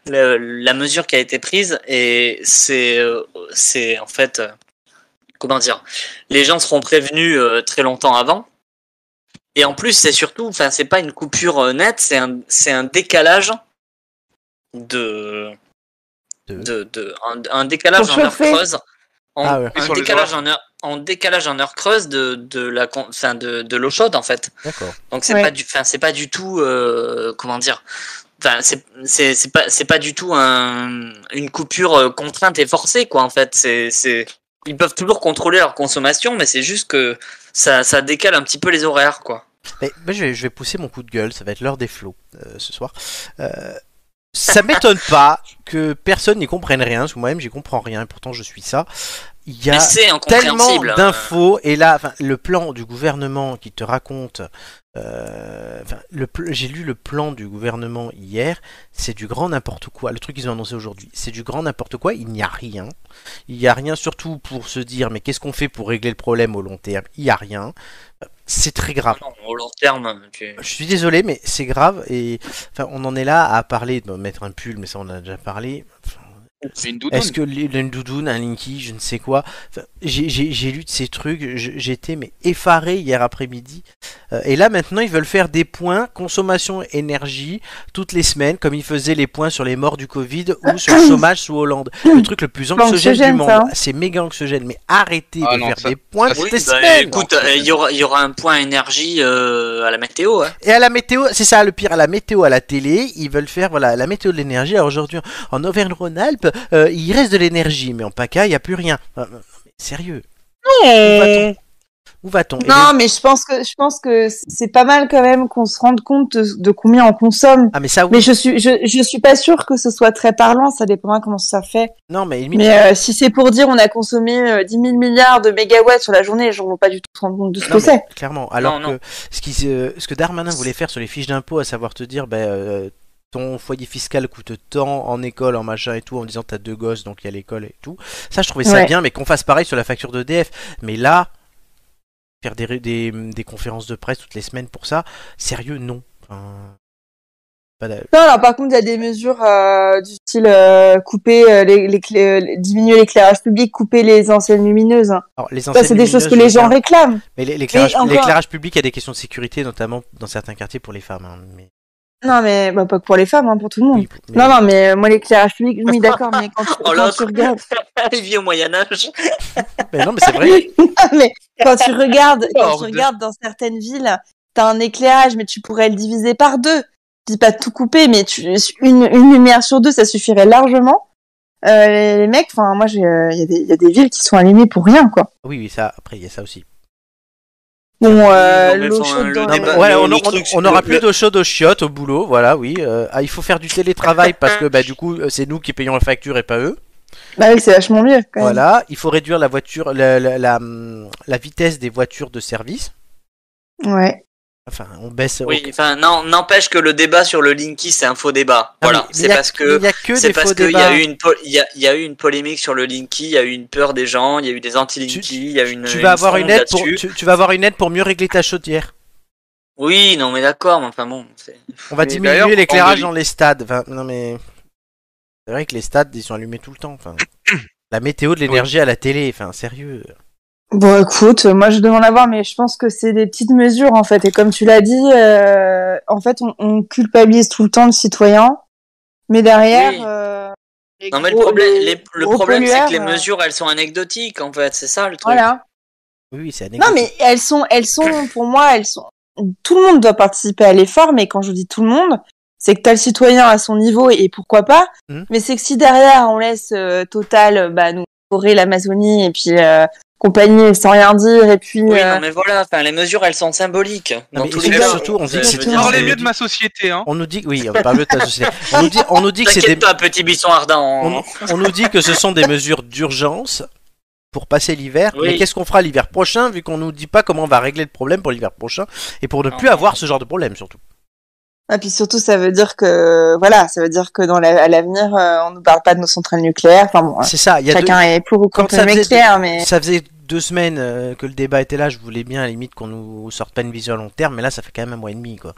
Speaker 2: le- la mesure qui a été prise et c'est euh, c'est en fait euh, comment dire, les gens seront prévenus euh, très longtemps avant. Et en plus, c'est surtout, enfin, c'est pas une coupure euh, nette, c'est un c'est un décalage de,
Speaker 1: De-
Speaker 2: de, de- un, un décalage
Speaker 3: Pour
Speaker 2: en heure
Speaker 3: chauffer.
Speaker 2: creuse. En,
Speaker 1: Ah ouais.
Speaker 4: Et
Speaker 2: un,
Speaker 4: sur les
Speaker 2: décalage en heure, en décalage en heure creuse de, de la con- enfin de, de l'eau chaude en fait.
Speaker 1: D'accord.
Speaker 2: Donc c'est
Speaker 3: Ouais.
Speaker 2: pas du enfin c'est pas du tout euh, comment dire enfin c'est c'est c'est pas c'est pas du tout un une coupure euh, contrainte et forcée quoi en fait c'est c'est ils peuvent toujours contrôler leur consommation mais c'est juste que ça ça décale un petit peu les horaires quoi.
Speaker 1: Mais, moi, je, vais, je vais pousser mon coup de gueule, ça va être l'heure des flots euh, ce soir. Euh, ça m'étonne [laughs] pas que personne n'y comprenne rien, parce que moi-même j'y comprends rien, et pourtant je suis ça. Il y
Speaker 2: Mais
Speaker 1: a
Speaker 2: c'est
Speaker 1: tellement
Speaker 2: incompréhensible. hein.
Speaker 1: d'infos, et là, enfin, le plan du gouvernement qui te raconte. euh, enfin, le pl- J'ai lu le plan du gouvernement hier, c'est du grand n'importe quoi. Le truc qu'ils ont annoncé aujourd'hui, c'est du grand n'importe quoi, il n'y a rien. Il n'y a rien surtout pour se dire, mais qu'est-ce qu'on fait pour régler le problème au long terme Il n'y a rien. c'est très grave.
Speaker 2: Non, au long terme, tu...
Speaker 1: Je suis désolé, mais c'est grave et enfin, on en est là à parler de mettre un pull, mais ça on en a déjà parlé.
Speaker 4: C'est une doudoune.
Speaker 1: Est-ce que les- une doudoune, un linky, je ne sais quoi Enfin, J'ai j'ai- j'ai lu de ces trucs, je- j'étais mais effaré hier après-midi. Euh, et là maintenant, ils veulent faire des points consommation énergie toutes les semaines, comme ils faisaient les points sur les morts du Covid ou sur le chômage sous Hollande. Le truc le plus anxiogène du
Speaker 3: anxiogène,
Speaker 1: monde.
Speaker 3: ça, hein.
Speaker 1: C'est méga anxiogène, mais arrêtez
Speaker 4: Ah
Speaker 1: de
Speaker 4: non,
Speaker 1: faire
Speaker 4: ça-
Speaker 1: des points
Speaker 4: ça,
Speaker 1: toutes
Speaker 2: Oui,
Speaker 1: les
Speaker 2: bah,
Speaker 1: semaines.
Speaker 2: écoute, euh, il y, aura, il y aura un point énergie euh, à la météo. hein. [laughs]
Speaker 1: Et à la météo, c'est ça le pire, à la météo à la télé, ils veulent faire voilà, la météo de l'énergie. Alors aujourd'hui, en Auvergne-Rhône-Alpes, euh, il reste de l'énergie, mais en PACA, il n'y a plus rien. Euh, euh, mais sérieux, Eh.
Speaker 7: Non
Speaker 1: où va-t-on Eh Et
Speaker 3: Non,
Speaker 1: les-
Speaker 3: mais je pense que je pense que c'est pas mal quand même qu'on se rende compte de, de combien on consomme.
Speaker 1: Ah, mais ça, oui.
Speaker 3: Mais je suis je, je suis pas sûre que ce soit très parlant. Ça dépendra comment ça fait.
Speaker 1: Non, mais limite,
Speaker 3: Mais euh, si c'est pour dire on a consommé euh, 10 000 milliards de mégawatts sur la journée, les gens vont pas du tout se rendre compte de ce
Speaker 1: Non,
Speaker 3: que c'est.
Speaker 1: clairement. Alors
Speaker 2: Non, non.
Speaker 1: que ce, qui, euh, ce que Darmanin voulait faire sur les fiches d'impôts, à savoir te dire, ben, euh, ton foyer fiscal coûte tant en école, en machin et tout, en disant t'as deux gosses, donc il y a l'école et tout. Ça, je trouvais ça
Speaker 3: Ouais.
Speaker 1: bien, mais qu'on fasse pareil sur la facture d'EDF. Mais là, faire des, ré- des, des conférences de presse toutes les semaines pour ça, sérieux, non. Enfin, pas d'a-
Speaker 3: Non, alors par contre, il y a des mesures euh, du style euh, couper euh, les, les clés- les- diminuer l'éclairage public, couper les anciennes lumineuses. hein.
Speaker 1: Alors, les
Speaker 3: Ça, c'est des choses que les gens réclament.
Speaker 1: Mais l'é- l'éclairage
Speaker 3: encore-
Speaker 1: l'éclairage public, il y a des questions de sécurité, notamment dans certains quartiers pour les femmes. hein, mais-
Speaker 3: Non, mais bah, pas que pour les femmes, hein, pour tout le monde.
Speaker 1: oui, mais-
Speaker 3: Non, non, mais euh, moi, l'éclairage public, oui, d'accord, mais quand tu,
Speaker 2: Oh,
Speaker 3: quand
Speaker 2: l'autre.
Speaker 3: tu regardes,
Speaker 2: Elle vit au Moyen-Âge.
Speaker 1: mais non, mais c'est vrai.
Speaker 3: [laughs] mais quand tu regardes, quand tu
Speaker 4: Horde.
Speaker 3: regardes dans certaines villes, t'as un éclairage, mais tu pourrais le diviser par deux. Je dis pas tout couper, mais tu, une, une lumière sur deux, ça suffirait largement. Euh, les, les mecs, enfin, moi, j'ai, euh, il y, a des- il y a des villes qui sont allumées pour rien, quoi.
Speaker 1: Oui, oui, ça, après, il y a ça aussi.
Speaker 3: Bon, euh,
Speaker 2: Non, mais
Speaker 3: l'eau
Speaker 2: enfin,
Speaker 3: chaude
Speaker 2: le
Speaker 3: dans
Speaker 1: Non,
Speaker 2: débat-
Speaker 1: mais voilà,
Speaker 2: Bah, le-
Speaker 1: on,
Speaker 2: le
Speaker 1: on-
Speaker 2: truc,
Speaker 1: on aura
Speaker 2: le-
Speaker 1: plus d'eau chaude aux chiottes au boulot, voilà, oui. Euh, ah, il faut faire du télétravail parce que bah, du coup, euh, c'est nous qui payons la facture et pas eux.
Speaker 3: Bah oui, c'est vachement mieux, quand même.
Speaker 1: Voilà, il faut réduire la voiture, la, la, la, hum, la vitesse des voitures de service.
Speaker 3: Ouais.
Speaker 1: Enfin, on baisse. Ah
Speaker 2: Oui,
Speaker 1: on-
Speaker 2: enfin, non, n'empêche que le débat sur le Linky, c'est un faux débat.
Speaker 1: Non,
Speaker 2: voilà,
Speaker 1: Ah mais- mais
Speaker 2: c'est
Speaker 1: il y a-
Speaker 2: parce que.
Speaker 1: il y a que
Speaker 2: C'est
Speaker 1: des faux
Speaker 2: parce qu'il y, a
Speaker 1: débats.
Speaker 2: eu une po- il y, a, il y a eu une polémique sur le Linky, il y a eu une peur des gens, il y a eu des
Speaker 1: Tu-
Speaker 2: anti-Linky, il y a eu une.
Speaker 1: Tu vas avoir
Speaker 2: fronde
Speaker 1: une aide pour,
Speaker 2: là-dessus.
Speaker 1: tu, tu vas avoir une aide pour mieux régler ta chaudière.
Speaker 2: Oui, non, mais d'accord, mais enfin bon. c'est-
Speaker 1: On va
Speaker 4: Mais d'ailleurs,
Speaker 1: diminuer
Speaker 4: en
Speaker 1: l'éclairage
Speaker 4: Andalie-
Speaker 1: dans les stades. Enfin, non mais c'est vrai que les stades ils sont allumés tout le temps.
Speaker 2: [coughs]
Speaker 1: Enfin, la météo de l'énergie à la télé. Enfin, sérieux.
Speaker 3: Bon, écoute, moi, je demande à voir, mais je pense que c'est des petites mesures, en fait. Et comme tu l'as dit, euh, en fait, on, on culpabilise tout le temps le citoyen. Mais derrière,
Speaker 2: Oui.
Speaker 3: euh, les
Speaker 2: Non, mais le
Speaker 3: gros-
Speaker 2: problème,
Speaker 3: les
Speaker 2: les- le
Speaker 3: gros
Speaker 2: problème c'est
Speaker 3: pollueurs,
Speaker 2: que les
Speaker 3: euh,
Speaker 2: mesures, elles sont anecdotiques, en fait, c'est ça le truc.
Speaker 3: Voilà.
Speaker 1: Oui, oui, c'est
Speaker 3: Non, mais elles sont, elles sont, pour moi, elles sont. Tout le monde doit participer à l'effort, mais quand je dis tout le monde, c'est que t'as le citoyen à son niveau et pourquoi pas.
Speaker 1: Mhm.
Speaker 3: Mais c'est que si derrière on laisse euh, Total euh, bah, nous forer l'Amazonie et puis euh, compagnie sans rien dire et puis
Speaker 2: Oui,
Speaker 3: euh,
Speaker 2: non, mais voilà, enfin, les mesures, elles sont symboliques.
Speaker 1: Non,
Speaker 2: dans
Speaker 1: mais
Speaker 2: tous
Speaker 1: et
Speaker 2: les cas.
Speaker 4: surtout-
Speaker 1: surtout, on
Speaker 2: Euh,
Speaker 1: dit que
Speaker 2: je
Speaker 1: c'est
Speaker 2: veux
Speaker 1: une
Speaker 2: dire,
Speaker 4: Parlez
Speaker 1: c'est-
Speaker 4: mieux de ma société, hein.
Speaker 1: On nous dit, oui, on parle mieux de ta société. On nous dit, on nous dit que c'est des,
Speaker 2: T'inquiète pas, petit buisson ardent. on-
Speaker 1: on, on nous dit que ce sont des mesures d'urgence pour passer l'hiver.
Speaker 2: Oui.
Speaker 1: Mais qu'est-ce qu'on fera l'hiver prochain, vu qu'on nous dit pas comment on va régler le problème pour l'hiver prochain et pour ne
Speaker 2: Non.
Speaker 1: plus avoir ce genre de problème surtout.
Speaker 3: et ah, puis surtout ça veut dire que voilà, ça veut dire que dans la- à l'avenir euh, on ne parle pas de nos centrales nucléaires. Enfin bon,
Speaker 1: C'est ça. Il y a
Speaker 3: chacun est pour ou
Speaker 1: quand
Speaker 3: contre
Speaker 1: ça
Speaker 3: le
Speaker 1: faisait
Speaker 3: nucléaire,
Speaker 1: deux-
Speaker 3: mais
Speaker 1: ça faisait deux semaines euh, que le débat était là. Je voulais bien à la limite qu'on nous sorte pas une vision à long terme, mais là ça fait quand même un mois et demi quoi.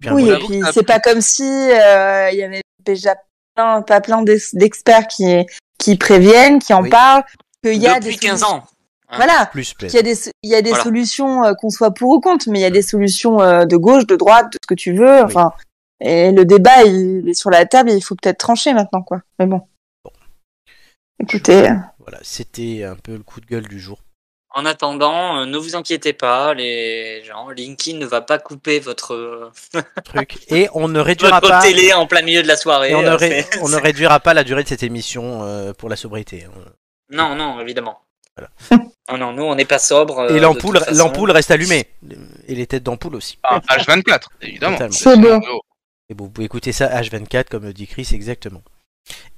Speaker 1: Puis un
Speaker 3: oui,
Speaker 1: mois
Speaker 3: et
Speaker 1: et demi.
Speaker 3: puis
Speaker 4: Ah,
Speaker 3: c'est pas comme si euh, il y avait déjà plein, pas plein d'ex- d'experts qui, qui préviennent, qui en
Speaker 1: Oui.
Speaker 3: parlent, qu'il y a
Speaker 2: Depuis
Speaker 3: des
Speaker 2: 15
Speaker 3: solutions-
Speaker 2: ans. hein.
Speaker 3: Voilà,
Speaker 1: plus. peut-être.
Speaker 3: qu'il y a des, so- il y a des
Speaker 2: Voilà. Mmh.
Speaker 3: solutions euh, qu'on soit pour ou contre, mais il y a des solutions euh, de gauche, de droite, de ce que tu veux. Enfin, et le débat il est sur la table et il faut peut-être trancher maintenant, quoi. Mais bon.
Speaker 1: Bon.
Speaker 3: Écoutez, euh,
Speaker 1: Voilà, c'était un peu le coup de gueule du jour.
Speaker 2: En attendant, euh, ne vous inquiétez pas, les gens, Linky ne va pas couper votre, [laughs] euh,
Speaker 1: Truc. Et on ne réduira
Speaker 2: votre
Speaker 1: pas.
Speaker 2: télé en plein milieu de la soirée.
Speaker 1: Et on, ne
Speaker 2: euh,
Speaker 1: ré-
Speaker 2: [laughs] c'est-
Speaker 1: on ne réduira pas la durée de cette émission euh, pour la sobriété.
Speaker 2: Non, non, évidemment.
Speaker 1: Voilà.
Speaker 2: Ah [laughs] non, nous, on n'est pas euh, sobre.
Speaker 1: Et l'ampoule, l'ampoule reste allumée. Et les têtes d'ampoule aussi.
Speaker 4: Enfin, H24, Ah, évidemment. Oh,
Speaker 1: Totalement.
Speaker 3: C'est bon.
Speaker 1: Et bon, vous pouvez écouter ça H24 comme dit Chris exactement.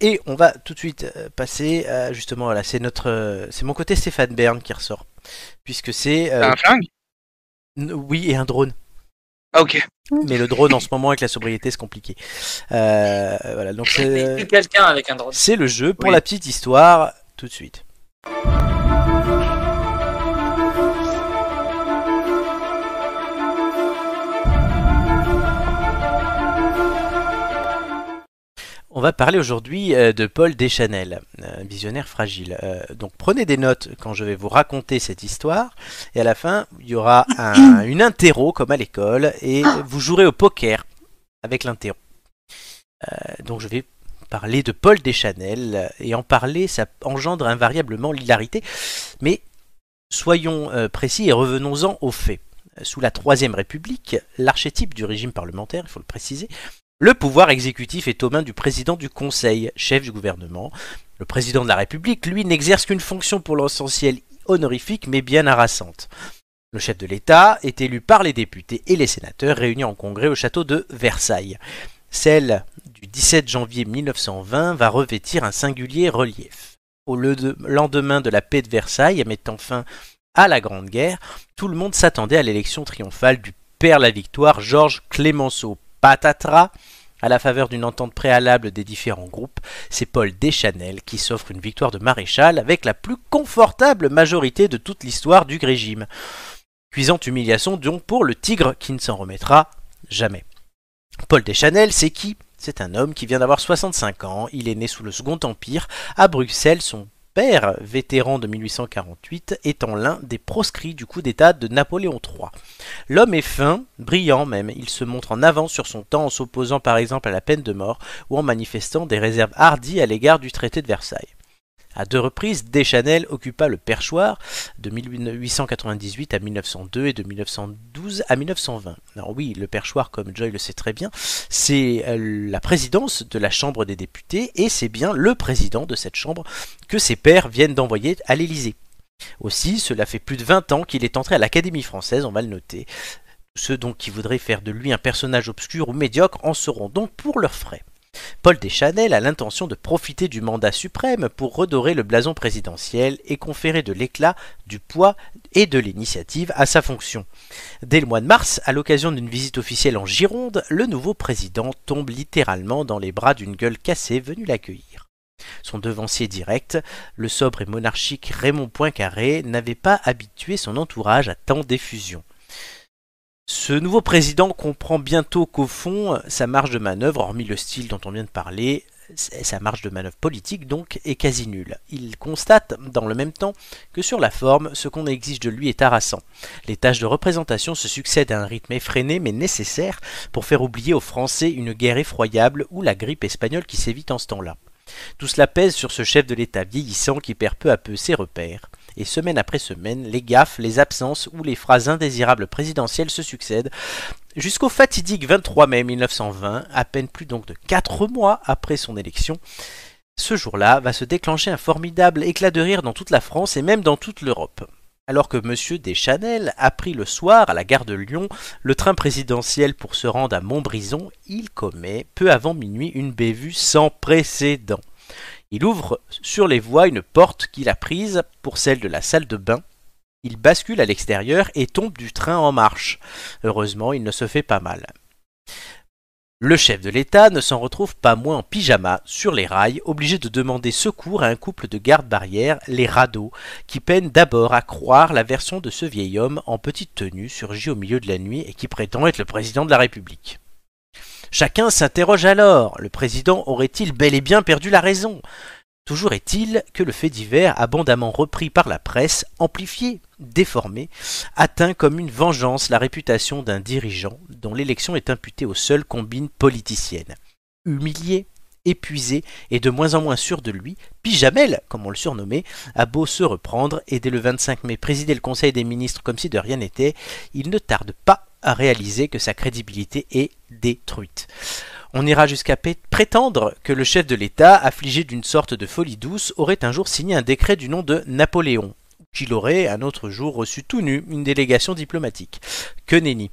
Speaker 1: Et on va tout de suite euh, passer à, justement là, c'est notre, euh, c'est mon côté Stéphane Bern qui ressort, puisque c'est euh,
Speaker 4: T'as un flingue
Speaker 1: n- oui et un drone.
Speaker 4: Ah, ok.
Speaker 1: Mais le drone en ce moment avec la sobriété c'est compliqué. Euh, voilà donc
Speaker 2: Plus
Speaker 1: c'est, euh,
Speaker 2: quelqu'un avec un drone.
Speaker 1: c'est le jeu pour
Speaker 4: Oui.
Speaker 1: la petite histoire tout de suite. On va parler aujourd'hui euh, de Paul Deschanel, un visionnaire fragile. Euh, donc prenez des notes quand je vais vous raconter cette histoire. Et à la fin, il y aura un- une interro comme à l'école et vous jouerez au poker avec l'interro. Euh, donc je vais parler de Paul Deschanel et en parler, ça engendre invariablement l'hilarité. Mais soyons euh, précis et revenons-en aux faits. Sous la Troisième République, l'archétype du régime parlementaire, il faut le préciser, le pouvoir exécutif est aux mains du président du Conseil, chef du gouvernement. Le président de la République, lui, n'exerce qu'une fonction pour l'essentiel honorifique mais bien harassante. Le chef de l'État est élu par les députés et les sénateurs réunis en congrès au château de Versailles. Celle du 17 janvier 1920 va revêtir un singulier relief. Au lieu de- lendemain de la paix de Versailles, mettant fin à la Grande Guerre, tout le monde s'attendait à l'élection triomphale du père la victoire Georges Clémenceau Patatras, à la faveur d'une entente préalable des différents groupes, c'est Paul Deschanel qui s'offre une victoire de maréchal avec la plus confortable majorité de toute l'histoire du régime. Cuisante humiliation donc pour le tigre qui ne s'en remettra jamais. Paul Deschanel, c'est qui C'est un homme qui vient d'avoir 65 ans, il est né sous le Second Empire, à Bruxelles, son père, vétéran de 1848, étant l'un des proscrits du coup d'État de Napoléon III. L'homme est fin, brillant même, il se montre en avance sur son temps en s'opposant par exemple à la peine de mort ou en manifestant des réserves hardies à l'égard du traité de Versailles. À deux reprises, Deschanel occupa le perchoir de 1898 à 1902 et de 1912 à 1920. Alors oui, le perchoir, comme Joy le sait très bien, c'est euh, la présidence de la Chambre des députés et c'est bien le président de cette Chambre que ses pairs viennent d'envoyer à l'Élysée. Aussi, cela fait plus de 20 ans qu'il est entré à l'Académie française, on va le noter. Ceux donc qui voudraient faire de lui un personnage obscur ou médiocre en seront donc pour leurs frais. Paul Deschanel a l'intention de profiter du mandat suprême pour redorer le blason présidentiel et conférer de l'éclat, du poids et de l'initiative à sa fonction. Dès le mois de mars, à l'occasion d'une visite officielle en Gironde, le nouveau président tombe littéralement dans les bras d'une gueule cassée venue l'accueillir. Son devancier direct, le sobre et monarchique Raymond Poincaré, n'avait pas habitué son entourage à tant d'effusions. Ce nouveau président comprend bientôt qu'au fond, sa marge de manœuvre, hormis le style dont on vient de parler, c'est- sa marge de manœuvre politique donc est quasi nulle. Il constate, dans le même temps, que sur la forme, ce qu'on exige de lui est harassant. Les tâches de représentation se succèdent à un rythme effréné mais nécessaire pour faire oublier aux Français une guerre effroyable ou la grippe espagnole qui sévit en ce temps-là. Tout cela pèse sur ce chef de l'État vieillissant qui perd peu à peu ses repères. Et semaine après semaine, les gaffes, les absences ou les phrases indésirables présidentielles se succèdent, jusqu'au fatidique 23 mai 1920, à peine plus donc de 4 mois après son élection. Ce jour-là va se déclencher un formidable éclat de rire dans toute la France et même dans toute l'Europe. Alors que M. Deschanel a pris le soir à la gare de Lyon le train présidentiel pour se rendre à Montbrison, il commet, peu avant minuit, une bévue sans précédent. Il ouvre sur les voies une porte qu'il a prise pour celle de la salle de bain. Il bascule à l'extérieur et tombe du train en marche. Heureusement, il ne se fait pas mal. Le chef de l'État ne s'en retrouve pas moins en pyjama, sur les rails, obligé de demander secours à un couple de gardes-barrières, les radeaux, qui peinent d'abord à croire la version de ce vieil homme en petite tenue surgi au milieu de la nuit et qui prétend être le président de la République. Chacun s'interroge alors, le président aurait-il bel et bien perdu la raison Toujours est-il que le fait divers, abondamment repris par la presse, amplifié, déformé, atteint comme une vengeance la réputation d'un dirigeant dont l'élection est imputée aux seules combines politiciennes. Humilié, épuisé et de moins en moins sûr de lui, Pyjamel, comme on le surnommait, a beau se reprendre et dès le 25 mai présider le Conseil des ministres comme si de rien n'était, il ne tarde pas à réaliser que sa crédibilité est détruite. On ira jusqu'à pé- prétendre que le chef de l'État, affligé d'une sorte de folie douce, aurait un jour signé un décret du nom de Napoléon, qu'il aurait un autre jour reçu tout nu une délégation diplomatique. Que nenni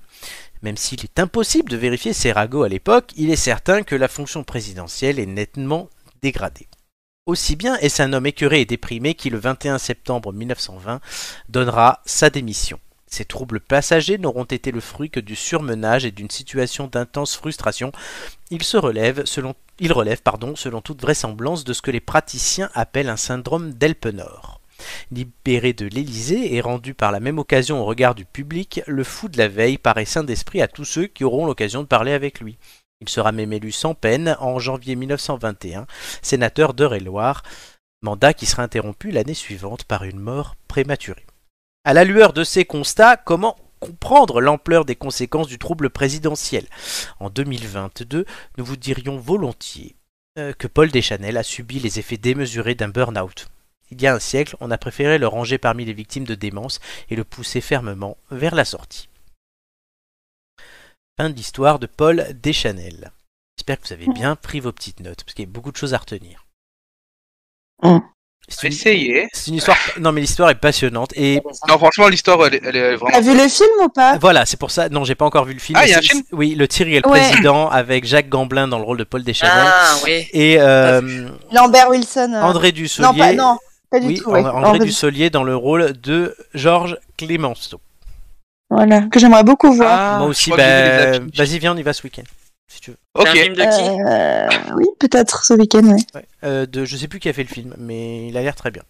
Speaker 1: Même s'il est impossible de vérifier ces ragots à l'époque, il est certain que la fonction présidentielle est nettement dégradée. Aussi bien est-ce un homme écœuré et déprimé qui, le 21 septembre 1920, donnera sa démission. Ces troubles passagers n'auront été le fruit que du surmenage et d'une situation d'intense frustration il se relève selon il relève pardon selon toute vraisemblance de ce que les praticiens appellent un syndrome d'Elpenor. Libéré de l'Élysée et rendu par la même occasion au regard du public, le fou de la veille paraît sain d'esprit à tous ceux qui auront l'occasion de parler avec lui. Il sera même élu sans peine en janvier 1921, sénateur d'Eure-et-Loire, mandat qui sera interrompu l'année suivante par une mort prématurée. À la lueur de ces constats, comment comprendre l'ampleur des conséquences du trouble présidentiel En 2022, nous vous dirions volontiers euh, que Paul Deschanel a subi les effets démesurés d'un burn-out. Il y a un siècle, on a préféré le ranger parmi les victimes de démence et le pousser fermement vers la sortie. Fin de l'histoire de Paul Deschanel. J'espère que vous avez bien pris vos petites notes, parce qu'il y a beaucoup de choses à retenir.
Speaker 3: Mm.
Speaker 1: C'est une-
Speaker 4: Essayez.
Speaker 1: c'est une histoire. Non, mais l'histoire est passionnante. Et
Speaker 4: Non, franchement, l'histoire, elle, est- elle est vraiment.
Speaker 3: T'as vu le film ou pas
Speaker 1: voilà, c'est pour ça. Non, j'ai pas encore vu le film.
Speaker 4: Ah,
Speaker 1: mais
Speaker 4: il y a un
Speaker 1: c'est-
Speaker 4: film
Speaker 1: Oui, Le Thierry et le
Speaker 5: Ouais.
Speaker 1: Président avec Jacques Gamblin dans le rôle de Paul Deschanel.
Speaker 2: Ah oui.
Speaker 1: Et euh,
Speaker 5: Lambert Wilson. euh,
Speaker 1: André
Speaker 3: Non, pas,
Speaker 1: Dussolier.
Speaker 3: non, pas du
Speaker 1: oui,
Speaker 3: tout. ouais.
Speaker 1: André Dussolier dans le rôle de Georges Clémenceau.
Speaker 3: Voilà, que j'aimerais beaucoup voir.
Speaker 4: Ah,
Speaker 1: Moi
Speaker 4: je
Speaker 1: aussi,
Speaker 4: crois que j'ai vu les
Speaker 1: bah,
Speaker 4: affiches.
Speaker 1: vas-y, viens, on y va ce week-end. Si tu veux.
Speaker 2: C'est un
Speaker 4: Ok.
Speaker 2: film de qui
Speaker 3: Euh, oui, peut-être ce week-end, ouais.
Speaker 1: Ouais. Euh, de, je sais plus qui a fait le film, mais il a l'air très bien.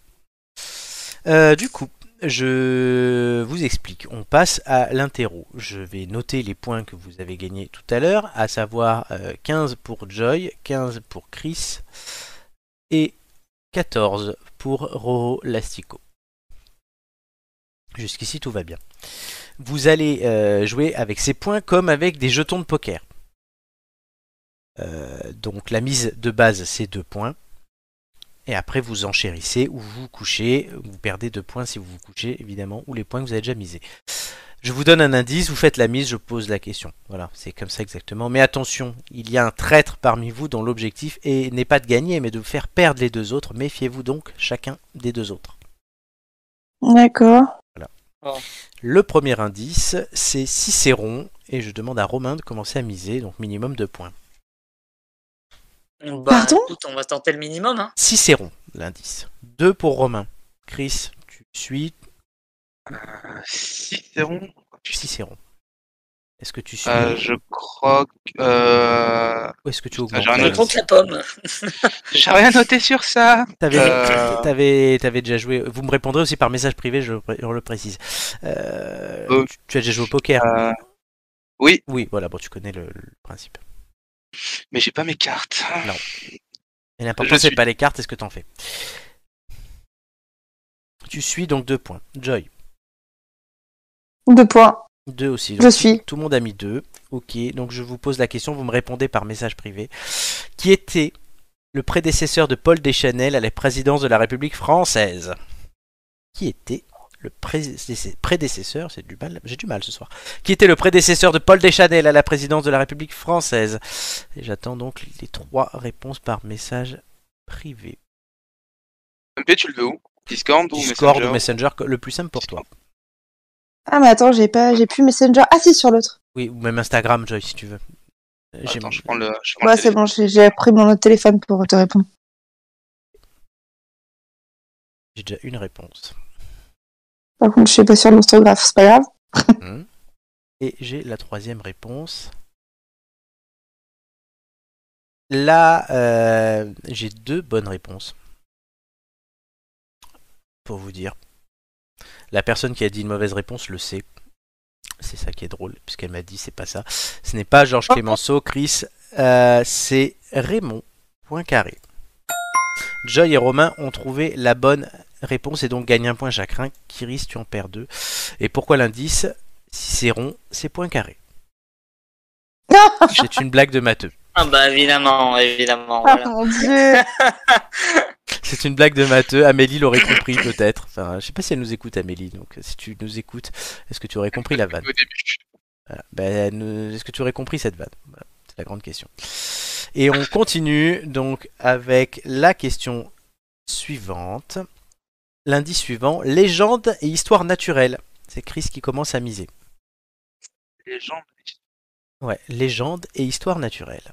Speaker 1: Euh, du coup, je vous explique. On passe à l'interro. Je vais noter les points que vous avez gagnés tout à l'heure, à savoir euh, 15 pour Joy, 15 pour Chris et 14 pour Roro Lastico. Jusqu'ici, tout va bien. Vous allez euh, jouer avec ces points comme avec des jetons de poker. Euh, donc la mise de base c'est 2 points. Et après vous enchérissez ou vous vous couchez. Vous perdez 2 points si vous vous couchez évidemment ou les points que vous avez déjà misés. Je vous donne un indice, vous faites la mise, je pose la question. Voilà, c'est comme ça exactement. Mais attention, il y a un traître parmi vous dont l'objectif est- n'est pas de gagner mais de faire perdre les deux autres. Méfiez-vous donc chacun des deux autres.
Speaker 3: D'accord.
Speaker 1: Le premier indice c'est Cicéron et je demande à Romain de commencer à miser, donc minimum de points.
Speaker 2: Bah,
Speaker 3: Pardon
Speaker 2: écoute, On va tenter le minimum. Hein.
Speaker 1: Cicéron, l'indice. 2 pour Romain. Chris, tu suis
Speaker 4: Cicéron.
Speaker 1: Cicéron. Est-ce que tu suis
Speaker 4: Euh, je crois que. Euh...
Speaker 1: ou est-ce que tu
Speaker 4: putain,
Speaker 1: augmentes
Speaker 4: j'ai rien
Speaker 2: Je
Speaker 4: Ouais.
Speaker 2: compte la pomme.
Speaker 7: J'ai rien noté sur ça.
Speaker 1: T'avais,
Speaker 4: Euh.
Speaker 1: t'avais- t'avais déjà joué. Vous me répondrez aussi par message privé, je, pré- je le précise. Euh,
Speaker 4: Euh,
Speaker 1: tu, tu as déjà joué au poker
Speaker 4: euh, Oui,
Speaker 1: Oui, voilà, bon, tu connais le, le principe.
Speaker 4: mais j'ai pas mes cartes.
Speaker 1: Et l'important,
Speaker 4: Je
Speaker 1: c'est
Speaker 4: suis.
Speaker 1: pas les cartes, est-ce que t'en fais Tu suis donc deux points. Joy,
Speaker 3: Deux points.
Speaker 1: deux aussi.
Speaker 3: Je suis.
Speaker 1: Tout le monde a mis deux. Ok, donc je vous pose la question, vous me répondez par message privé. Qui était le prédécesseur de Paul Deschanel à la présidence de la République française Qui était le pré- prédécesseur, c'est du mal, j'ai du mal ce soir. Qui était le prédécesseur de Paul Deschanel à la présidence de la République française Et j'attends donc les trois réponses par message privé.
Speaker 4: MP, tu le veux où Discord ou
Speaker 1: Discord ou
Speaker 4: Messenger
Speaker 1: Messenger, le plus simple pour toi.
Speaker 3: Ah, mais attends, j'ai pas, j'ai plus Messenger. Ah, si, sur l'autre.
Speaker 1: Oui, ou même Instagram, Joy, si tu veux. J'ai-
Speaker 4: Attends, je prends le. Je prends
Speaker 3: Ouais,
Speaker 4: le
Speaker 3: c'est bon, j'ai j'ai pris mon autre téléphone pour te répondre.
Speaker 1: j'ai déjà une réponse.
Speaker 3: Par contre, je suis pas sur l'orthographe, c'est pas grave.
Speaker 1: Hmm. Et j'ai la troisième réponse. Là, euh, j'ai deux bonnes réponses. Pour vous dire. La personne qui a dit une mauvaise réponse le sait. C'est ça qui est drôle, puisqu'elle m'a dit c'est pas ça. Ce n'est pas Georges Clémenceau, Chris, euh, c'est Raymond Poincaré. Joy et Romain ont trouvé la bonne réponse et donc gagnent un point chacun. Chris, tu en perds deux. Et pourquoi l'indice Si c'est rond, c'est point carré. c'est une blague de matheux.
Speaker 2: Ah bah évidemment, évidemment.
Speaker 3: Ah,
Speaker 2: Voilà.
Speaker 3: mon dieu.
Speaker 1: C'est une blague de matheux. Amélie l'aurait compris peut-être. Enfin, je sais pas si elle nous écoute, Amélie. Donc, si tu nous écoutes, est-ce que tu aurais compris la vanne
Speaker 4: Au début.
Speaker 1: Voilà. Ben, ne- est-ce que tu aurais compris cette vanne Voilà, C'est la grande question. Et on continue donc avec la question suivante. L'indice suivant légende et histoire naturelle. C'est Chris qui commence à miser.
Speaker 4: Les gens.
Speaker 1: Ouais, légende et histoire naturelle.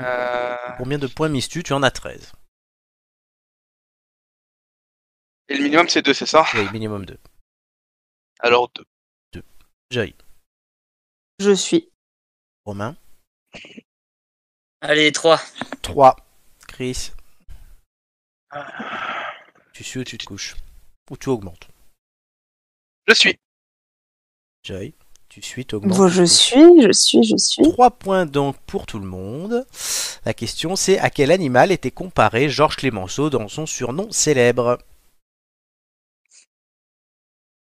Speaker 4: Euh...
Speaker 1: Combien de points mises-tu Tu en as 13.
Speaker 4: Et le minimum, c'est deux, c'est ça
Speaker 1: Oui, minimum 2.
Speaker 4: Alors, deux.
Speaker 1: Joy,
Speaker 5: Je suis.
Speaker 1: Romain.
Speaker 2: Allez, trois.
Speaker 1: 3. Chris. Tu suis ou tu te couches Ou tu augmentes
Speaker 3: [laughs]
Speaker 4: Je suis.
Speaker 1: Joy, tu suis, augmentes.
Speaker 5: Bon, je suis, je suis, je suis.
Speaker 1: 3 points donc pour tout le monde. La question c'est à quel animal était comparé Georges Clémenceau dans son surnom célèbre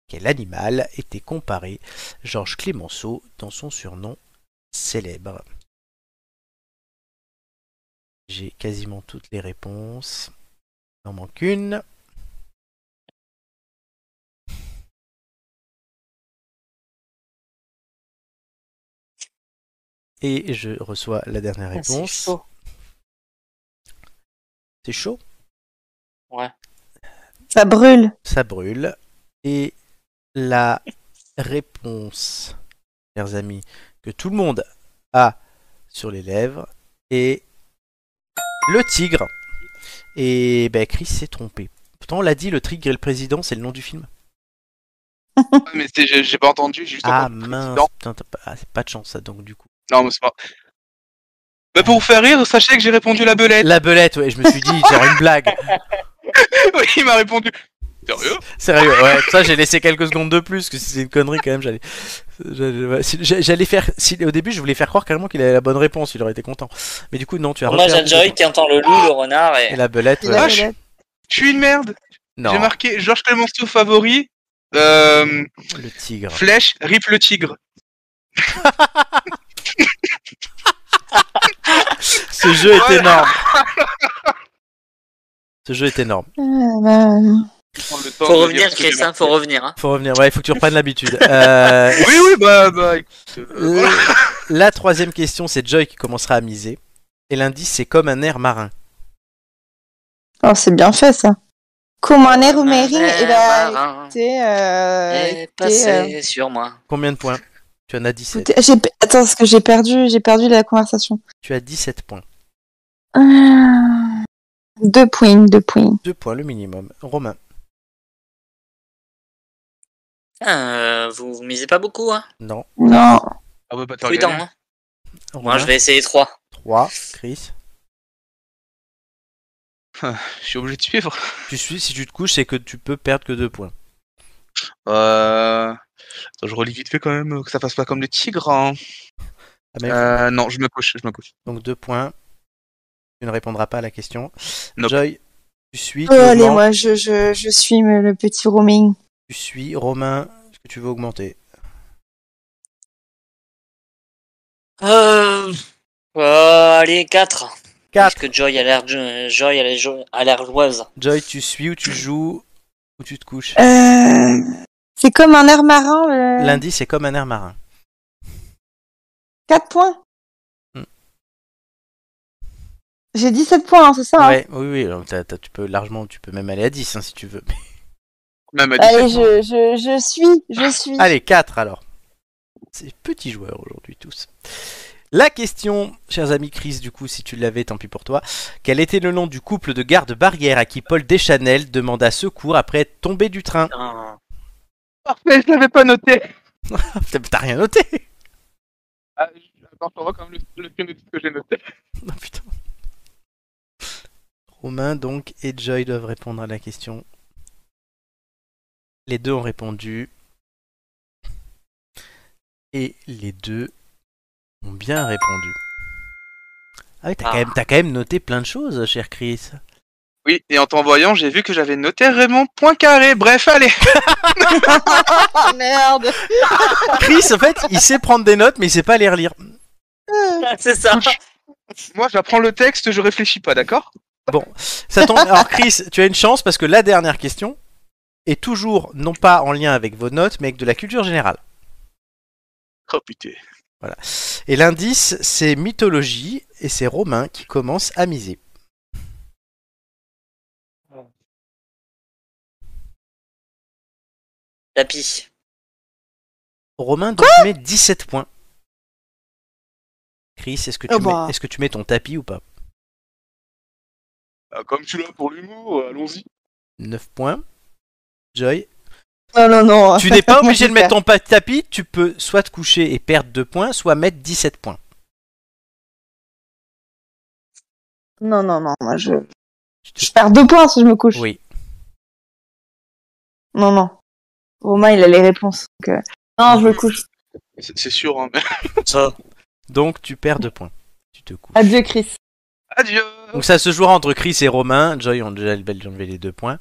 Speaker 1: Quel animal était comparé Georges Clémenceau dans son surnom célèbre J'ai quasiment toutes les réponses. Il en manque une. Et je reçois la dernière
Speaker 5: Ah, C'est
Speaker 1: réponse.
Speaker 5: chaud.
Speaker 1: C'est chaud,
Speaker 2: Ouais.
Speaker 5: Ça brûle.
Speaker 1: ça brûle. Et la réponse, chers amis, que tout le monde a sur les lèvres est le tigre. Et ben Chris s'est trompé. Pourtant, on l'a dit, le tigre et le président, c'est le nom du film.
Speaker 4: Ah, Mais c'est- j'ai j'ai pas entendu, j'ai juste
Speaker 1: Ah
Speaker 4: entendu
Speaker 1: mince,
Speaker 4: président.
Speaker 1: putain, t'as pas, ah, c'est pas de chance ça donc du coup.
Speaker 4: Non, mais c'est pas. Bah, pour vous faire rire, sachez que j'ai répondu la belette. [laughs]
Speaker 1: La belette, ouais, je me suis dit, genre une blague.
Speaker 4: oui, il m'a répondu. Sérieux
Speaker 1: Sérieux, ouais, ça j'ai laissé quelques secondes de plus, que si c'est une connerie quand même, j'allais. j'allais- ouais, si- j'a- J'allais faire. si- au début, je voulais faire croire carrément qu'il avait la bonne réponse, il aurait été content. Mais du coup, non, tu as
Speaker 2: Moi,
Speaker 1: refait un
Speaker 2: j'ai
Speaker 1: petit
Speaker 2: Joy
Speaker 1: peu.
Speaker 2: qui entend le loup, le renard et.
Speaker 1: Et la belette,
Speaker 5: Il
Speaker 1: ouais.
Speaker 5: a
Speaker 4: vache.
Speaker 5: la-
Speaker 4: Je suis une merde. J'ai
Speaker 1: non,
Speaker 4: marqué Georges Clemenceau favori. Euh,
Speaker 1: le tigre.
Speaker 4: flèche, rip le tigre.
Speaker 1: Ce jeu est
Speaker 4: Voilà.
Speaker 1: énorme. Ce jeu est énorme.
Speaker 3: Ah, bah,
Speaker 4: Faut
Speaker 2: Faut revenir, Christin, faut revenir. Hein.
Speaker 1: Faut revenir, ouais, il faut que tu reprennes l'habitude. Euh,
Speaker 4: Oui, oui, bah, bah écoute. euh,
Speaker 1: la- la troisième question, c'est Joy qui commencera à miser. Et l'indice, c'est comme un air marin.
Speaker 5: Oh, c'est bien fait ça.
Speaker 3: Comment un air
Speaker 2: Ma
Speaker 3: ou marine Eh
Speaker 2: mère,
Speaker 3: ben,
Speaker 2: hein,
Speaker 3: écoutez, euh,
Speaker 2: est
Speaker 3: écoutez, euh,
Speaker 2: passée Eh, sur moi.
Speaker 1: Combien de points Tu en as 17.
Speaker 5: Écoutez, j'ai- Attends, parce que j'ai perdu, j'ai perdu la conversation.
Speaker 1: Tu as 17 points.
Speaker 5: Ah.
Speaker 3: Euh,
Speaker 5: Deux points, deux points.
Speaker 1: Deux points, le minimum. Romain.
Speaker 2: Ah, euh, vous, vous misez pas beaucoup, hein.
Speaker 1: Non.
Speaker 5: Non.
Speaker 4: Ah, bah, bah, t'as
Speaker 2: Prudent,
Speaker 4: gagné.
Speaker 2: hein. Moi,
Speaker 1: Romain.
Speaker 2: je vais essayer trois.
Speaker 1: 3. Chris.
Speaker 2: hein.
Speaker 4: Je suis obligé de suivre.
Speaker 1: Tu suis, si tu te couches, c'est que tu peux perdre que 2 points.
Speaker 4: Euh... Attends, je relis vite fait quand même, euh, que ça fasse pas comme les tigres. hein.
Speaker 1: Ah, mais-
Speaker 4: Euh, non, je me couche, je me couche.
Speaker 1: Donc 2 points. Tu ne répondras pas à la question.
Speaker 4: Nope.
Speaker 1: Joy, tu suis, tu,
Speaker 5: Oh, allez,
Speaker 1: augmentes.
Speaker 5: moi, je, je, je suis me- le petit roaming.
Speaker 1: tu suis. Romain, est-ce que tu veux augmenter
Speaker 2: Euh... euh, allez, quatre. Parce
Speaker 1: Quatre.
Speaker 2: que Joy a l'air jo- Joy a l'air jo- a l'air joueuse.
Speaker 1: Joy, tu suis ou tu joues ou tu te couches.
Speaker 5: Euh, C'est comme un air marin. le-
Speaker 1: Lundi, c'est comme un air marin.
Speaker 5: Quatre points.
Speaker 1: Hmm.
Speaker 5: J'ai 17 points, hein, c'est ça hein
Speaker 1: Ouais, oui, oui. alors t'as- t'as- tu peux largement, tu peux même aller à 10 hein, si tu veux.
Speaker 4: Même à
Speaker 5: Allez,
Speaker 4: 17 ans.
Speaker 5: je, je, je suis, je suis. [laughs]
Speaker 1: Allez, 4 alors. C'est petits joueurs aujourd'hui tous. La question, chers amis Chris, du coup, si tu l'avais, tant pis pour toi. Quel était le nom du couple de gardes barrières à qui Paul Deschanel demanda secours après être tombé du train
Speaker 2: Putain.
Speaker 4: Parfait, je l'avais pas noté.
Speaker 1: T'as [laughs] t'as rien noté
Speaker 4: Ah, je- Attends, je revois quand même le, le film de tout ce que j'ai noté.
Speaker 1: Non, putain. Romain, donc, et Joy doivent répondre à la question. Les deux ont répondu. Et les deux ont bien répondu. Ah oui, t'as
Speaker 2: Ah.
Speaker 1: quand, même- t'as quand même noté plein de choses, cher Chris.
Speaker 4: Oui, et en t'envoyant, j'ai vu que j'avais noté Raymond Poincaré. Bref, allez.
Speaker 3: ah, merde
Speaker 1: Chris, en fait, il sait prendre des notes, mais il sait pas les relire.
Speaker 2: C'est ça.
Speaker 4: Moi, j'apprends le texte, je réfléchis pas, d'accord
Speaker 1: Ça tombe. Alors, Chris, tu as une chance parce que la dernière question est toujours, non pas en lien avec vos notes, mais avec de la culture générale.
Speaker 4: Oh putain.
Speaker 1: Et l'indice, c'est mythologie, et c'est Romain qui commence à miser.
Speaker 2: Tapis.
Speaker 1: Romain, donc, met 17 points. Chris, est-ce que, tu
Speaker 5: Oh bah.
Speaker 1: mets- est-ce que tu mets ton tapis ou pas
Speaker 4: Ah, comme tu l'as pour l'humour, allons-y.
Speaker 1: 9 points. Joy.
Speaker 5: Non, non, non. [laughs]
Speaker 1: Tu n'es pas
Speaker 5: Moi,
Speaker 1: obligé
Speaker 5: je
Speaker 1: de
Speaker 5: vais
Speaker 1: mettre ton pa- tapis, tu peux soit te coucher et perdre 2 points, soit mettre 17 points.
Speaker 5: faire. Non, non, non, moi, je...
Speaker 1: Tu te-
Speaker 5: je perds deux points si je me couche.
Speaker 1: Oui.
Speaker 5: Non, non. Romain, il a les réponses. donc, euh,
Speaker 3: Non, je me couche.
Speaker 4: C'est c'est sûr. hein.
Speaker 2: Ça.
Speaker 1: Donc tu perds 2 points. Tu te couches.
Speaker 3: Adieu, Chris.
Speaker 4: Adieu.
Speaker 5: Ah,
Speaker 1: Donc ça se jouera entre Chris et Romain. Joy ont déjà enlevé les deux points.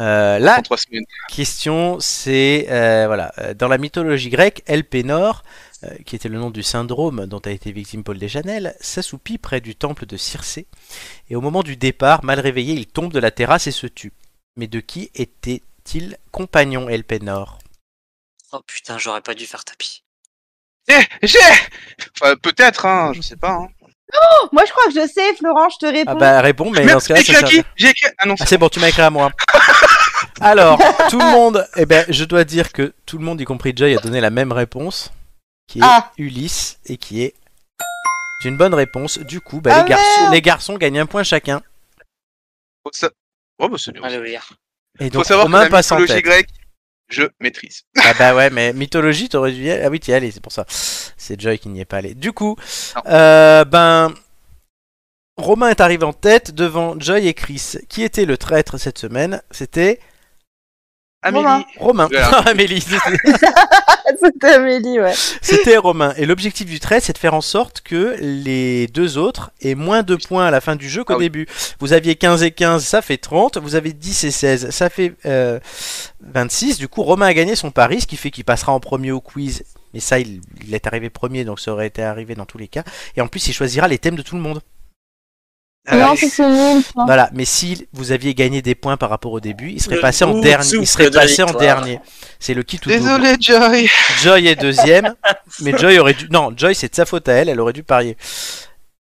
Speaker 1: Euh, là,
Speaker 4: Dans trois semaines.
Speaker 1: question, c'est euh, voilà, euh, dans la mythologie grecque, Elpénor, euh, qui était le nom du syndrome dont a été victime Paul Deschanel, s'assoupit près du temple de Circé, et au moment du départ, mal réveillé, il tombe de la terrasse et se tue. Mais de qui était-il compagnon Elpénor
Speaker 2: Oh putain, j'aurais pas dû faire tapis.
Speaker 4: Eh, j'ai. Enfin, peut-être, hein, je sais pas. Hein.
Speaker 3: Oh, moi, je crois que je sais, Florent, je te réponds.
Speaker 1: Ah
Speaker 5: [laughs]
Speaker 1: bah réponds, mais
Speaker 4: Merde,
Speaker 1: dans ce cas-là,
Speaker 4: j'ai
Speaker 1: ça
Speaker 4: écrit à qui
Speaker 1: sert-
Speaker 4: J'ai écrit. Ah non,
Speaker 1: Ah, c'est bon, tu m'as écrit à moi.
Speaker 3: [laughs]
Speaker 1: Alors, tout le monde, eh ben, je dois dire que tout le monde, y compris Joy, a donné la même réponse, qui est
Speaker 3: Ah.
Speaker 1: Ulysse, et qui est C'est une bonne réponse. Du coup, bah,
Speaker 3: Ah,
Speaker 1: les, garçons,
Speaker 3: merde.
Speaker 1: les garçons gagnent un point chacun. Ah,
Speaker 4: faut sa- Oh, bah, c'est bien.
Speaker 2: Allez, Olivier.
Speaker 1: Et
Speaker 4: Faut
Speaker 1: donc,
Speaker 4: savoir que
Speaker 1: Romain
Speaker 4: la
Speaker 1: passe en
Speaker 4: mythologie
Speaker 1: tête.
Speaker 4: grecque, je maîtrise.
Speaker 1: Ah bah ouais, mais mythologie, t'aurais dû y aller. Ah oui, t'y es allé, c'est pour ça. C'est Joy qui n'y est pas allé. Du coup,
Speaker 4: Non.
Speaker 1: euh, ben... Romain est arrivé en tête devant Joy et Chris. Qui était le traître cette semaine C'était
Speaker 4: Amélie.
Speaker 3: Romain.
Speaker 1: Romain.
Speaker 4: Voilà.
Speaker 1: [laughs] Amélie, c'était-
Speaker 3: C'était Amélie, ouais.
Speaker 1: C'était Romain. Et l'objectif du trait, c'est de faire en sorte que les deux autres aient moins de points à la fin du jeu qu'au
Speaker 4: Ah oui.
Speaker 1: début. Vous aviez 15 et 15, ça fait 30. Vous avez 10 et 16, ça fait euh, 26. Du coup, Romain a gagné son pari, ce qui fait qu'il passera en premier au quiz. Mais ça, il, il est arrivé premier, donc ça aurait été arrivé dans tous les cas. Et en plus, il choisira les thèmes de tout le monde.
Speaker 3: Ah,
Speaker 4: Ah,
Speaker 1: Ah bah,
Speaker 3: non, c'est ce nul. non.
Speaker 1: Voilà. Mais si vous aviez gagné des points par rapport au début, il serait
Speaker 2: Le
Speaker 1: passé en
Speaker 2: doux
Speaker 1: dernier. Il
Speaker 2: souffle
Speaker 1: serait
Speaker 2: de la
Speaker 1: passé en
Speaker 2: victoire.
Speaker 1: dernier. C'est le kit ou double.
Speaker 8: Désolé,
Speaker 4: [laughs]
Speaker 8: Joy.
Speaker 1: Joy est
Speaker 2: [laughs]
Speaker 1: deuxième, mais Joy aurait dû. Non, Joy, c'est de sa faute à elle, elle aurait dû parier.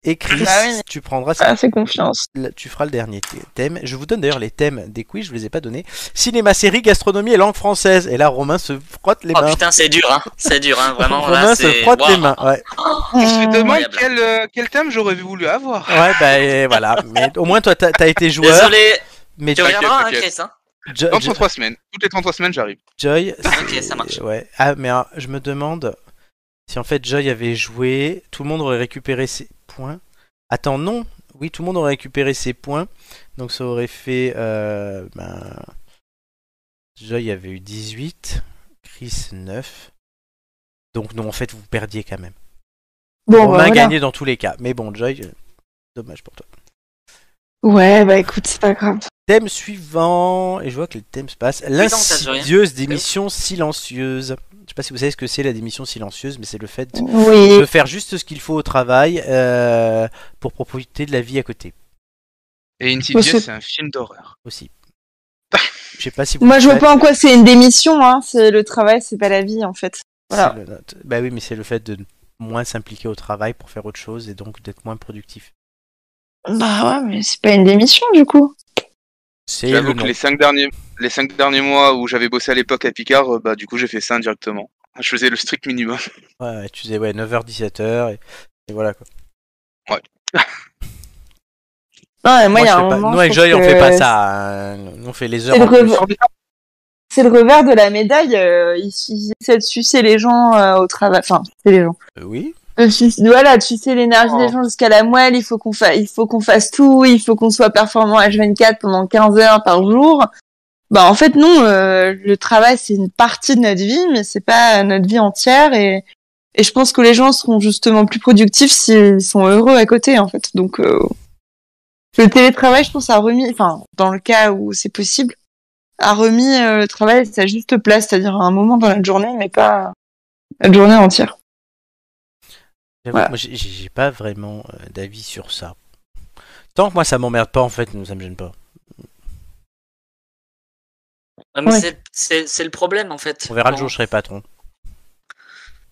Speaker 1: Et Chris,
Speaker 3: Bah oui, mais-
Speaker 1: tu prendras
Speaker 3: Ah, fais confiance.
Speaker 1: Là, tu feras le dernier th- thème. Je vous donne d'ailleurs les thèmes des quiz, je vous les ai pas donnés. Cinéma, série, gastronomie et langue française. Et là, Romain se frotte les
Speaker 2: Oh
Speaker 1: mains.
Speaker 2: putain, c'est dur, hein. C'est dur, hein. Vraiment,
Speaker 1: Romain
Speaker 2: là,
Speaker 1: se
Speaker 2: c'est.
Speaker 1: frotte
Speaker 2: Waouh.
Speaker 1: les mains. Ouais,
Speaker 3: Euh,
Speaker 4: Je me demande
Speaker 2: Incroyable.
Speaker 4: quel, euh, quel thème j'aurais voulu avoir.
Speaker 1: ouais bah et voilà. Mais au moins, toi, t'as as été joueur.
Speaker 2: Désolé,
Speaker 1: Mais
Speaker 2: tu
Speaker 1: Joy,
Speaker 4: T'inquiète,
Speaker 2: reviendras, hein,
Speaker 4: t'inquiète.
Speaker 2: Chris, hein.
Speaker 1: Joy-
Speaker 4: Dans 33 semaines. Toutes les 33 semaines, j'arrive.
Speaker 1: Joy,
Speaker 2: Ok,
Speaker 1: c'est-
Speaker 2: ça marche.
Speaker 1: Ouais. Ah, mais ah, je me demande si en fait Joy avait joué, tout le monde aurait récupéré ses points. Attends, non. Oui, tout le monde aurait récupéré ses points. Donc ça aurait fait. euh, ben, Joy avait eu 18, Chris 9. Donc non, en fait, vous perdiez quand même.
Speaker 3: Bon,
Speaker 1: On
Speaker 3: bah,
Speaker 1: a
Speaker 3: voilà.
Speaker 1: gagné dans tous les cas. Mais bon, Joy, euh, dommage pour toi.
Speaker 3: Ouais, bah écoute, c'est pas grave.
Speaker 1: Thème suivant, et je vois que le thème se passe.
Speaker 2: non, ça se
Speaker 1: L'insidieuse démission silencieuse. Je sais pas si vous savez ce que c'est la démission silencieuse, mais c'est le fait
Speaker 3: Oui.
Speaker 1: de faire juste ce qu'il faut au travail euh, pour profiter de la vie à côté
Speaker 4: Et
Speaker 3: Parce que-
Speaker 4: Insidious, c'est un film d'horreur.
Speaker 1: aussi. Je sais pas si vous.
Speaker 3: Moi, je vois
Speaker 1: le
Speaker 3: pas en quoi c'est une démission, hein. C'est le travail, c'est pas la vie, en fait.
Speaker 1: faites,
Speaker 3: Voilà.
Speaker 1: c'est le- notre- Bah oui, mais c'est le fait de moins s'impliquer au travail pour faire autre chose et donc d'être moins productif.
Speaker 3: Bah ouais, mais c'est pas une démission, du coup.
Speaker 1: C'est le
Speaker 4: J'avoue que
Speaker 1: nom.
Speaker 4: les 5 derniers, les cinq derniers mois où j'avais bossé à l'époque à Picard, euh, bah, du coup, j'ai fait ça indirectement. Je faisais le strict minimum.
Speaker 1: Ouais, ouais, tu disais ouais 9h 17h et, et voilà quoi.
Speaker 3: Non, mais moi, il y
Speaker 1: je
Speaker 3: a
Speaker 1: fais
Speaker 3: un
Speaker 1: pas-
Speaker 3: moment.
Speaker 1: nous avec
Speaker 3: je trouve
Speaker 1: Joy, on
Speaker 3: que
Speaker 1: fait pas ça. hein. Nous, On fait les heures.
Speaker 3: C'est le,
Speaker 1: en plus.
Speaker 3: revers... c'est le revers de la médaille. euh, ils, ils essaient de sucer les gens euh, au travail. Enfin, c'est les gens.
Speaker 1: Euh, oui.
Speaker 3: De sucer- voilà, de sucer l'énergie des gens jusqu'à la moelle. Il faut qu'on fa... il faut qu'on fasse tout. Il faut qu'on soit performant H24 pendant 15 heures par jour. Bah en fait non, euh, le travail c'est une partie de notre vie, mais c'est pas notre vie entière. Et et je pense que les gens seront justement plus productifs s'ils sont heureux à côté en fait. Donc euh, le télétravail, je pense, a remis, enfin dans le cas où c'est possible, a remis euh, le travail à sa juste place, c'est-à-dire à un moment dans la journée, mais pas la journée entière.
Speaker 1: J'avoue
Speaker 3: Voilà.
Speaker 1: que Moi, j'ai- j'ai j'ai pas vraiment euh, d'avis sur ça. Tant que moi, ça m'emmerde pas, en fait, ça me gêne pas.
Speaker 2: Ouais, Euh, mais
Speaker 3: Ouais.
Speaker 2: c'est- c'est c'est le problème en fait.
Speaker 1: On verra le
Speaker 2: Bon,
Speaker 1: jour où je serai patron.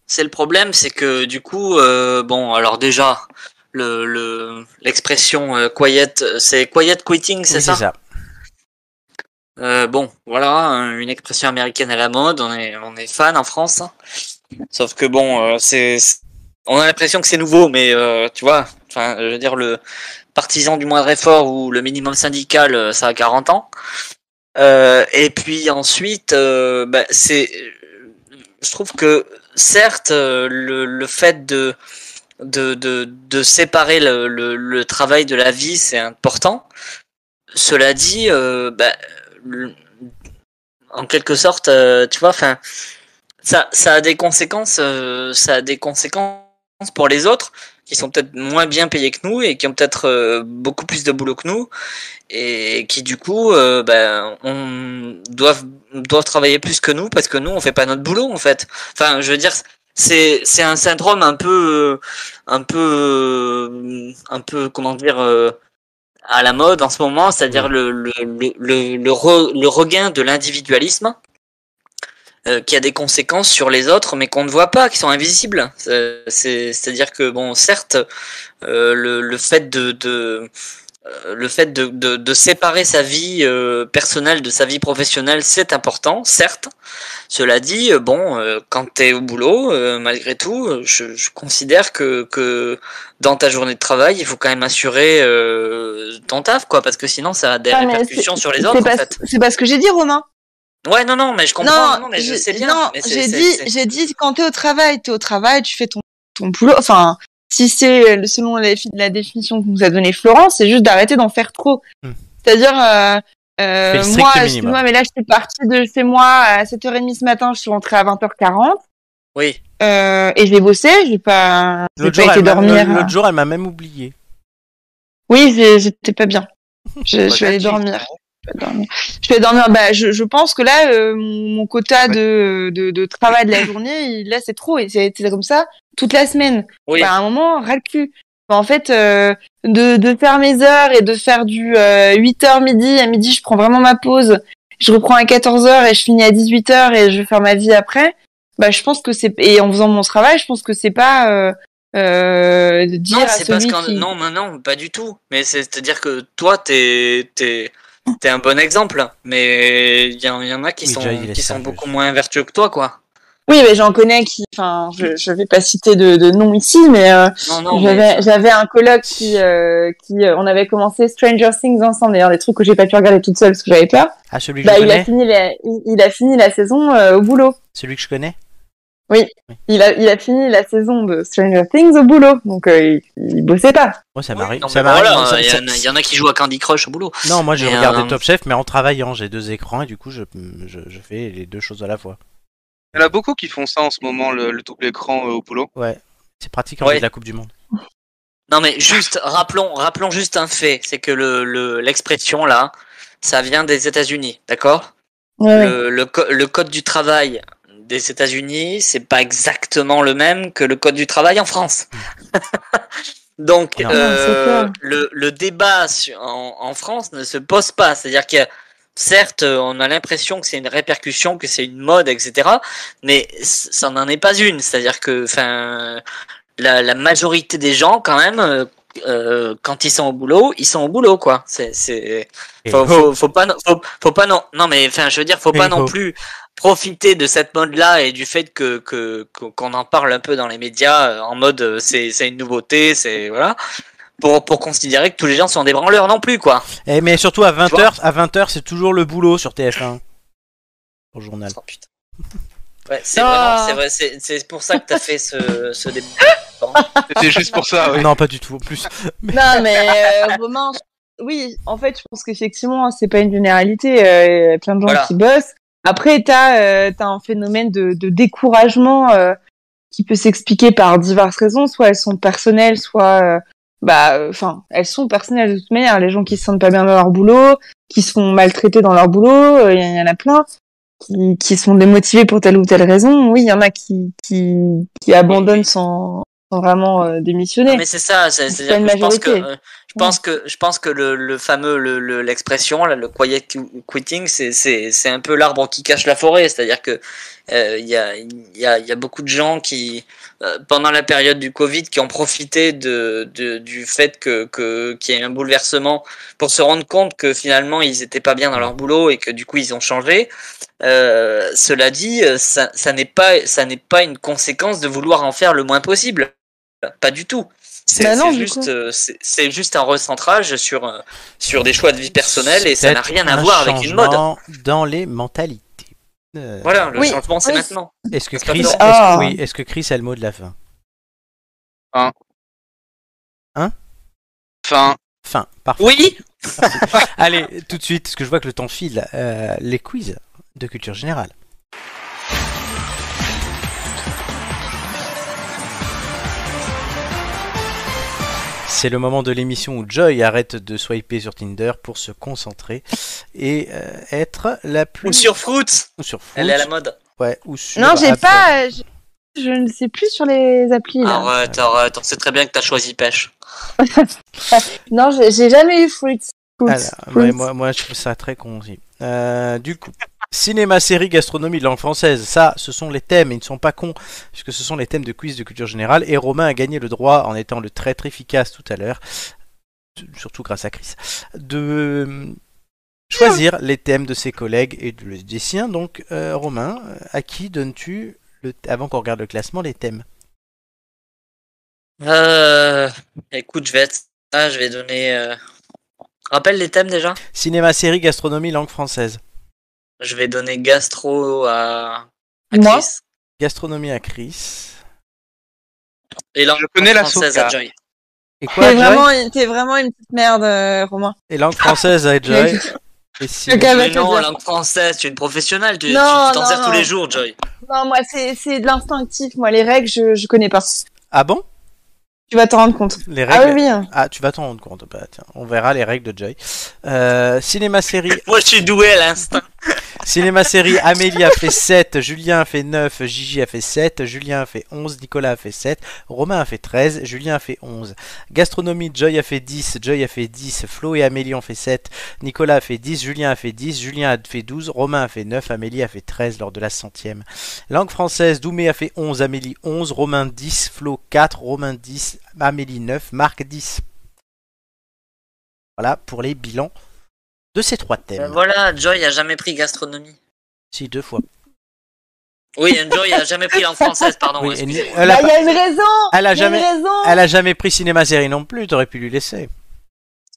Speaker 2: C'est le problème, c'est que du coup, euh, bon, alors déjà, le le- l'expression euh, quiet, euh, c'est quiet quitting, c'est
Speaker 1: Oui,
Speaker 2: ça. Euh, bon, voilà, un- une expression américaine à la mode. On est on est fan en France. hein. Sauf que bon, euh, c'est c'est- on a l'impression que c'est nouveau, mais euh, tu vois, enfin, je veux dire le partisan du moindre effort ou le minimum syndical, euh, ça a 40 ans. Euh, et puis ensuite, euh, bah, c'est, je trouve que certes, euh, le, le fait de de, de, de séparer le, le, le travail de la vie, c'est important. Cela dit, euh, bah, le- en quelque sorte, euh, tu vois, enfin, ça, ça a des conséquences, euh, ça a des conséquences pour les autres qui sont peut-être moins bien payés que nous et qui ont peut-être euh, beaucoup plus de boulot que nous et qui du coup euh, ben, on doivent doivent travailler plus que nous parce que nous on fait pas notre boulot en fait. Enfin, je veux dire c'est c'est un syndrome un peu euh, un peu euh, un peu comment dire euh, à la mode en ce moment, c'est-à-dire le le le le, le, re- le regain de l'individualisme euh, qui a des conséquences sur les autres, mais qu'on ne voit pas, qui sont invisibles. C'est- c'est- C'est-à-dire que bon, certes, euh, le, le fait de, de euh, le fait de, de, de séparer sa vie euh, personnelle de sa vie professionnelle, c'est important, certes. Cela dit, euh, bon, euh, quand t'es au boulot, euh, malgré tout, euh, je, je considère que, que dans ta journée de travail, il faut quand même assurer euh, ton taf, quoi, parce que sinon, ça a des
Speaker 3: Ah, mais
Speaker 2: répercussions
Speaker 3: c'est-
Speaker 2: sur les
Speaker 3: c'est
Speaker 2: autres, en
Speaker 3: pas-
Speaker 2: fait.
Speaker 3: C'est pas ce que j'ai dit, Romain.
Speaker 2: Ouais, non, non, mais je comprends. Non, mais je,
Speaker 3: j'ai-
Speaker 2: sais bien.
Speaker 3: non,
Speaker 2: mais c'est-
Speaker 3: j'ai
Speaker 2: c'est-
Speaker 3: dit,
Speaker 2: c'est-
Speaker 3: j'ai dit quand t'es au travail, t'es au travail, tu fais ton ton boulot. Enfin, si c'est euh, selon la, fi- la définition que nous a donnée Florence, c'est juste d'arrêter d'en faire trop.
Speaker 1: Hmm.
Speaker 3: C'est-à-dire, euh, euh,
Speaker 1: Fais le strict
Speaker 3: moi,
Speaker 1: minimum.
Speaker 3: excuse-moi, mais là, je suis partie de chez moi à 7h30 ce matin, je suis rentrée à 20h40
Speaker 2: Oui.
Speaker 3: euh, et je vais bosser, j'ai pas, j'ai
Speaker 1: L'autre
Speaker 3: pas
Speaker 1: jour,
Speaker 3: été
Speaker 1: elle m'a- euh,
Speaker 3: dormir.
Speaker 1: l'autre jour, elle m'a même oublié.
Speaker 3: Oui, j'ai- j'étais pas bien.
Speaker 2: Bah,
Speaker 3: Je, je vais aller dormir.
Speaker 2: hein.
Speaker 3: Je vais dormir. Je vais dormir. Bah, je, je pense que là, euh, mon mon quota de, de, de travail de la journée, il- là, c'est trop. Et c'est c'est comme ça toute la semaine.
Speaker 2: Oui.
Speaker 3: Bah, à un moment, ras le cul. Bah, en fait, euh, de, de faire mes heures et de faire du 8h midi, à midi, je prends vraiment ma pause. Je reprends à 14h et je finis à 18h et je vais faire ma vie après. Bah, je pense que c'est. Et en faisant mon travail, je pense que c'est pas. Euh, euh, de dire
Speaker 2: Non,
Speaker 3: à
Speaker 2: c'est parce
Speaker 3: celui
Speaker 2: qu'en-
Speaker 3: qui...
Speaker 2: non, non, non, pas du tout. Mais c'est- c'est-à-dire que toi, t'es t'es t'es un bon exemple, mais il y, en- y en a qui
Speaker 1: Oui,
Speaker 2: sont
Speaker 1: déjà, il est
Speaker 2: qui sont
Speaker 1: sérieux.
Speaker 2: beaucoup moins vertueux que toi, quoi.
Speaker 3: Oui, mais j'en connais qui, enfin, je, je vais pas citer de, de nom ici, mais euh,
Speaker 2: Non, non.
Speaker 3: j'avais
Speaker 2: mais-
Speaker 3: j'avais un colloque qui, euh, qui, euh, on avait commencé Stranger Things ensemble, d'ailleurs des trucs que j'ai pas pu regarder toute seule parce que j'avais peur.
Speaker 1: Ah, celui que
Speaker 3: Bah,
Speaker 1: je
Speaker 3: il
Speaker 1: connais
Speaker 3: a fini, la, il, il a fini la saison euh, au boulot.
Speaker 1: Celui que je connais
Speaker 3: Il a, il a fini la saison de Stranger Things au boulot, donc euh, il, il bossait pas.
Speaker 1: Moi, ça
Speaker 2: Oui,
Speaker 1: m'arrive.
Speaker 2: non,
Speaker 1: ça
Speaker 2: mais
Speaker 1: m'arrive.
Speaker 2: voilà,
Speaker 1: ça-
Speaker 2: il y,
Speaker 1: ça-
Speaker 2: en a- y en a qui jouent à Candy Crush au boulot.
Speaker 1: Non, moi, je
Speaker 2: Mais,
Speaker 1: regarde
Speaker 2: euh,
Speaker 1: Top Chef, mais en travaillant. J'ai deux écrans et du coup, je, je, je fais les deux choses à la fois.
Speaker 4: Il y en a beaucoup qui font ça en ce moment, le, le double écran euh, au boulot.
Speaker 1: C'est pratique en
Speaker 2: Ouais.
Speaker 1: vue de la Coupe du Monde.
Speaker 2: Non, mais juste rappelons rappelons juste un fait, c'est que le le- l'expression là, ça vient des États-Unis, d'accord
Speaker 3: Ouais,
Speaker 2: le, le, co- le code du travail des États-Unis, c'est pas exactement le même que le code du travail en France. [laughs] Donc,
Speaker 1: Non.
Speaker 2: euh,
Speaker 3: Ah Non,
Speaker 2: le, le débat sur- en, en France ne se pose pas. C'est-à-dire que, certes, on a l'impression que c'est une répercussion, que c'est une mode, etc. Mais c- ça n'en est pas une. C'est-à-dire que, enfin, la, la majorité des gens, quand même, euh, euh, quand ils sont au boulot, ils sont au boulot, quoi. C'est, c'est,
Speaker 1: Et
Speaker 2: faut,
Speaker 1: oh,
Speaker 2: faut, faut pas, non- faut, faut pas non, non mais enfin, je veux dire, faut
Speaker 1: Et
Speaker 2: pas non
Speaker 1: oh.
Speaker 2: plus profiter de cette mode-là et du fait que que que- qu'on en parle un peu dans les médias euh, en mode euh, c'est c'est une nouveauté, c'est voilà, pour pour considérer que tous les gens sont des branleurs non plus quoi.
Speaker 1: Eh, mais surtout à 20h, à 20h, c'est toujours le boulot sur TF1. Au journal.
Speaker 2: Oh, putain. Ouais, c'est
Speaker 3: Ah.
Speaker 2: vraiment, c'est vrai, c'est c'est pour ça que t'as fait ce ce débat.
Speaker 4: C'est juste pour
Speaker 2: Ah
Speaker 4: ça, oui.
Speaker 1: Non, pas du tout. En plus,
Speaker 3: Non, mais euh, Romain, je- oui, en fait, je pense qu'effectivement, hein, c'est pas une généralité. euh, Il y a plein de gens
Speaker 2: Voilà.
Speaker 3: qui bossent. Après, t'as euh, t'as un phénomène de, de découragement euh, qui peut s'expliquer par diverses raisons. Soit elles sont personnelles, soit euh, bah, enfin, elles sont personnelles de toute manière. Les gens qui se sentent pas bien dans leur boulot, qui se font maltraiter dans leur boulot, euh, il y, en- il y en a plein. Qui, qui sont démotivés pour telle ou telle raison. Oui, il y en a qui qui, qui abandonnent sans, sans vraiment euh, démissionner.
Speaker 2: Non, mais c'est ça, c'est-
Speaker 3: C'est
Speaker 2: c'est-à-dire que
Speaker 3: pas
Speaker 2: je
Speaker 3: une
Speaker 2: pense que
Speaker 3: majorité.
Speaker 2: euh, je pense que je pense que le, le fameux le- le- l'expression là, le quiet qui- quitting, c'est c'est c'est un peu l'arbre qui cache la forêt, c'est-à-dire que euh, il y a il y a il y a beaucoup de gens qui euh, pendant la période du Covid qui ont profité de, de du fait que que qu'il y ait un bouleversement pour se rendre compte que finalement ils étaient pas bien dans leur boulot et que du coup ils ont changé. Euh, cela dit, euh, ça, ça n'est pas ça n'est pas une conséquence de vouloir en faire le moins possible. Pas du tout. C'est
Speaker 3: Bah non,
Speaker 2: c'est
Speaker 3: du
Speaker 2: juste,
Speaker 3: coup.
Speaker 2: euh, c'est- c'est juste un recentrage sur, euh, sur des choix de vie personnelle et ça
Speaker 1: C'est
Speaker 2: n'a rien à
Speaker 1: un
Speaker 2: voir avec une mode.
Speaker 1: changement Dans les mentalités. Euh,
Speaker 2: Voilà, le
Speaker 3: Oui,
Speaker 2: changement c'est
Speaker 3: oui.
Speaker 2: maintenant.
Speaker 1: Est-ce que
Speaker 2: Parce que
Speaker 1: Chris,
Speaker 2: non.
Speaker 1: est-ce que-
Speaker 3: Ah.
Speaker 1: oui, est-ce que Chris a le mot de la fin
Speaker 4: Enfin,
Speaker 1: Fin, parfait.
Speaker 2: Oui
Speaker 1: Allez, tout de suite, parce que je vois que le temps file, euh, les quiz de culture générale. C'est le moment de l'émission où Joy arrête de swiper sur Tinder pour se concentrer et euh, être la plus.
Speaker 2: Ou sur Fruits,
Speaker 1: Ou sur Fruits,
Speaker 2: elle est à la mode.
Speaker 1: ouais, ou sur
Speaker 5: Non, j'ai
Speaker 1: Apple.
Speaker 5: pas. euh, Je... je ne sais plus sur les applis. Là.
Speaker 2: Arrête, arrête, on sait très bien que euh, t'as choisi pêche.
Speaker 5: Non, j'ai j'ai jamais eu Fruits. Fruits,
Speaker 1: Alors,
Speaker 5: Fruits.
Speaker 1: Ah ouais, moi, moi, je trouve ça très con aussi. Euh, du coup, cinéma, série, gastronomie, langue française, ça, ce sont les thèmes, et ils ne sont pas cons, puisque ce sont les thèmes de quiz de culture générale, et Romain a gagné le droit, en étant le traître efficace tout à l'heure, t- surtout grâce à Chris, de euh, choisir les thèmes de ses collègues et de- des siens. Donc, euh, Romain, euh, à qui donnes-tu, le, avant qu'on regarde le classement, les thèmes
Speaker 2: Euh, écoute, je vais être. Ah, je vais donner. euh, Rappelle les thèmes déjà
Speaker 1: Cinéma, série, gastronomie, langue française.
Speaker 2: Je vais donner gastro à. à
Speaker 3: Moi
Speaker 2: Chris.
Speaker 1: Gastronomie à Chris.
Speaker 2: Et langue
Speaker 4: Je connais la
Speaker 2: française
Speaker 4: soca.
Speaker 2: à Joy.
Speaker 1: Et
Speaker 5: Eh
Speaker 1: quoi,
Speaker 5: T'es
Speaker 1: Joy
Speaker 5: vraiment, t'es vraiment une petite merde, euh, Romain.
Speaker 1: Et langue française à
Speaker 5: [laughs]
Speaker 1: Joy. Et cinéma-
Speaker 5: gars- Ah, bah,
Speaker 2: Mais
Speaker 5: c'est
Speaker 2: non,
Speaker 5: bien.
Speaker 2: langue française, tu es une professionnelle, tu tu- tu
Speaker 5: Non,
Speaker 2: t'en
Speaker 5: non,
Speaker 2: sers tous
Speaker 5: non.
Speaker 2: les jours, Joy.
Speaker 5: Non, moi, c'est c'est de l'instinctif. Moi, les règles, je, je connais pas.
Speaker 1: Ah bon
Speaker 5: Tu vas t'en rendre compte.
Speaker 1: Les
Speaker 5: Ah oui,
Speaker 1: règles
Speaker 5: oui.
Speaker 1: Ah, tu vas t'en rendre compte. Bah, tiens, on verra les règles de Joy. Euh, cinéma série.
Speaker 2: Moi, je suis doué à l'instinct.
Speaker 1: cinéma série. Amélie a fait 7, Julien a fait 9, Gigi a fait 7, Julien a fait 11, Nicolas a fait 7, Romain a fait 13, Julien a fait 11. Gastronomie, Joy a fait 10, Joy a fait 10, Flo et Amélie ont fait 7, Nicolas a fait 10, Julien a fait 10, Julien a fait 12, Romain a fait 9, Amélie a fait 13 lors de la centième. Langue française, Doumé a fait 11, Amélie 11, Romain 10, Flo 4, Romain 10, Amélie 9, Marc 10. Voilà pour les bilans de ces trois
Speaker 2: Ben
Speaker 1: thèmes.
Speaker 2: voilà, Joy a jamais pris gastronomie.
Speaker 1: Si, deux fois.
Speaker 2: Oui, and Joy a jamais pris langue française,
Speaker 4: Ah
Speaker 2: pardon.
Speaker 1: Oui,
Speaker 2: excusez-moi.
Speaker 1: et- elle, a
Speaker 5: Bah,
Speaker 1: pas-
Speaker 5: y a une raison.
Speaker 1: elle a
Speaker 5: Il y a une
Speaker 1: jamais,
Speaker 5: raison.
Speaker 1: elle a jamais pris cinéma série non plus. T'aurais pu lui laisser.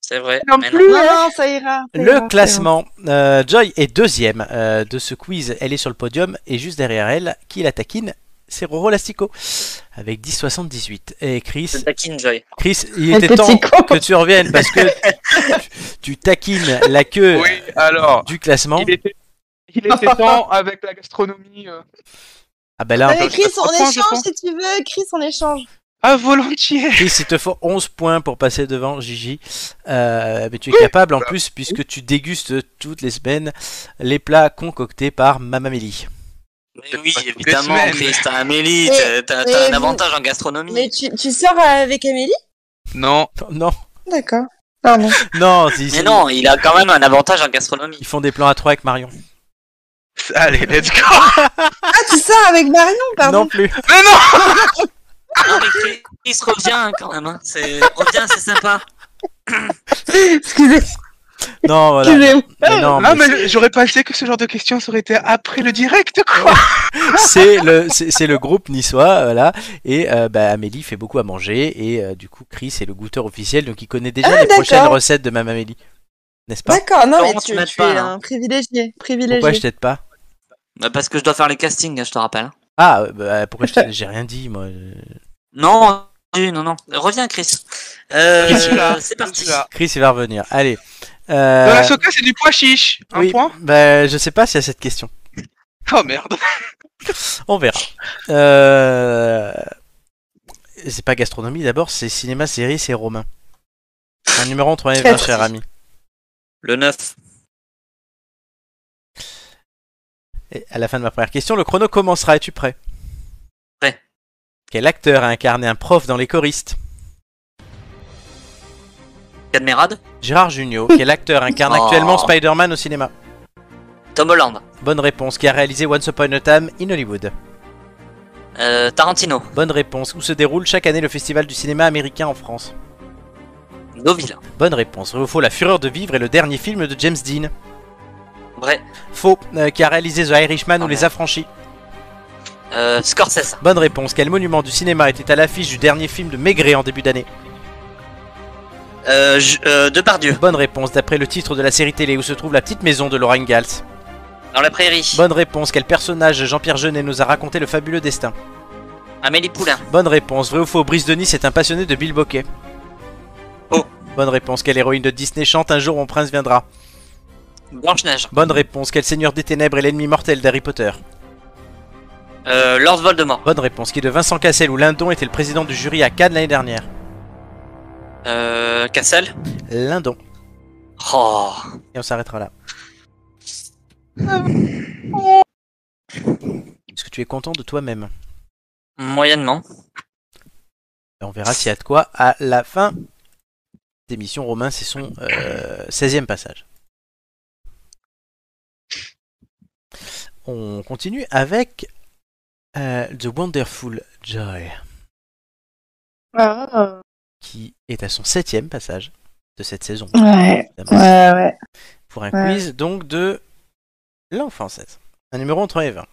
Speaker 2: C'est vrai.
Speaker 7: Non
Speaker 2: mais
Speaker 7: plus,
Speaker 5: Non, non, ça ira. ça ira, ça
Speaker 1: hein. Le
Speaker 5: ira.
Speaker 1: classement. euh, Joy est deuxième euh, de ce quiz. Elle est sur le podium et juste derrière elle, qui la taquine, c'est Roro Lastico avec 10,78. Et Chris,
Speaker 2: Je taquine Joy.
Speaker 1: Chris, il
Speaker 5: Un
Speaker 1: était
Speaker 5: petit
Speaker 1: temps
Speaker 5: con.
Speaker 1: que tu reviennes parce que tu, tu taquines la queue
Speaker 4: Oui, alors,
Speaker 1: du classement.
Speaker 4: il était, il était temps avec la gastronomie. euh.
Speaker 1: Ah ben là,
Speaker 5: Ah, mais Chris, on
Speaker 7: Attends, je
Speaker 5: échange
Speaker 7: pense.
Speaker 5: si tu veux. Chris, on échange.
Speaker 7: Ah, volontiers.
Speaker 1: Chris, il te faut 11 points pour passer devant Gigi. Euh, mais tu es capable en plus puisque tu dégustes toutes les semaines les plats concoctés par Mamamélie.
Speaker 2: Mais oui,
Speaker 4: Des
Speaker 2: évidemment,
Speaker 4: semaines.
Speaker 2: Chris, t'as Amélie,
Speaker 5: Mais-
Speaker 2: t'as- t'as
Speaker 5: mais
Speaker 2: t'as un
Speaker 5: vous-
Speaker 2: avantage en
Speaker 1: Mm.
Speaker 2: gastronomie.
Speaker 5: Mais tu, tu sors euh, avec Amélie
Speaker 4: Non,
Speaker 1: [laughs] Non,
Speaker 5: D'accord.
Speaker 1: [laughs]
Speaker 5: Pardon.
Speaker 1: non, si, si.
Speaker 2: Mais non, il a quand même un avantage en gastronomie.
Speaker 1: Ils font des plans à trois avec Marion.
Speaker 4: [laughs] allez, let's go.
Speaker 5: Ah, tu sors avec Marion, pardon.
Speaker 1: Non plus.
Speaker 4: Mais non,
Speaker 2: Non,
Speaker 5: Ah,
Speaker 2: mais Chris, Chris revient hein, quand même. Hein. C'est- Reviens, c'est sympa.
Speaker 5: [laughs] Excusez,
Speaker 1: Non, voilà.
Speaker 5: excusez-moi.
Speaker 1: Mais non,
Speaker 4: non,
Speaker 1: mais
Speaker 4: Ah, mais j'aurais pensé que ce genre de questions ça aurait été après le direct, quoi.
Speaker 1: c'est le, c'est c'est le groupe niçois, voilà. Et euh, bah, Amélie fait beaucoup à manger et euh, du coup Chris est le goûteur officiel, donc il connaît déjà les
Speaker 5: d'accord.
Speaker 1: prochaines recettes de Mme Amélie, n'est-ce pas
Speaker 5: D'accord, non, mais
Speaker 2: Laurent,
Speaker 5: tu,
Speaker 2: tu m'aides
Speaker 5: tu
Speaker 2: pas,
Speaker 5: es
Speaker 2: hein.
Speaker 5: un privilégié.
Speaker 1: Pourquoi je
Speaker 5: privilégié.
Speaker 1: t'aide pas
Speaker 2: Bah, Parce que je dois faire les castings, je te rappelle.
Speaker 1: Ah, euh, bah, pourquoi je t'ai- j'ai rien dit moi euh.
Speaker 2: Non, oui, non, non. Reviens, Chris. Euh,
Speaker 4: Je suis là,
Speaker 2: c'est
Speaker 4: Je
Speaker 2: parti.
Speaker 4: suis là.
Speaker 1: Chris il va revenir. Allez.
Speaker 4: Dans
Speaker 1: Euh,
Speaker 4: la soca, c'est du pois chiche. Un
Speaker 1: oui,
Speaker 4: point.
Speaker 1: bah, je sais pas s'il y a cette question.
Speaker 4: Oh merde.
Speaker 1: On verra. Euh... C'est pas gastronomie d'abord, c'est cinéma, série, c'est Romain. Un numéro entre 1
Speaker 2: [laughs]
Speaker 1: et 20, cher ami.
Speaker 2: Le 9.
Speaker 1: Et à la fin de ma première question, le chrono commencera. Es-tu prêt
Speaker 2: Prêt.
Speaker 1: Quel acteur a incarné un prof dans Les Choristes
Speaker 2: Cadmerade.
Speaker 1: Gérard
Speaker 2: [laughs]
Speaker 1: Jugnot. Quel acteur incarne
Speaker 2: Oh.
Speaker 1: actuellement Spider-Man au cinéma
Speaker 2: Tom Holland.
Speaker 1: Bonne réponse. Qui a réalisé Once Upon a Time in Hollywood
Speaker 2: Euh, Tarantino.
Speaker 1: Bonne réponse. Où se déroule chaque année le festival du cinéma américain en France
Speaker 2: Deauville.
Speaker 1: Bonne réponse. Vrai ou faux La Fureur de Vivre est le dernier film de James Dean
Speaker 2: Vrai.
Speaker 1: Faux. Euh, qui a réalisé The Irishman
Speaker 2: Ah,
Speaker 1: ou Les
Speaker 2: merde.
Speaker 1: Affranchis
Speaker 2: Euh, Scorsese.
Speaker 1: Bonne réponse. Quel monument du cinéma était à l'affiche du dernier film de Maigret en début
Speaker 2: [laughs]
Speaker 1: d'année
Speaker 2: Euh, Ju- euh, Depardieu.
Speaker 1: Bonne réponse. D'après le titre de la série télé où se trouve la petite maison de Laura Ingalls
Speaker 2: Dans la prairie.
Speaker 1: Bonne réponse. Quel personnage Jean-Pierre Jeunet nous a raconté le fabuleux destin
Speaker 2: Amélie Poulain.
Speaker 1: Bonne réponse. Vrai ou faux Brice Denis est un passionné de Bill Bokeh
Speaker 2: Faux.
Speaker 1: Bonne réponse. Quelle héroïne de Disney chante Un jour mon prince viendra
Speaker 2: Blanche-Neige.
Speaker 1: Bonne réponse. Quel seigneur des ténèbres est l'ennemi mortel d'Harry Potter
Speaker 2: Euh, Lord Voldemort.
Speaker 1: Bonne réponse. Qui de Vincent Cassel ou Lindon était le président du jury à Cannes l'année dernière
Speaker 2: Euh, Cassel
Speaker 1: Lindon.
Speaker 2: Oh.
Speaker 1: Et on s'arrêtera là. Est-ce que tu es content de toi-même
Speaker 2: Moyennement.
Speaker 1: Et Ben, On verra s'il y a de quoi à la fin d'émission. Romain, c'est son euh, 16e passage. On continue avec euh, The Wonderful Joy,
Speaker 3: Ah.
Speaker 1: qui est à son 7e passage de cette saison.
Speaker 9: Ouais,
Speaker 1: évidemment,
Speaker 9: ouais, ouais.
Speaker 1: Pour un
Speaker 9: ouais.
Speaker 1: quiz donc de l'enfance. Un numéro entre 1 et 20.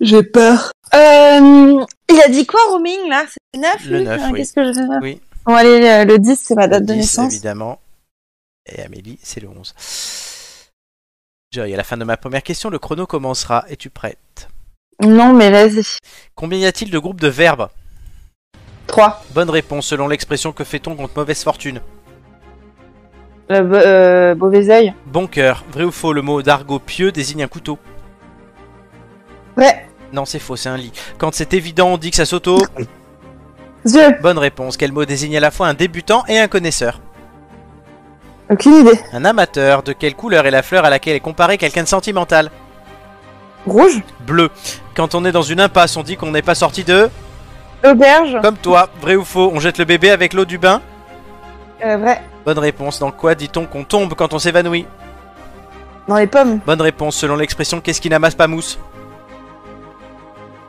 Speaker 3: J'ai peur. Euh, il a dit quoi, roaming, là C'est 9
Speaker 1: Le neuf, oui.
Speaker 3: Hein, Qu'est-ce que je fais
Speaker 1: Oui.
Speaker 3: Bon, allez, le, le 10, c'est ma date de
Speaker 1: 10,
Speaker 3: naissance.
Speaker 1: évidemment. Et Amélie, c'est le 11. Joy, à la fin de ma première question, le chrono commencera. Es-tu prête
Speaker 3: Non, mais vas-y.
Speaker 1: Combien y a-t-il de groupes de verbes
Speaker 9: 3.
Speaker 1: Bonne réponse selon l'expression que fait-on contre mauvaise fortune
Speaker 3: Le bo- euh, mauvais oeil.
Speaker 1: Bon cœur, vrai ou faux, le mot d'argot pieux désigne un couteau
Speaker 9: Ouais.
Speaker 1: Non, c'est faux, c'est un lit. Quand c'est évident, on dit que ça s'auto.
Speaker 3: Yeux.
Speaker 1: Bonne réponse. Quel mot désigne à la fois un débutant et un connaisseur
Speaker 3: Aucune idée.
Speaker 1: Un amateur. De quelle couleur est la fleur à laquelle est comparé quelqu'un de sentimental
Speaker 3: Rouge.
Speaker 1: Bleu. Quand on est dans une impasse, on dit qu'on n'est pas sorti de.
Speaker 3: Auberge.
Speaker 1: Comme toi, vrai ou faux, on jette le bébé avec l'eau du bain
Speaker 3: Euh, vrai.
Speaker 1: Bonne réponse. Dans quoi dit-on qu'on tombe quand on s'évanouit
Speaker 3: Dans les pommes.
Speaker 1: Bonne réponse. Selon l'expression, qu'est-ce qui n'amasse pas mousse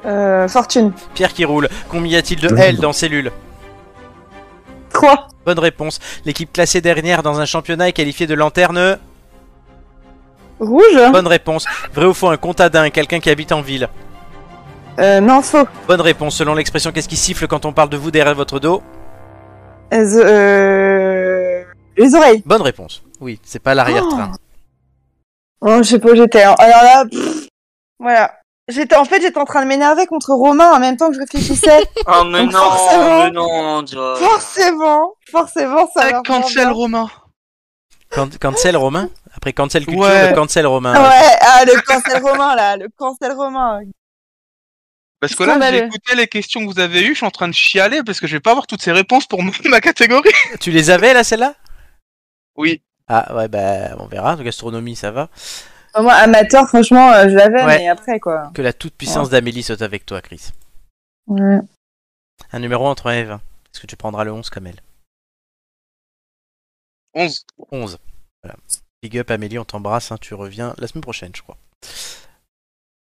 Speaker 3: Euh, fortune.
Speaker 1: Pierre qui roule. Combien y a-t-il de L dans cellule
Speaker 3: 3.
Speaker 1: Bonne réponse. L'équipe classée dernière dans un championnat est qualifiée de lanterne.
Speaker 3: Rouge.
Speaker 1: Bonne réponse. Vrai ou faux, un comptadin est quelqu'un qui habite en ville
Speaker 3: Euh, non, faux.
Speaker 1: Bonne réponse. Selon l'expression, qu'est-ce qui siffle quand on parle de vous derrière votre dos
Speaker 3: Euh, ze- euh, Les oreilles.
Speaker 1: Bonne réponse. Oui, c'est pas l'arrière-train.
Speaker 3: Oh, je sais pas où j'étais. hein. Alors là, pff, voilà. J'étais, en fait, j'étais en train de m'énerver contre Romain en même temps que je réfléchissais.
Speaker 2: Oh, mais
Speaker 3: Donc
Speaker 2: non,
Speaker 3: forcément-
Speaker 2: mais non, Joy.
Speaker 3: forcément, forcément, ça
Speaker 10: Ah,
Speaker 3: va.
Speaker 10: Cancel Romain.
Speaker 1: Can- cancel Romain Après cancel culture,
Speaker 10: Ouais.
Speaker 1: le cancel Romain.
Speaker 3: Ouais, ah, le cancel Romain, là, le cancel Romain.
Speaker 4: Parce que là, j'ai
Speaker 3: Scandaleux.
Speaker 4: écouté les questions que vous avez eues, je suis en train de chialer parce que je vais pas avoir toutes ces réponses pour [laughs] ma ma catégorie.
Speaker 1: Tu les avais là, celle-là
Speaker 4: Oui.
Speaker 1: Ah ouais, bah on verra. Gastronomie, ça va.
Speaker 3: Enfin, Moi, amateur, franchement, euh, je l'avais,
Speaker 1: Ouais.
Speaker 3: mais après, quoi.
Speaker 1: Que la toute-puissance d'Amélie saute avec toi, Chris.
Speaker 3: Ouais.
Speaker 1: Un numéro entre 1 et 20. Est-ce que tu prendras le 11 comme elle
Speaker 4: 11.
Speaker 1: 11. Voilà. Big up, Amélie, on t'embrasse. hein, tu reviens la semaine prochaine, je crois.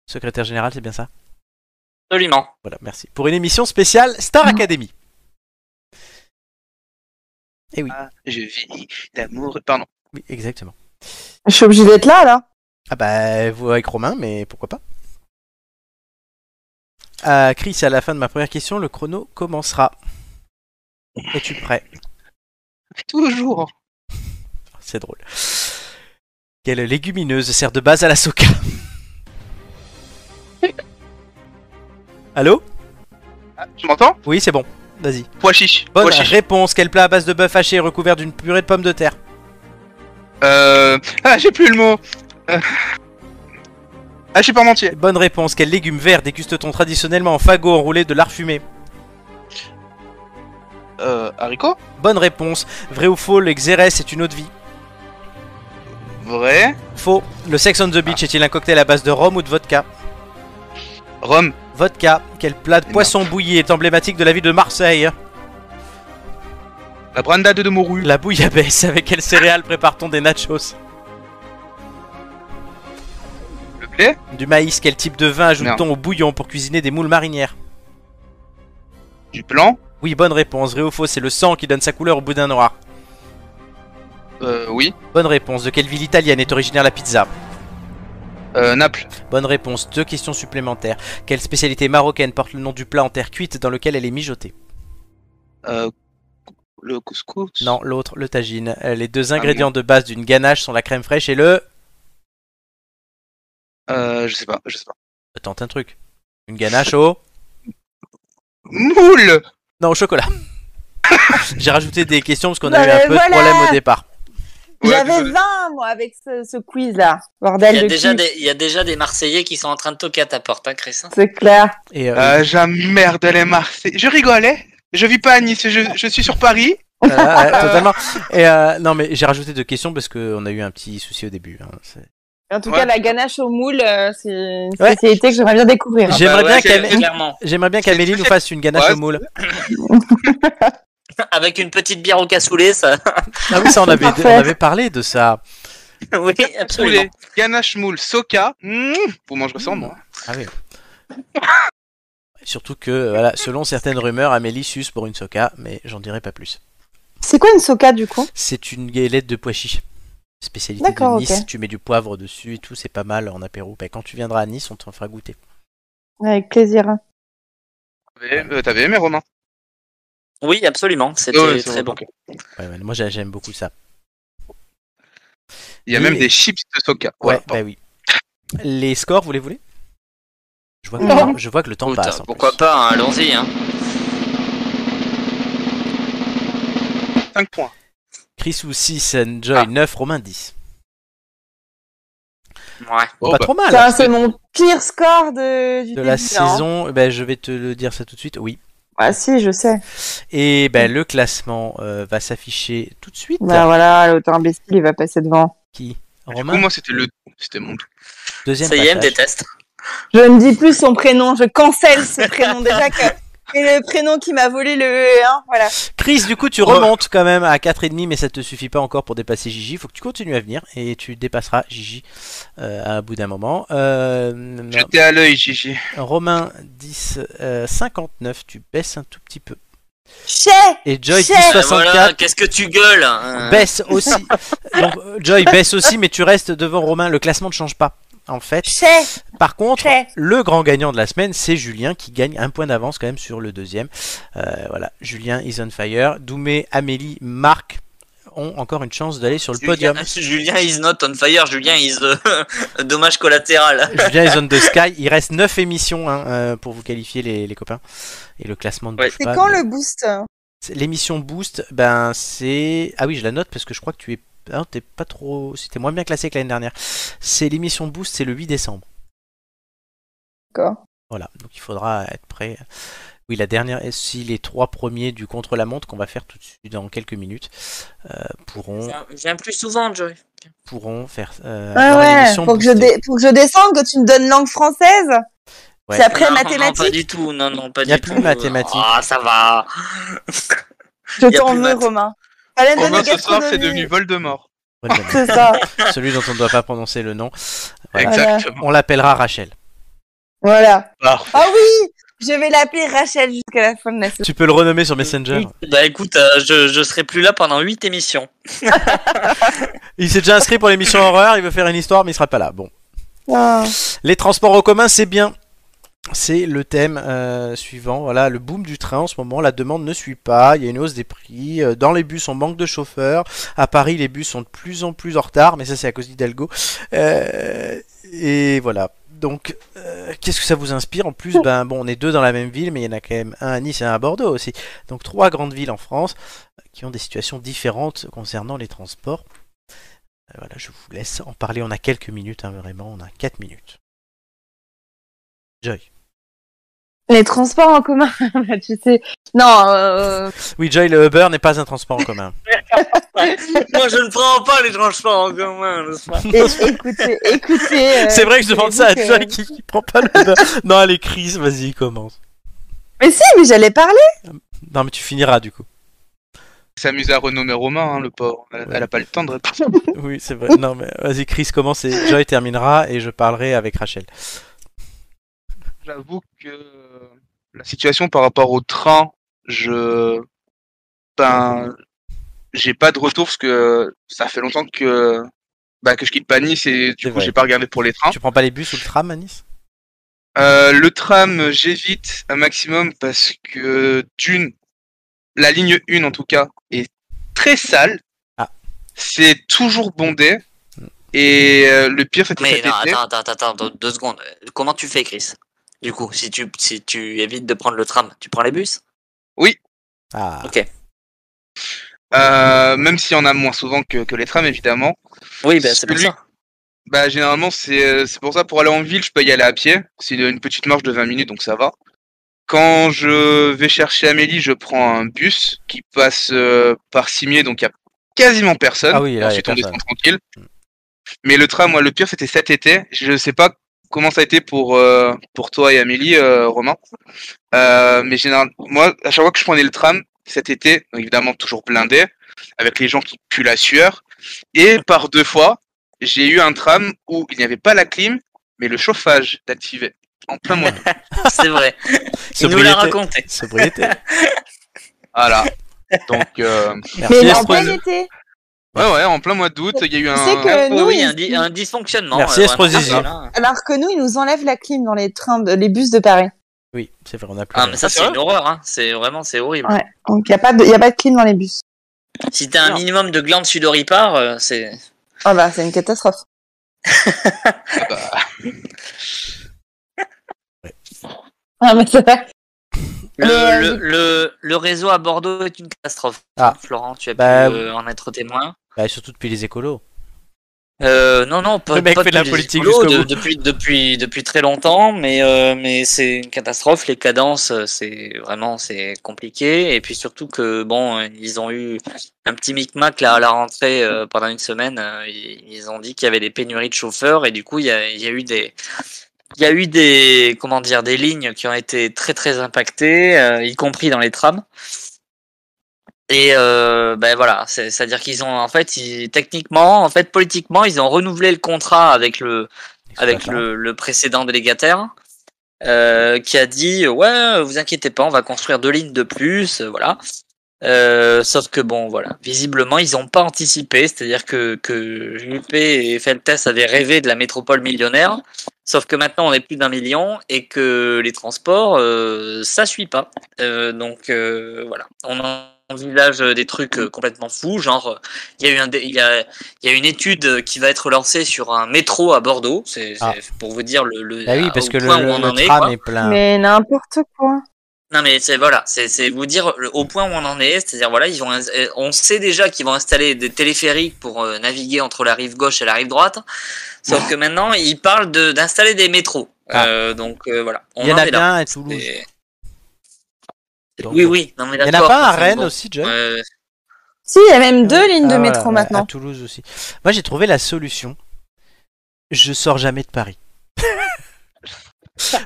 Speaker 1: Secrétaire général, c'est bien ça
Speaker 2: Absolument.
Speaker 1: Voilà, merci. Pour une émission spéciale Star Academy.
Speaker 4: Ah, je vis d'amour. Pardon.
Speaker 1: Oui, exactement.
Speaker 3: Je suis obligée d'être là, là.
Speaker 1: Ah bah, vous avec Romain, mais pourquoi pas. Euh, Chris, à la fin de ma première question, le chrono commencera. Es-tu prêt
Speaker 4: Toujours.
Speaker 1: C'est drôle. Quelle légumineuse sert de base à la soca Allô
Speaker 4: Ah, tu m'entends
Speaker 1: Oui, c'est bon. Vas-y.
Speaker 4: Pois chiche.
Speaker 1: Bonne
Speaker 4: Pois chiche.
Speaker 1: réponse. Quel plat à base de bœuf haché recouvert d'une purée de pommes de terre
Speaker 4: Euh... Ah, j'ai plus le mot. Euh. Ah, je suis parmentier.
Speaker 1: Bonne réponse. Quel légume vert déguste-t-on traditionnellement en fagot enroulé de lard fumé
Speaker 4: Euh, haricot
Speaker 1: Bonne réponse. Vrai ou faux, le xérès est une eau de vie
Speaker 4: Vrai.
Speaker 1: Faux. Le Sex on the Beach est-il un cocktail à base de rhum ou de vodka
Speaker 4: Rome.
Speaker 1: Vodka. Quel plat de
Speaker 4: Non.
Speaker 1: poisson bouilli est emblématique de la ville de Marseille
Speaker 4: La branda de Mouru.
Speaker 1: La bouillabaisse. Avec quelle céréale prépare-t-on des nachos
Speaker 4: Le blé.
Speaker 1: Du maïs. Quel type de vin ajoute-t-on au bouillon pour cuisiner des moules marinières
Speaker 4: Du blanc.
Speaker 1: Oui, bonne réponse. Vrai ou faux, c'est le sang qui donne sa couleur au boudin noir.
Speaker 4: Euh, oui.
Speaker 1: Bonne réponse. De quelle ville italienne est originaire la pizza
Speaker 4: Euh, Naples.
Speaker 1: Bonne réponse. Deux questions supplémentaires. Quelle spécialité marocaine porte le nom du plat en terre cuite dans lequel elle est mijotée
Speaker 4: Euh, le couscous.
Speaker 1: Non, l'autre, le tagine. Euh, Les
Speaker 3: Ah,
Speaker 1: deux ingrédients de base d'une ganache sont la crème fraîche et le...
Speaker 4: Euh, je sais pas, je sais pas.
Speaker 1: Tente un truc. Une ganache au...
Speaker 4: Moule
Speaker 1: Non, au
Speaker 3: [laughs]
Speaker 1: chocolat. J'ai rajouté des questions parce qu'on a
Speaker 3: Non,
Speaker 1: eu un
Speaker 3: mais
Speaker 1: peu de
Speaker 3: voilà.
Speaker 1: problème au départ.
Speaker 4: Ouais,
Speaker 3: J'avais
Speaker 4: désolé.
Speaker 3: 20, moi, avec ce, ce quiz-là.
Speaker 2: Il
Speaker 3: Bordel
Speaker 2: y, a
Speaker 3: de
Speaker 2: déjà
Speaker 3: quiz.
Speaker 2: des, il y a déjà des Marseillais qui sont en train de toquer à ta porte, hein, Chris.
Speaker 3: C'est clair.
Speaker 1: Et euh,
Speaker 4: Ah, j'emmerde les Marseillais. Je rigolais. Je vis pas à Nice, je, je suis sur Paris.
Speaker 1: Voilà, [laughs] ouais, totalement. Et euh, non, mais j'ai rajouté deux questions parce qu'on a eu un petit souci au début. hein, c'est-
Speaker 5: En tout
Speaker 4: Ouais.
Speaker 5: cas, la ganache au moule, euh, c'est une
Speaker 1: Ouais.
Speaker 5: spécialité que j'aimerais bien découvrir.
Speaker 1: J'ai- J'aimerais bien
Speaker 2: c'est-
Speaker 1: qu'elle-
Speaker 2: Ah bah clairement.
Speaker 1: J'aimerais bien qu'Amélie nous fasse une ganache
Speaker 4: Ouais.
Speaker 1: au
Speaker 4: [laughs]
Speaker 1: moule.
Speaker 2: Avec une petite bière au cassoulet, ça. [laughs]
Speaker 1: Ah oui, ça, on avait,
Speaker 5: Parfait.
Speaker 1: on avait parlé de ça.
Speaker 2: oui, absolument.
Speaker 4: Poulet, ganache moule, soca. Mmh, vous mangerez sans moi.
Speaker 1: Ah oui. Surtout que, voilà, selon certaines rumeurs, Amélie suce pour une soca, mais j'en dirai pas plus.
Speaker 5: C'est quoi une soca du coup
Speaker 1: C'est une galette de pois chiches. Spécialité de
Speaker 5: D'accord,
Speaker 1: Nice,
Speaker 5: ok.
Speaker 1: tu mets du poivre dessus et tout, c'est pas mal en apéro. Ben, quand tu viendras à Nice, on t'en fera goûter.
Speaker 5: Avec plaisir.
Speaker 4: T'avais euh, t'avais aimé Romain
Speaker 2: Oui, absolument. C'était
Speaker 4: Ouais, c'est
Speaker 2: très
Speaker 4: bon,
Speaker 2: bon.
Speaker 4: ok.
Speaker 1: Ouais, ouais, moi j'a- j'aime beaucoup ça.
Speaker 4: Il y a
Speaker 1: Oui,
Speaker 4: même
Speaker 1: mais-
Speaker 4: des chips de soca.
Speaker 1: Ouais, bah
Speaker 4: Voilà.
Speaker 1: oui. Les scores, vous les voulez je vois, que
Speaker 5: Non.
Speaker 1: le temps- je vois que le temps
Speaker 2: Putain,
Speaker 1: passe. en
Speaker 2: pourquoi
Speaker 1: plus.
Speaker 2: pas, hein, allons-y. Hein.
Speaker 4: 5 points.
Speaker 1: Chris ou 6, Enjoy
Speaker 2: Ah.
Speaker 1: 9, Romain 10.
Speaker 2: Ouais.
Speaker 4: Oh,
Speaker 1: pas
Speaker 4: bah.
Speaker 1: trop mal hein,
Speaker 5: Putain, c'est mon pire score de, du
Speaker 1: Ah, de
Speaker 5: début,
Speaker 1: la
Speaker 5: hein.
Speaker 1: saison. Ben, je vais te le dire ça tout de suite, oui.
Speaker 5: Ah si, je sais.
Speaker 1: Et ben, le classement euh, va s'afficher tout de suite.
Speaker 5: Bah voilà, l'auteur imbécile, il va passer devant.
Speaker 1: Qui
Speaker 4: Du
Speaker 1: Romain,
Speaker 4: coup, moi, c'était le. C'était mon.
Speaker 1: deuxième
Speaker 2: Ça y est, elle me
Speaker 1: passage.
Speaker 2: déteste.
Speaker 5: Je ne dis plus son prénom, je cancelle ce
Speaker 1: [laughs]
Speaker 5: prénom déjà que c'est le prénom qui m'a volé le hein, voilà.
Speaker 1: Chris, du coup, tu
Speaker 2: Oh.
Speaker 1: remontes quand même à 4,5, mais ça te suffit pas encore pour dépasser Gigi. Faut que tu continues à venir et tu dépasseras Gigi euh, à un bout d'un moment. Euh,
Speaker 4: J'étais à l'œil, Gigi.
Speaker 1: Romain, 10, euh, 59, tu baisses un tout petit peu.
Speaker 5: Chez
Speaker 1: Et Joy, 10,
Speaker 5: Chef
Speaker 2: Ah,
Speaker 1: 64,
Speaker 2: Voilà, qu'est-ce que tu gueules hein.
Speaker 1: baisse aussi.
Speaker 2: [laughs]
Speaker 1: Donc, euh, Joy baisse aussi, mais tu restes devant Romain. Le classement ne change pas, en fait.
Speaker 5: Chez
Speaker 1: Par contre,
Speaker 5: Chez
Speaker 1: le grand gagnant de la semaine, c'est Julien qui gagne un point d'avance quand même sur le deuxième. Euh, voilà, Julien is on fire. Doumé, Amélie, Marc ont encore une chance d'aller sur le podium.
Speaker 2: Julien, Julien [laughs] is not on fire, Julien is euh, [laughs] dommage collatéral.
Speaker 1: Julien is on the sky. Il reste 9 émissions hein, euh, pour vous qualifier les, les copains. Et le classement ne
Speaker 2: Ouais.
Speaker 1: bouge
Speaker 5: C'est
Speaker 1: pas,
Speaker 5: quand
Speaker 1: mais-
Speaker 5: le boost hein
Speaker 1: C'est- L'émission Boost, ben c'est. Ah oui, je la note parce que je crois que tu es. Ah non, t'es pas trop. C'était moins bien classé que l'année dernière. C'est l'émission Boost, c'est le 8 décembre.
Speaker 5: D'accord.
Speaker 1: Voilà, donc il faudra être prêt. Oui, la dernière, si les trois premiers du contre-la-montre qu'on va faire tout de suite dans quelques minutes euh, pourront,
Speaker 2: Viens- Viens plus souvent, Joy.
Speaker 1: pourront faire. euh,
Speaker 5: Ah
Speaker 1: avoir
Speaker 5: ouais,
Speaker 1: l'émission
Speaker 5: pour que, je
Speaker 1: boostée.
Speaker 5: dé- pour que je descende, que tu me donnes langue française
Speaker 1: Ouais.
Speaker 5: C'est après
Speaker 2: Non, Non, pas
Speaker 5: mathématiques
Speaker 2: du tout, non, non, pas
Speaker 1: Y a
Speaker 2: du
Speaker 1: plus
Speaker 2: tout.
Speaker 1: mathématiques.
Speaker 2: Ah, ça va. y
Speaker 5: Je
Speaker 2: a
Speaker 5: t'en
Speaker 2: plus
Speaker 5: veux,
Speaker 2: maths.
Speaker 5: Romain. Fallait me donner
Speaker 4: Romain, ce soir, c'est
Speaker 5: gastronomie.
Speaker 4: devenu Voldemort.
Speaker 1: Bonne année.
Speaker 5: [laughs] C'est ça.
Speaker 1: Celui dont on ne doit pas prononcer le nom. Voilà.
Speaker 4: Exactement.
Speaker 1: On l'appellera Rachel.
Speaker 5: Voilà.
Speaker 4: Parfait.
Speaker 5: Ah oui Je vais l'appeler Rachel jusqu'à la fin de la saison.
Speaker 1: Tu peux le renommer sur Messenger.
Speaker 2: Bah écoute, euh, je, je serai plus là pendant 8 émissions.
Speaker 1: Il s'est déjà inscrit pour l'émission horreur. Il veut faire une histoire, mais il sera pas là. Bon.
Speaker 5: Ah.
Speaker 1: Les transports en commun, c'est bien. C'est le thème euh, suivant. Voilà, le boom du train en ce moment, la demande ne suit pas. Il y a une hausse des prix. Euh, Dans les bus, on manque de chauffeurs. À Paris, les bus sont de plus en plus en retard, mais ça, c'est à cause d'Hidalgo. Euh, et voilà. Donc, euh, qu'est-ce que ça vous inspire En plus, ben bon, on est deux dans la même ville, mais il y en a quand même un à Nice et un à Bordeaux aussi. Donc, trois grandes villes en France euh, qui ont des situations différentes concernant les transports. Euh, Voilà, je vous laisse en parler. On a quelques minutes, hein, vraiment, on a 4 minutes. Joy.
Speaker 5: Les transports
Speaker 3: [laughs]
Speaker 5: en commun, bah, tu sais. Non, euh,
Speaker 1: Oui, Joy, le Uber n'est pas un transport en
Speaker 5: [laughs]
Speaker 1: commun.
Speaker 2: Moi, je ne prends pas les transports en commun le soir.
Speaker 1: [laughs]
Speaker 5: é- écoutez, écoutez. euh,
Speaker 1: C'est vrai que je demande ça à
Speaker 5: j'avoue que-
Speaker 1: Joy qui, qui prend pas le
Speaker 5: [laughs]
Speaker 1: Uber. Non, elle est crise, vas-y, commence.
Speaker 5: Mais si, mais j'allais parler.
Speaker 1: Non, mais tu finiras du
Speaker 5: [laughs]
Speaker 1: coup.
Speaker 4: Il s'amuse à renommer Romain, hein, le pauvre. Elle, elle a pas le temps
Speaker 1: [laughs]
Speaker 4: de répondre.
Speaker 1: Oui, c'est vrai. Non, mais vas-y, Chris commence et Joy terminera et je parlerai avec Rachel.
Speaker 4: J'avoue que euh, la situation par rapport au train, je. Ben. J'ai pas de retour parce que ça fait longtemps que. Bah, que je quitte pas Nice et
Speaker 1: C'est
Speaker 4: du coup,
Speaker 1: vrai.
Speaker 4: j'ai pas regardé pour les
Speaker 5: Hein
Speaker 4: trains.
Speaker 1: Tu prends pas les bus ou le tram à Nice
Speaker 4: Euh, le tram, j'évite un maximum parce que d'une, la ligne 1 en tout cas, est très sale.
Speaker 1: Ah.
Speaker 4: C'est toujours bondé. Et euh, le
Speaker 2: [laughs]
Speaker 4: pire, c'était
Speaker 2: Mais
Speaker 4: cet
Speaker 2: non,
Speaker 4: été.
Speaker 2: attends, attends, attends, attends, deux secondes. Comment tu fais, Chris Du coup, si tu, si tu évites de prendre le tram, tu prends les bus
Speaker 1: Ah,
Speaker 4: Euh, même s'il y en a moins souvent que, que les trams, évidemment.
Speaker 2: Oui, bah, c'est pour
Speaker 4: Celui-
Speaker 2: ça.
Speaker 4: Bah, généralement, c'est euh, c'est pour ça, pour aller en ville, je peux y aller à pied. C'est une petite marche de 20 minutes, donc ça va. Quand je vais chercher Amélie, je prends un bus qui passe euh, par Cimier, donc il y a quasiment personne.
Speaker 1: Ah oui, là, il y a
Speaker 4: Ensuite, on
Speaker 1: personne. Mm.
Speaker 4: descend tranquille. Mais le tram, moi, le pire, c'était cet été. Je sais pas comment ça a été pour, euh, pour toi et Amélie, euh, Romain. Euh, mais général, moi, à chaque fois que je prenais le tram cet été, donc évidemment toujours blindé, avec les gens qui puent la sueur. Et par deux fois, j'ai eu un tram où il n'y avait pas la clim, mais le chauffage d'activer en plein mois.
Speaker 3: [laughs]
Speaker 2: [laughs] C'est vrai. Il nous l'a raconté.
Speaker 5: [laughs]
Speaker 1: Sobriété.
Speaker 4: Voilà. Donc, euh,
Speaker 1: Merci,
Speaker 5: Mais il est en
Speaker 1: Estrosi.
Speaker 5: plein été.
Speaker 4: ouais, ouais, en plein mois d'août, il y a eu un.
Speaker 3: sais que
Speaker 2: Oh
Speaker 3: nous,
Speaker 2: oui,
Speaker 3: ils-
Speaker 2: un, di- un dysfonctionnement.
Speaker 1: Merci,
Speaker 2: euh,
Speaker 1: Estrosi.
Speaker 2: vraiment. Ah,
Speaker 3: alors que nous, ils nous enlèvent la clim dans les trains, de- les bus de Paris.
Speaker 1: Oui, c'est vrai, on a plus.
Speaker 2: Ah, mais ça, c'est
Speaker 4: C'est
Speaker 2: une horreur. Hein. C'est vraiment, c'est horrible.
Speaker 5: Ouais.
Speaker 3: Donc, il n'y a, pas de- y a pas de clim dans les bus.
Speaker 2: Si t'as un minimum de glandes sudoripare, euh, c'est.
Speaker 3: Ah bah, c'est une catastrophe.
Speaker 5: Ah, mais ça va.
Speaker 2: Le,
Speaker 5: Euh,
Speaker 2: le, le, le réseau à Bordeaux est une catastrophe.
Speaker 1: Ah.
Speaker 2: Florent, tu as
Speaker 1: Bah,
Speaker 2: pu euh, en être témoin.
Speaker 1: Bah, surtout depuis les écolos.
Speaker 2: Euh, non, non, pas,
Speaker 1: Le mec
Speaker 2: pas
Speaker 1: fait de la
Speaker 2: depuis les
Speaker 1: politique
Speaker 2: écolos,
Speaker 1: jusqu'au bout.
Speaker 2: depuis, depuis, depuis très longtemps, mais, euh, mais c'est une catastrophe. Les cadences, euh, c'est vraiment c'est compliqué. Et puis surtout que, bon, euh, ils ont eu un petit micmac là, à la rentrée euh, pendant une semaine. euh, Ils ils ont dit qu'il y avait des pénuries de chauffeurs et du coup, il y a, il y a eu des. Il y a eu des comment dire des lignes qui ont été très très impactées, euh, y compris dans les trams. Et euh, ben voilà, c'est- c'est-à-dire qu'ils ont en fait, ils, techniquement, en fait, politiquement, ils ont renouvelé le contrat avec le avec le, le précédent délégataire euh, qui a dit ouais, vous inquiétez pas, on va construire deux lignes de plus, euh, voilà. Euh, sauf que bon, voilà, visiblement, ils n'ont pas anticipé, c'est-à-dire que que Juppé et Feltes avaient rêvé de la métropole millionnaire, sauf que maintenant on est plus d'un million et que les transports, euh, ça suit pas. Euh, donc euh, voilà, on envisage euh, des trucs euh, complètement fous, genre euh, il y a eu un dé- il y a, il y a une étude euh, qui va être lancée sur un métro à Bordeaux, c'est c'est
Speaker 1: Ah.
Speaker 2: pour vous dire le, le-
Speaker 1: Bah oui,
Speaker 2: à-
Speaker 1: parce
Speaker 2: au
Speaker 1: que le,
Speaker 2: point où
Speaker 1: le-
Speaker 2: on
Speaker 1: le
Speaker 2: en est,
Speaker 1: tram
Speaker 2: quoi.
Speaker 1: est plein.
Speaker 3: Mais n'importe quoi.
Speaker 2: Non mais c'est voilà, c'est c'est vous dire le- au point où on en est, c'est-à-dire voilà, ils vont ins- euh, on sait déjà qu'ils vont installer des téléphériques pour euh, naviguer entre la rive gauche et la rive droite, sauf que maintenant ils parlent de d'installer des métros.
Speaker 1: Ah.
Speaker 2: Euh, donc euh, voilà, on
Speaker 1: Il y en a
Speaker 2: est
Speaker 1: bien
Speaker 2: là.
Speaker 1: à Toulouse.
Speaker 2: Et-
Speaker 1: Donc,
Speaker 2: Oui oui, non mais
Speaker 1: Il y en a
Speaker 2: d'accord,
Speaker 1: pas à
Speaker 2: enfin,
Speaker 1: Rennes
Speaker 2: bon,
Speaker 1: aussi, hein. John
Speaker 2: euh,
Speaker 3: Si, il y a même deux lignes de
Speaker 1: Ah,
Speaker 3: métro
Speaker 1: voilà, À
Speaker 3: maintenant.
Speaker 1: Toulouse aussi. Moi, j'ai trouvé la solution. Je sors jamais de Paris. [laughs]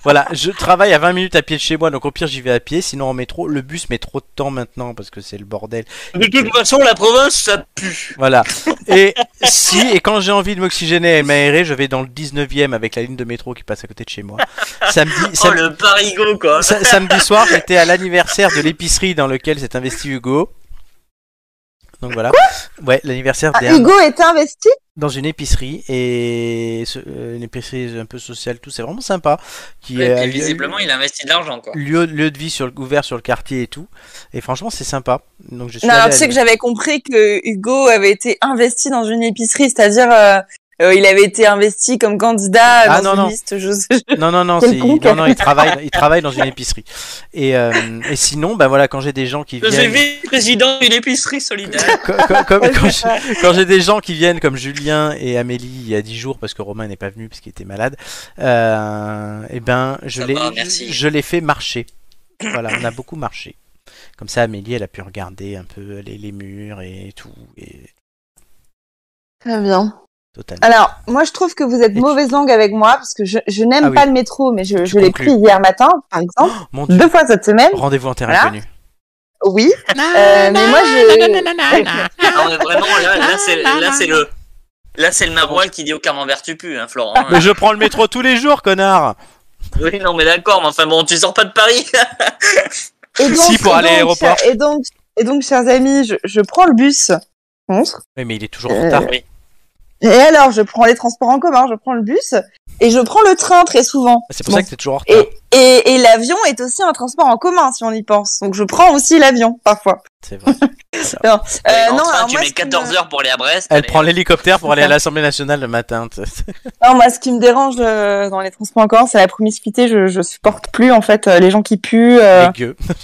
Speaker 1: voilà, je travaille à 20 minutes à pied de chez moi, donc au pire j'y vais à pied, sinon en métro, le bus met trop de temps maintenant parce que c'est le bordel.
Speaker 2: De toute façon, la province ça pue.
Speaker 1: Voilà. Et si et quand j'ai envie de m'oxygéner et de m'aérer, je vais dans le 19e avec la ligne de métro qui passe à côté de chez moi. Samedi,
Speaker 2: Oh
Speaker 1: sam-
Speaker 2: le parigo quoi.
Speaker 1: sa- samedi soir, j'étais à l'anniversaire de l'épicerie dans lequel s'est investi Hugo. Donc voilà. ouais, l'anniversaire
Speaker 3: Ah,
Speaker 1: des Hamon.
Speaker 3: Hugo est investi
Speaker 1: dans une épicerie et ce- euh, une épicerie un peu sociale tout c'est vraiment sympa qui
Speaker 2: Et
Speaker 1: est
Speaker 2: puis,
Speaker 1: euh, lieu-
Speaker 2: visiblement, il investit de l'argent quoi.
Speaker 1: lieu, lieu de vie sur le, ouvert sur le quartier et tout et franchement c'est sympa donc je suis
Speaker 5: Non,
Speaker 1: allé
Speaker 5: alors,
Speaker 1: à
Speaker 5: tu sais que
Speaker 1: la-
Speaker 5: j'avais compris que Hugo avait été investi dans une épicerie, c'est-à-dire euh, euh, il avait été investi comme candidat
Speaker 1: Ah,
Speaker 5: dans
Speaker 1: non,
Speaker 5: une
Speaker 1: non.
Speaker 5: liste. Je sais.
Speaker 1: non non non,
Speaker 5: Quel
Speaker 1: c'est-
Speaker 5: con,
Speaker 1: non, non il travaille il travaille dans une épicerie et, euh, et sinon ben voilà quand j'ai des gens qui
Speaker 2: Je suis
Speaker 1: viennent
Speaker 2: vice-président d'une épicerie solidaire.
Speaker 1: Co- co-
Speaker 3: [laughs]
Speaker 1: comme- quand j'ai- quand j'ai des gens qui viennent comme Julien et Amélie il y a 10 jours parce que Romain n'est pas venu parce qu'il était malade, euh, et ben je
Speaker 2: Ça
Speaker 1: les
Speaker 2: va, merci.
Speaker 1: je les fais marcher. Voilà, on a beaucoup marché. Comme ça, Amélie, elle a pu regarder un peu les, les murs et tout. Et
Speaker 5: Très bien.
Speaker 1: totalement.
Speaker 3: Alors, moi, je trouve que vous êtes
Speaker 1: Et tu-
Speaker 3: mauvaise langue avec moi parce que je, je n'aime
Speaker 1: Ah oui.
Speaker 3: pas le métro, mais je, je l'ai
Speaker 1: conclus.
Speaker 3: pris hier matin, par exemple,
Speaker 1: [gasps] Mon dieu,
Speaker 3: deux fois cette semaine.
Speaker 1: rendez-vous en terre
Speaker 3: Voilà.
Speaker 1: inconnue.
Speaker 3: Oui. Euh, mais moi, je.
Speaker 2: Ah ouais, vraiment, là, là, c'est,
Speaker 3: ah,
Speaker 2: là, c'est le. Là, c'est le maroilles qui dit au camembert tu pues, hein, Florent.
Speaker 1: Ah, Mais je prends le métro tous les jours, connard.
Speaker 2: Oui, non, mais d'accord, mais enfin bon, tu sors pas de Paris.
Speaker 3: Euh, Et donc,
Speaker 1: Si, pour
Speaker 3: et
Speaker 1: aller à
Speaker 3: donc,
Speaker 1: l'aéroport.
Speaker 3: chers- Et donc, et donc, chers amis, je, je prends le bus. Contre.
Speaker 1: Oui, mais il est toujours en retard.
Speaker 3: Euh,
Speaker 2: oui.
Speaker 3: Et alors, je prends les transports en commun, je prends le bus et je prends le train très souvent.
Speaker 1: C'est pour
Speaker 3: Bon.
Speaker 1: ça que t'es toujours en retard.
Speaker 3: Et,
Speaker 2: Ah.
Speaker 3: et, et l'avion est aussi un transport en commun, si on y pense. Donc, je prends aussi l'avion, parfois.
Speaker 1: C'est
Speaker 3: [laughs]
Speaker 1: vrai.
Speaker 2: Ah.
Speaker 3: Euh,
Speaker 2: Allez, en
Speaker 3: non,
Speaker 2: train,
Speaker 3: alors
Speaker 2: tu
Speaker 3: moi,
Speaker 2: mets
Speaker 3: ce qui me-
Speaker 2: 14 heures pour aller à Brest.
Speaker 1: Elle
Speaker 2: allez.
Speaker 1: prend l'hélicoptère pour aller à l'Assemblée nationale le matin.
Speaker 3: Non, moi, ce qui me dérange euh, dans les transports en commun, c'est la promiscuité. Je, je supporte plus, en fait, euh, les gens qui puent. euh,
Speaker 1: Dégueu.
Speaker 3: euh,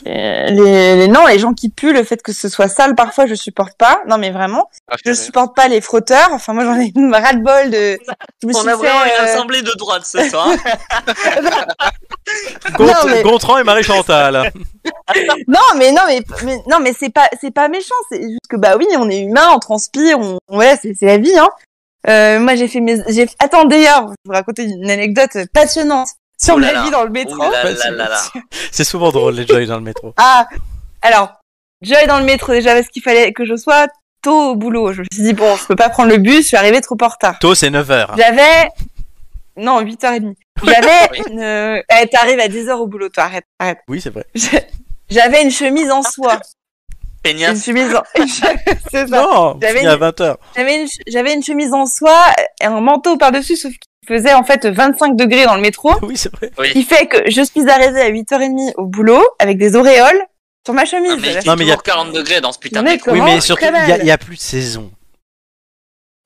Speaker 3: les, les- non, les gens qui puent, le fait que ce soit sale, parfois, je supporte pas. Non, mais vraiment,
Speaker 4: Ah,
Speaker 3: je
Speaker 4: purée.
Speaker 3: supporte pas les frotteurs. Enfin, moi, j'en ai ras-le-bol de... Je me
Speaker 2: On
Speaker 3: suis euh,
Speaker 2: a vraiment
Speaker 3: fait,
Speaker 2: une
Speaker 3: euh, [laughs]
Speaker 2: assemblée de droite ce soir.
Speaker 3: Non,
Speaker 1: Gont-
Speaker 3: mais-
Speaker 1: Gontran et Marie-Chantal.
Speaker 3: Non, mais non, mais, mais- non, mais c'est pas, c'est pas méchant. C'est juste que bah oui, on est humain, on transpire, on, ouais, c'est, c'est la vie, hein. Euh, moi, j'ai fait mes, j'ai, attends, d'ailleurs, je vais vous raconter une anecdote passionnante sur
Speaker 2: Oh là
Speaker 3: ma
Speaker 2: là.
Speaker 3: vie dans le métro.
Speaker 2: Oh là là là là.
Speaker 1: C'est souvent drôle, les Joy dans le métro.
Speaker 3: Ah, alors, j'allais dans le métro déjà parce qu'il fallait que je sois tôt au boulot. Je me suis dit bon, je peux pas prendre le bus, je suis arrivée trop en retard.
Speaker 1: Tôt, c'est
Speaker 2: Ah.
Speaker 1: hein. 9h.
Speaker 3: J'avais. Non, 8h30.
Speaker 2: [laughs] Oui.
Speaker 3: J'avais une. euh, eh, T'arrives à 10h au boulot, toi, arrête, arrête.
Speaker 1: Oui, c'est vrai.
Speaker 3: J'avais une chemise en soie. Une
Speaker 2: Peignasse.
Speaker 3: chemise en. [laughs] C'est ça.
Speaker 1: Non,
Speaker 3: J'avais
Speaker 1: fini à
Speaker 3: une-
Speaker 1: 20h.
Speaker 3: J'avais une, j'avais une chemise en soie et un manteau par-dessus, sauf qu'il faisait en fait 25 degrés dans le métro.
Speaker 1: [laughs] Oui, c'est vrai.
Speaker 3: Il fait que je suis arrivée à 8h30 au boulot avec des auréoles sur ma chemise.
Speaker 2: Non, ah, mais, il fait
Speaker 1: Non, mais y a-
Speaker 2: toujours 40 degrés dans ce putain de
Speaker 3: Mais
Speaker 2: métro.
Speaker 1: Oui,
Speaker 3: Comment
Speaker 1: mais surtout,
Speaker 3: Très mal.
Speaker 1: il n'y a, plus de saison.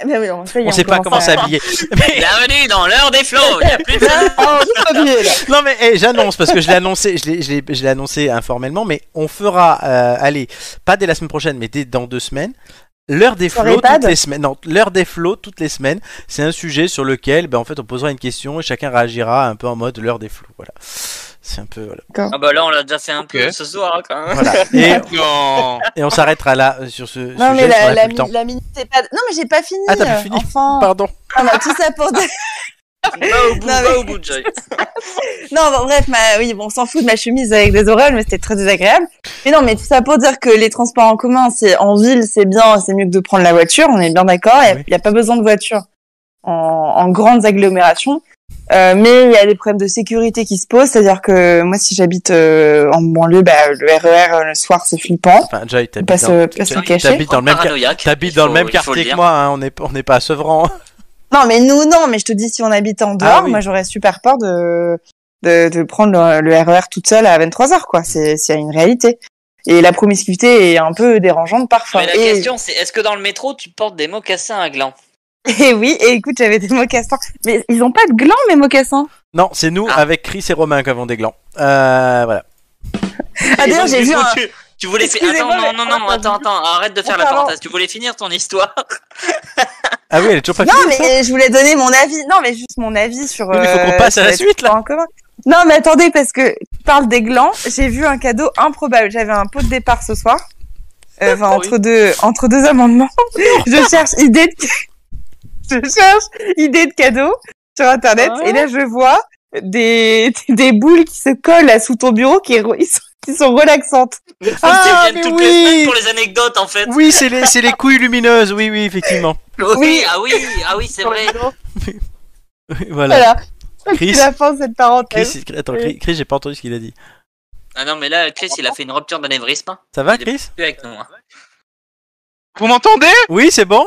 Speaker 3: Mais Eh ben oui, on, ça y est,
Speaker 1: On sait pas comment
Speaker 3: commence à- [laughs]
Speaker 1: s'habiller. Mais-
Speaker 2: Bienvenue dans l'heure des flots. Il y a
Speaker 1: [laughs]
Speaker 2: plus de...
Speaker 3: Ah, on est habillés, là.
Speaker 1: non, mais eh, j'annonce, parce que je l'ai annoncé, je l'ai- je l'ai je l'ai annoncé informellement, mais on fera, euh, allez, pas dès la semaine prochaine, mais dès dans deux semaines. L'heure des
Speaker 3: Soirée
Speaker 1: flots toutes
Speaker 3: pad
Speaker 1: les semaines. Non, l'heure des flots toutes les semaines. C'est un sujet sur lequel, ben, en fait, on posera une question et chacun réagira un peu en mode l'heure des flots. Voilà. C'est un peu voilà.
Speaker 2: Ah bah là, on l'a déjà fait un
Speaker 4: Ok.
Speaker 2: peu ce soir hein, quand
Speaker 3: [laughs]
Speaker 2: même.
Speaker 1: Voilà. Et,
Speaker 4: Non.
Speaker 1: et on s'arrêtera là euh, sur ce
Speaker 3: Non,
Speaker 1: sujet.
Speaker 3: mais
Speaker 1: parce qu'on
Speaker 3: la,
Speaker 1: a
Speaker 3: la,
Speaker 1: plus le temps.
Speaker 3: mi- la minute est pas. Non, mais j'ai pas fini.
Speaker 1: Ah, t'as pas fini.
Speaker 3: Enfin,
Speaker 1: Pardon.
Speaker 3: Ah, bah, tout ça pour. dire-
Speaker 2: Va au bout,
Speaker 3: Non,
Speaker 2: va
Speaker 3: mais-
Speaker 2: au bout, Joy.
Speaker 3: non, bon, bref, ma... oui, bon, on s'en fout de ma chemise avec des auréoles, mais c'était très désagréable. Mais non, mais tout ça pour dire que les transports en commun, c'est en ville, c'est bien, c'est mieux que de prendre la voiture. On est bien d'accord. Il
Speaker 1: Oui.
Speaker 3: n'y a, pas besoin de voiture en, en grandes agglomérations. Euh, mais il y a des problèmes de sécurité qui se posent, c'est-à-dire que moi, si j'habite euh, en banlieue, bah, le RER euh, le soir, c'est flippant.
Speaker 1: Enfin, Joy,
Speaker 3: On
Speaker 1: t'habites
Speaker 3: passe,
Speaker 1: dans,
Speaker 3: euh, passe
Speaker 1: t'as-
Speaker 3: en cachet.
Speaker 1: t'habites dans le même quartier.
Speaker 2: Paranoïaque,
Speaker 1: T'habites
Speaker 2: il
Speaker 1: dans le
Speaker 2: faut-
Speaker 1: même
Speaker 2: il faut
Speaker 1: quartier
Speaker 2: le
Speaker 1: que
Speaker 2: dire.
Speaker 1: moi, hein, on n'est on n'est pas à Sevran.
Speaker 3: Non, mais nous, non, mais je te dis, si on habite en dehors,
Speaker 1: Ah oui.
Speaker 3: moi, j'aurais super peur de, de, de prendre le, le RER toute seule à 23h, quoi. C'est, c'est une réalité. Et la promiscuité est un peu dérangeante parfois.
Speaker 2: Mais la
Speaker 3: et,
Speaker 2: question, c'est est-ce que dans le métro, tu portes des mocassins à gland
Speaker 3: [laughs] et oui, et écoute, j'avais des mocassins. Mais ils ont pas de gland, mes mocassins.
Speaker 1: [laughs] Non, c'est nous
Speaker 2: Ah.
Speaker 1: avec Chris et Romain qui avons des glands. Euh, voilà.
Speaker 3: Ah, d'ailleurs, j'ai vu un...
Speaker 2: Tu, tu voulais faire.
Speaker 3: Excusez-moi,
Speaker 2: Attends, non,
Speaker 3: mais-
Speaker 2: non, non, attends, attends, arrête de faire la
Speaker 3: Pardon.
Speaker 2: parenthèse. Tu voulais finir ton histoire [laughs]
Speaker 1: Ah oui, elle est toujours pas
Speaker 3: Non,
Speaker 1: finie. ça
Speaker 3: mais je voulais donner mon avis. Non, mais juste mon avis sur...
Speaker 1: Oui, mais faut qu'on
Speaker 3: euh,
Speaker 1: passe à
Speaker 3: sur
Speaker 1: la
Speaker 3: les
Speaker 1: suite, là.
Speaker 3: transports en commun. Non, mais attendez, parce que tu parles des glands. J'ai vu un cadeau improbable. J'avais un pot de départ ce soir.
Speaker 1: Ah
Speaker 3: Euh, Enfin, entre, deux, entre deux amendements.
Speaker 1: Oh,
Speaker 3: [laughs] je cherche idée de... [laughs] je cherche idée de cadeau sur Internet.
Speaker 1: Ah
Speaker 3: Et là, je vois des, [laughs] des boules qui se collent là, sous ton bureau qui, re- [laughs] ils sont- qui sont relaxantes.
Speaker 1: Ah,
Speaker 2: Ils viennent
Speaker 1: mais
Speaker 2: toutes
Speaker 1: oui.
Speaker 2: les semaines pour les anecdotes en fait.
Speaker 1: Oui, c'est les, c'est les couilles lumineuses. Oui, oui,
Speaker 3: [laughs]
Speaker 1: effectivement.
Speaker 3: Oui.
Speaker 2: ah oui, ah oui, c'est vrai.
Speaker 1: Voilà.
Speaker 3: Voilà.
Speaker 1: Chris.
Speaker 3: C'est la fin de cette parenthèse.
Speaker 1: Chris, attends, Chris, Chris, j'ai pas entendu ce qu'il a dit.
Speaker 2: Ah non, mais là, Chris, il a fait une rupture d'anévrisme.
Speaker 1: Ça va,
Speaker 2: Il est
Speaker 1: Chris
Speaker 2: Plus avec nous. hein.
Speaker 11: Vous m'entendez
Speaker 1: Oui, c'est bon.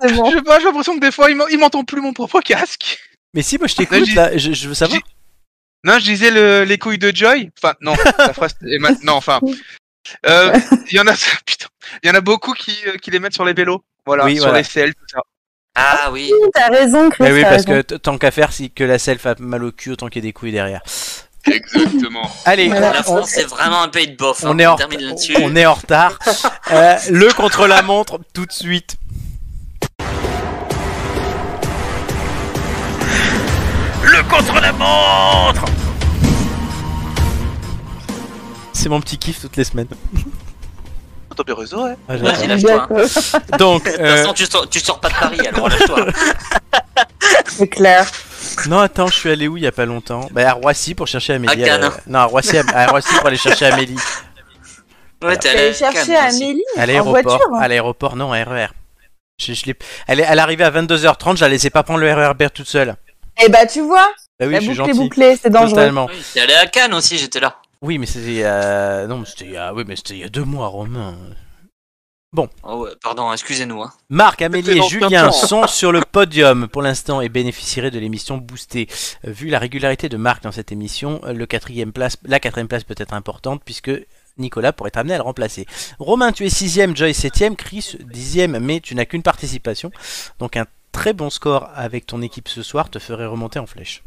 Speaker 3: C'est bon.
Speaker 11: Je sais pas, j'ai l'impression que des fois, il m'en- il m'entend plus mon
Speaker 4: [laughs]
Speaker 11: propre casque.
Speaker 1: Mais si, moi je t'écoute
Speaker 4: j'ai-
Speaker 1: là. Je, je veux savoir.
Speaker 4: Non, je disais le- les couilles de Joy. Enfin, non, la phrase est ma- Non, enfin. Euh,
Speaker 3: [laughs]
Speaker 4: Il y en a, [laughs] putain, il y en a beaucoup qui, euh, qui les mettent sur les vélos. Voilà,
Speaker 1: Oui,
Speaker 4: sur
Speaker 1: voilà.
Speaker 4: les selles, tout ça.
Speaker 2: Ah oui.
Speaker 3: T'as raison, Chris.
Speaker 1: Mais oui,
Speaker 3: t'as
Speaker 1: parce
Speaker 3: raison.
Speaker 1: que t- tant qu'à faire, si que la self a mal au cul, autant qu'il y ait des couilles derrière.
Speaker 4: Exactement.
Speaker 1: Allez,
Speaker 3: Voilà.
Speaker 2: oh, La
Speaker 1: on,
Speaker 2: France, c'est vraiment un pays de bof. hein.
Speaker 1: on est en,
Speaker 2: termine là-dessus.
Speaker 1: [laughs] on est en retard. Euh, le contre la montre tout de suite.
Speaker 11: Le contre-la-montre
Speaker 1: C'est mon petit kiff toutes les semaines.
Speaker 4: Oh, T'as bien raison, ouais.
Speaker 1: Ah, j'adore.
Speaker 2: Vas-y, lâche-toi. hein.
Speaker 1: Donc,
Speaker 2: De toute
Speaker 1: euh,
Speaker 2: façon, tu sors, tu sors pas de Paris, alors lâche-toi.
Speaker 3: C'est clair.
Speaker 1: non, attends, je suis allé où il y a pas longtemps Bah, à Roissy pour chercher Amélie. euh,
Speaker 2: À Cannes.
Speaker 1: non, à Roissy, à, à Roissy pour aller chercher Amélie.
Speaker 2: Ouais, t'es
Speaker 3: T'es
Speaker 2: allé
Speaker 3: allé
Speaker 2: à la
Speaker 3: chercher
Speaker 2: canne, aussi.
Speaker 3: Amélie
Speaker 1: À
Speaker 3: en
Speaker 1: l'aéroport.
Speaker 3: voiture hein.
Speaker 1: À l'aéroport, non, à RER. Je, je l'ai- elle, est, elle est arrivée à 22h30, je la laissais pas prendre le RER toute seule.
Speaker 3: Eh bah tu vois,
Speaker 1: Bah oui,
Speaker 3: la
Speaker 1: je suis
Speaker 3: boucle est
Speaker 1: gentil.
Speaker 3: bouclée, c'est dangereux.
Speaker 1: Totalement.
Speaker 2: Oui, t'es allé à Cannes aussi, j'étais là.
Speaker 1: Oui, mais c'était. euh, Non, mais c'était il y a- oui, mais c'était il y a deux mois, Romain.
Speaker 2: Oh ouais, pardon, excusez-nous. Hein.
Speaker 1: Marc, Amélie
Speaker 4: C'était
Speaker 1: et
Speaker 4: dans
Speaker 1: Julien
Speaker 4: plein temps. [laughs]
Speaker 1: sont sur le podium pour l'instant et bénéficieraient de l'émission boostée. Euh, Vu la régularité de Marc dans cette émission, euh, le quatrième place, la quatrième place peut être importante puisque Nicolas pourrait être amené à le remplacer. Romain, tu es sixième, Joy septième, Chris dixième, mais tu n'as qu'une participation. Donc un très bon score avec ton équipe ce soir te ferait remonter en flèche.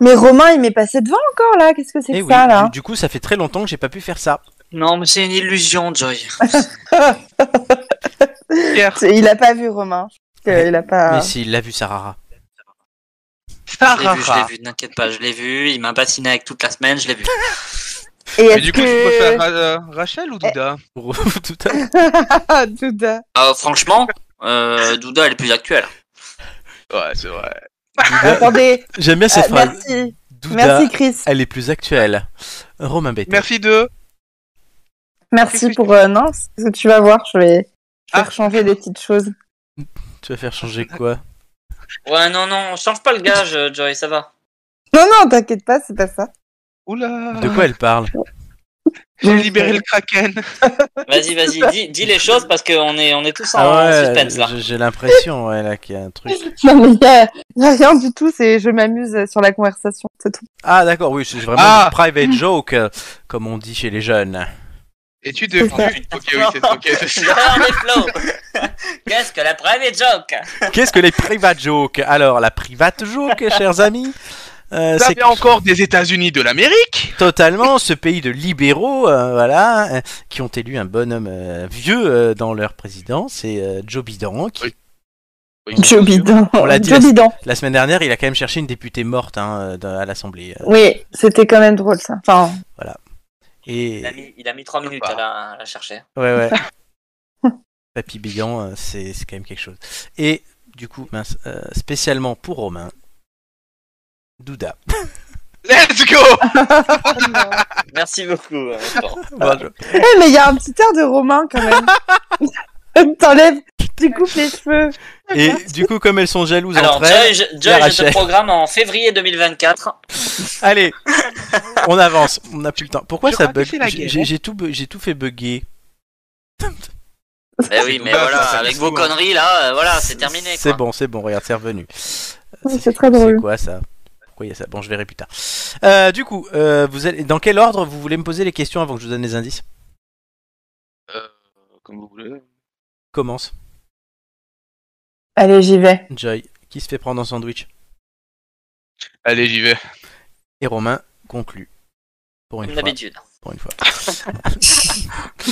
Speaker 3: Mais Romain, il m'est passé devant encore là, qu'est-ce que c'est
Speaker 1: Eh
Speaker 3: que
Speaker 1: oui,
Speaker 3: ça
Speaker 1: du,
Speaker 3: là
Speaker 1: du coup ça fait très longtemps que j'ai pas pu faire ça.
Speaker 2: Non, mais c'est une illusion, Joy.
Speaker 3: C'est- Il a pas vu Romain. Euh, Il a pas.
Speaker 4: [laughs]
Speaker 1: Mais s'il l'a vu Sarah.
Speaker 2: Je l'ai vu, je l'ai
Speaker 1: ah.
Speaker 7: Sarara.
Speaker 2: vu, n'inquiète pas, je l'ai vu. Il m'a bassiné avec toute la semaine, je l'ai vu.
Speaker 5: Et
Speaker 4: Mais
Speaker 5: est-ce
Speaker 4: du coup, tu préfères
Speaker 5: que... [laughs]
Speaker 4: Ra- euh, Rachel
Speaker 3: Eh,
Speaker 4: ou Douda
Speaker 1: Tout à fait.
Speaker 5: Ah, Douda.
Speaker 2: Euh, franchement, euh, Douda, elle est plus actuelle.
Speaker 4: Ouais, c'est vrai.
Speaker 1: Douda-
Speaker 5: Attendez,
Speaker 1: J'aime bien [laughs] cette
Speaker 3: Euh,
Speaker 5: ah,
Speaker 1: phrase.
Speaker 5: merci.
Speaker 1: Douda,
Speaker 5: Merci Chris.
Speaker 1: elle est plus actuelle. Romain Bété.
Speaker 4: Merci de.
Speaker 5: Merci pour... euh, non, c'est ce que tu vas voir, je vais, je vais
Speaker 4: Ah.
Speaker 5: changer des petites choses.
Speaker 1: Tu vas faire changer quoi
Speaker 2: Ouais, non, non, change pas le gage, euh, Joy, ça va.
Speaker 5: Non, non, t'inquiète pas, c'est pas ça.
Speaker 4: Oula
Speaker 2: Ah.
Speaker 1: De quoi elle parle
Speaker 2: Oh,
Speaker 4: J'ai libéré le Kraken.
Speaker 2: Vas-y,
Speaker 4: [laughs]
Speaker 2: vas-y, dis, dis les choses parce qu'on est, on est tous en
Speaker 4: Ah
Speaker 1: Ah
Speaker 2: suspense là.
Speaker 1: j'ai- j'ai l'impression ouais, là qu'il y a un truc.
Speaker 5: [laughs] Non, mais euh, il y a- il y a rien du tout, c'est je m'amuse euh, sur la conversation, c'est tout.
Speaker 1: Ah d'accord, oui, c'est vraiment
Speaker 4: Ah
Speaker 1: une private joke, euh, comme on dit chez les jeunes.
Speaker 4: Es-tu devenu
Speaker 5: C'est ça.
Speaker 4: Ok, oui, c'est ok.
Speaker 2: [laughs]
Speaker 4: c'est ça.
Speaker 2: Dehors les flots [laughs] Qu'est-ce que la private joke
Speaker 1: Qu'est-ce que les private jokes Alors, la private joke, chers amis, euh,
Speaker 4: Ça
Speaker 1: c'est
Speaker 4: vient encore des États-Unis de l'Amérique
Speaker 1: totalement ce pays de libéraux, euh, voilà, euh, qui ont élu un bonhomme euh, vieux euh, dans leur président, c'est euh, Joe Biden. qui-
Speaker 4: Oui. Oui,
Speaker 5: Joe Biden.
Speaker 1: On l'a dit,
Speaker 5: Joe
Speaker 1: la-
Speaker 5: Biden.
Speaker 1: La semaine dernière, il a quand même cherché une députée morte hein, euh, dans- à l'Assemblée. euh,
Speaker 5: Oui, c'était quand même drôle ça.
Speaker 1: [laughs]
Speaker 5: Enfin,
Speaker 1: Et
Speaker 2: il a, mis, il a mis 3 minutes à la, à la chercher.
Speaker 1: ouais, ouais.
Speaker 7: [laughs]
Speaker 1: Papy Biden, euh, c'est c'est quand même quelque chose. Et du coup, mince, euh, spécialement pour Romain, Douda.
Speaker 4: Let's go
Speaker 2: Merci beaucoup.
Speaker 1: [laughs]
Speaker 2: euh, Florent.
Speaker 1: Bonjour.
Speaker 5: Eh, mais il y a un petit air de Romain quand même. [laughs] T'enlèves, tu coupes les cheveux.
Speaker 1: Et du coup, comme elles sont jalouses
Speaker 2: Alors,
Speaker 1: entre elles,
Speaker 2: Joy, je, Joy,
Speaker 1: il y a
Speaker 2: je te
Speaker 1: Rachel.
Speaker 2: programme en février 2024.
Speaker 1: allez, on avance, on n'a plus le temps. Pourquoi
Speaker 7: Je
Speaker 1: ça
Speaker 7: crois que
Speaker 1: bug
Speaker 7: c'est la
Speaker 1: J'ai-
Speaker 7: guerre,
Speaker 1: J'ai
Speaker 7: hein.
Speaker 1: j'ai tout, bu- j'ai tout fait bugger.
Speaker 2: Eh oui, mais
Speaker 4: Bah,
Speaker 2: voilà,
Speaker 4: ça, ça
Speaker 2: avec
Speaker 4: me
Speaker 2: vos
Speaker 4: saoule.
Speaker 2: conneries là, euh, voilà, c'est terminé.
Speaker 1: C'est
Speaker 2: quoi.
Speaker 1: bon, c'est bon, regarde, c'est revenu.
Speaker 5: Oui, c'est très
Speaker 1: C'est
Speaker 5: drôle.
Speaker 1: quoi ça Pourquoi il y a ça Bon, je verrai plus tard. Euh, du coup, euh, vous allez, dans quel ordre vous voulez me poser les questions avant que je vous donne les indices
Speaker 4: Comme vous voulez.
Speaker 1: Commence,
Speaker 5: Allez, j'y vais.
Speaker 1: Joy, qui se fait prendre en sandwich
Speaker 4: Allez, j'y vais.
Speaker 1: Et Romain conclut. Pour une
Speaker 2: Comme
Speaker 1: fois.
Speaker 2: d'habitude.
Speaker 1: Pour une fois.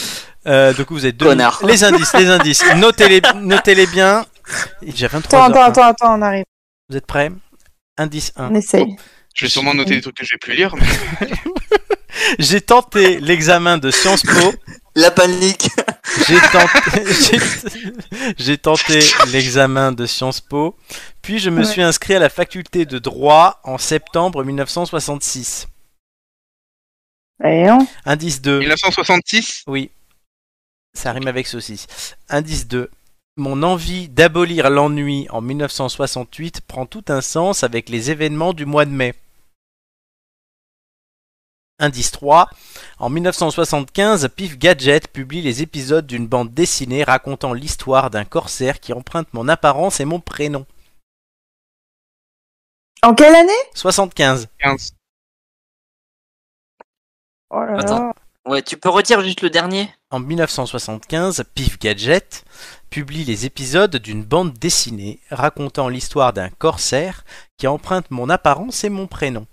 Speaker 1: [laughs] Euh, du coup, vous êtes deux.
Speaker 2: Connard.
Speaker 1: Les indices, les indices. Notez-les notez-les bien. Il est déjà 23
Speaker 5: Attends, attends,
Speaker 1: heures. hein.
Speaker 5: attends, attends, on arrive.
Speaker 1: Vous êtes prêts Indice 1.
Speaker 5: On essaye.
Speaker 4: Je vais sûrement noter des trucs que je vais plus lire. mais-
Speaker 1: J'ai tenté l'examen de Sciences Po.
Speaker 2: La panique.
Speaker 1: J'ai tenté, [laughs] j'ai- j'ai tenté l'examen de Sciences Po. Puis je me
Speaker 5: Ouais.
Speaker 1: suis inscrit à la faculté de droit en septembre 1966.
Speaker 5: Allez, on.
Speaker 1: Indice 2.
Speaker 4: 1966
Speaker 1: Oui. Ça rime avec saucisse. Indice 2. Mon envie d'abolir l'ennui en 1968 prend tout un sens avec les événements du mois de mai. Indice 3. En 1975, Pif Gadget publie les épisodes d'une bande dessinée racontant l'histoire d'un corsaire qui emprunte mon apparence et mon prénom.
Speaker 5: En quelle année
Speaker 1: 75.
Speaker 4: 15.
Speaker 5: Oh là
Speaker 2: Attends.
Speaker 5: là.
Speaker 2: Ouais, tu peux retirer juste le dernier
Speaker 1: En 1975, Pif Gadget publie les épisodes d'une bande dessinée racontant l'histoire d'un corsaire qui emprunte mon apparence et mon prénom.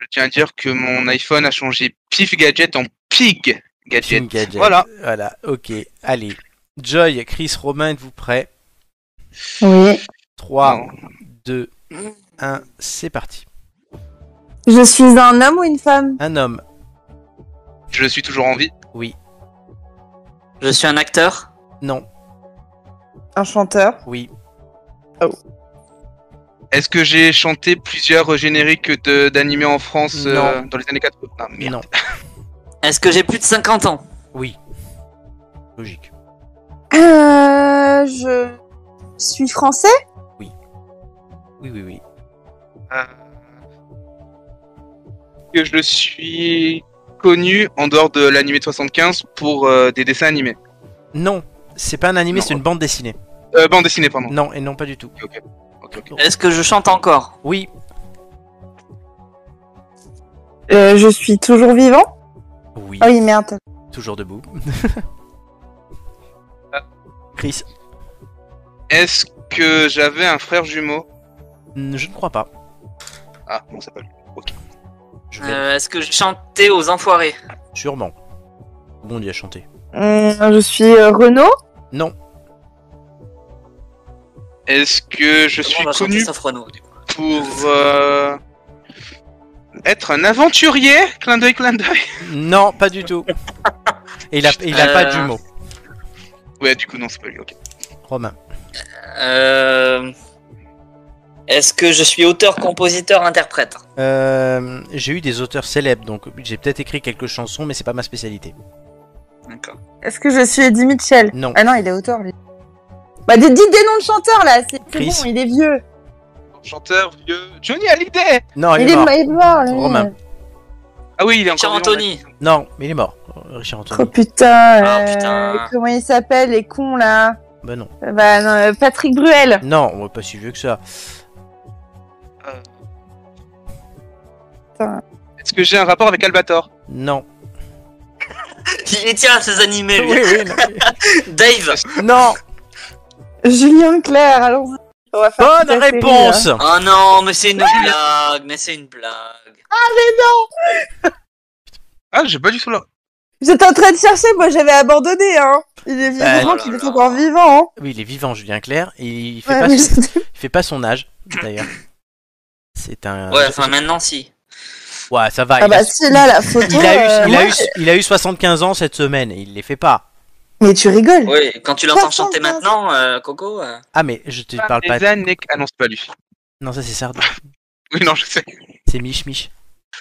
Speaker 4: Je tiens à dire que mon iPhone a changé Pif Gadget en Pig Gadget.
Speaker 1: Pif Gadget.
Speaker 4: Voilà.
Speaker 1: Voilà, ok. Allez. Joy, Chris, Romain, êtes-vous prêts
Speaker 5: Oui.
Speaker 1: 3,
Speaker 4: Non.
Speaker 1: 2, 1, c'est parti.
Speaker 5: Je suis un homme ou une femme
Speaker 1: Un homme,
Speaker 4: Je suis toujours en vie.
Speaker 2: Je suis un acteur.
Speaker 1: non,
Speaker 5: Un chanteur
Speaker 1: oui,
Speaker 4: Est-ce que j'ai chanté plusieurs euh, génériques de- d'animés en France euh,
Speaker 1: Non.
Speaker 4: dans les années 80 Ah, merde.
Speaker 1: non,
Speaker 2: Est-ce que j'ai plus de 50 ans
Speaker 1: oui. Logique.
Speaker 5: Euh. Je suis français
Speaker 1: Oui, oui, oui.
Speaker 4: Euh, Que je le suis connu en dehors de l'animé de 75 pour euh, des dessins animés.
Speaker 1: Non, c'est pas un animé,
Speaker 4: Non.
Speaker 1: c'est une bande dessinée.
Speaker 4: Euh, bande dessinée, pardon.
Speaker 1: Non, et non, pas du tout.
Speaker 4: Ok, ok. Ok, ok.
Speaker 2: Est-ce que je chante encore
Speaker 1: Oui,
Speaker 5: Euh, Je suis toujours vivant
Speaker 1: oui,
Speaker 5: Oh oui, merde.
Speaker 1: toujours debout. Chris,
Speaker 4: Est-ce que j'avais un frère jumeau
Speaker 1: Hmm, Je ne crois pas.
Speaker 4: Ah, non, ça pas lui.
Speaker 1: Je vais-
Speaker 2: Euh, Est-ce que j'ai chanté aux enfoirés
Speaker 1: Sûrement. Bon, il y a chanté.
Speaker 5: euh, Hum, je suis euh, Renaud
Speaker 1: Non,
Speaker 4: Est-ce que je suis
Speaker 2: on va chanter
Speaker 4: connu
Speaker 2: Safrano, du coup.
Speaker 4: pour euh, être un aventurier Clin d'œil, clin d'œil.
Speaker 1: Non, pas du tout. Et il a, il a pas
Speaker 2: Euh.
Speaker 1: du mot,
Speaker 4: Ouais, du coup, non, c'est pas lui. ok.
Speaker 1: Romain.
Speaker 2: Euh, Est-ce que je suis auteur, compositeur, interprète
Speaker 1: Euh, j'ai eu des auteurs célèbres, donc j'ai peut-être écrit quelques chansons, mais c'est pas ma spécialité.
Speaker 2: D'accord.
Speaker 3: Est-ce que je suis Eddie Mitchell
Speaker 1: Non.
Speaker 3: Ah non, il est auteur, lui. Bah, dites, dites des noms de chanteurs, là C'est c'est
Speaker 1: Chris.
Speaker 3: bon, il est vieux.
Speaker 4: Chanteur vieux. Johnny Hallyday
Speaker 1: Non, Oh, il,
Speaker 3: il,
Speaker 1: est mort.
Speaker 3: il est mort, lui.
Speaker 1: Romain.
Speaker 4: Ah oui, il est encore.
Speaker 2: Cher
Speaker 4: vivant,
Speaker 2: Anthony
Speaker 1: Non, mais il est mort. Richard
Speaker 3: Oh
Speaker 1: Anthony.
Speaker 3: putain,
Speaker 2: Ah,
Speaker 3: euh,
Speaker 2: putain.
Speaker 3: comment il s'appelle, les cons, là
Speaker 1: Bah non.
Speaker 3: Euh, Bah, non, euh, Patrick Bruel.
Speaker 1: Non, on va pas si vieux que ça.
Speaker 4: mec. Est-ce que j'ai un rapport avec Albator
Speaker 1: Non.
Speaker 2: Il il tient à ses animés, lui.
Speaker 1: oui.
Speaker 2: Dave
Speaker 1: non.
Speaker 3: Julien Clerc, allons-y. On va faire toute
Speaker 1: Bonne
Speaker 3: la série, hein.
Speaker 1: réponse.
Speaker 2: Oh non, mais c'est une blague, mais c'est une blague.
Speaker 4: Ah, j'ai pas du tout là.
Speaker 3: J'étais en train de chercher, moi j'avais abandonné, hein. Il est
Speaker 1: Bah,
Speaker 3: vivant,
Speaker 2: oh
Speaker 3: qu'il
Speaker 2: là
Speaker 3: est
Speaker 2: là.
Speaker 3: encore vivant, hein.
Speaker 1: Oui, il est vivant, Julien Clerc. Et il fait,
Speaker 3: Ouais,
Speaker 1: pas,
Speaker 3: mais
Speaker 1: son...
Speaker 3: j'étais-
Speaker 1: il fait pas son âge, d'ailleurs. C'est un.
Speaker 2: Ouais, enfin maintenant, si.
Speaker 1: Ouais, ça va.
Speaker 3: [laughs] Ah
Speaker 1: il a-
Speaker 3: bah si, là, la photo...
Speaker 1: il a
Speaker 3: euh,
Speaker 1: eu- il
Speaker 3: moi,
Speaker 1: a eu-
Speaker 3: je-
Speaker 1: il a eu 75 ans cette semaine et il les fait pas.
Speaker 3: Mais tu rigoles
Speaker 2: Oui, quand tu l'entends chanter
Speaker 3: 75.
Speaker 2: maintenant, euh, Coco. euh,
Speaker 1: Ah, mais je te parle pas.
Speaker 4: Les années... Ah non, c'est pas lui.
Speaker 1: Non, ça c'est Sardou.
Speaker 4: Oui, non, je sais.
Speaker 1: C'est Mich Mich.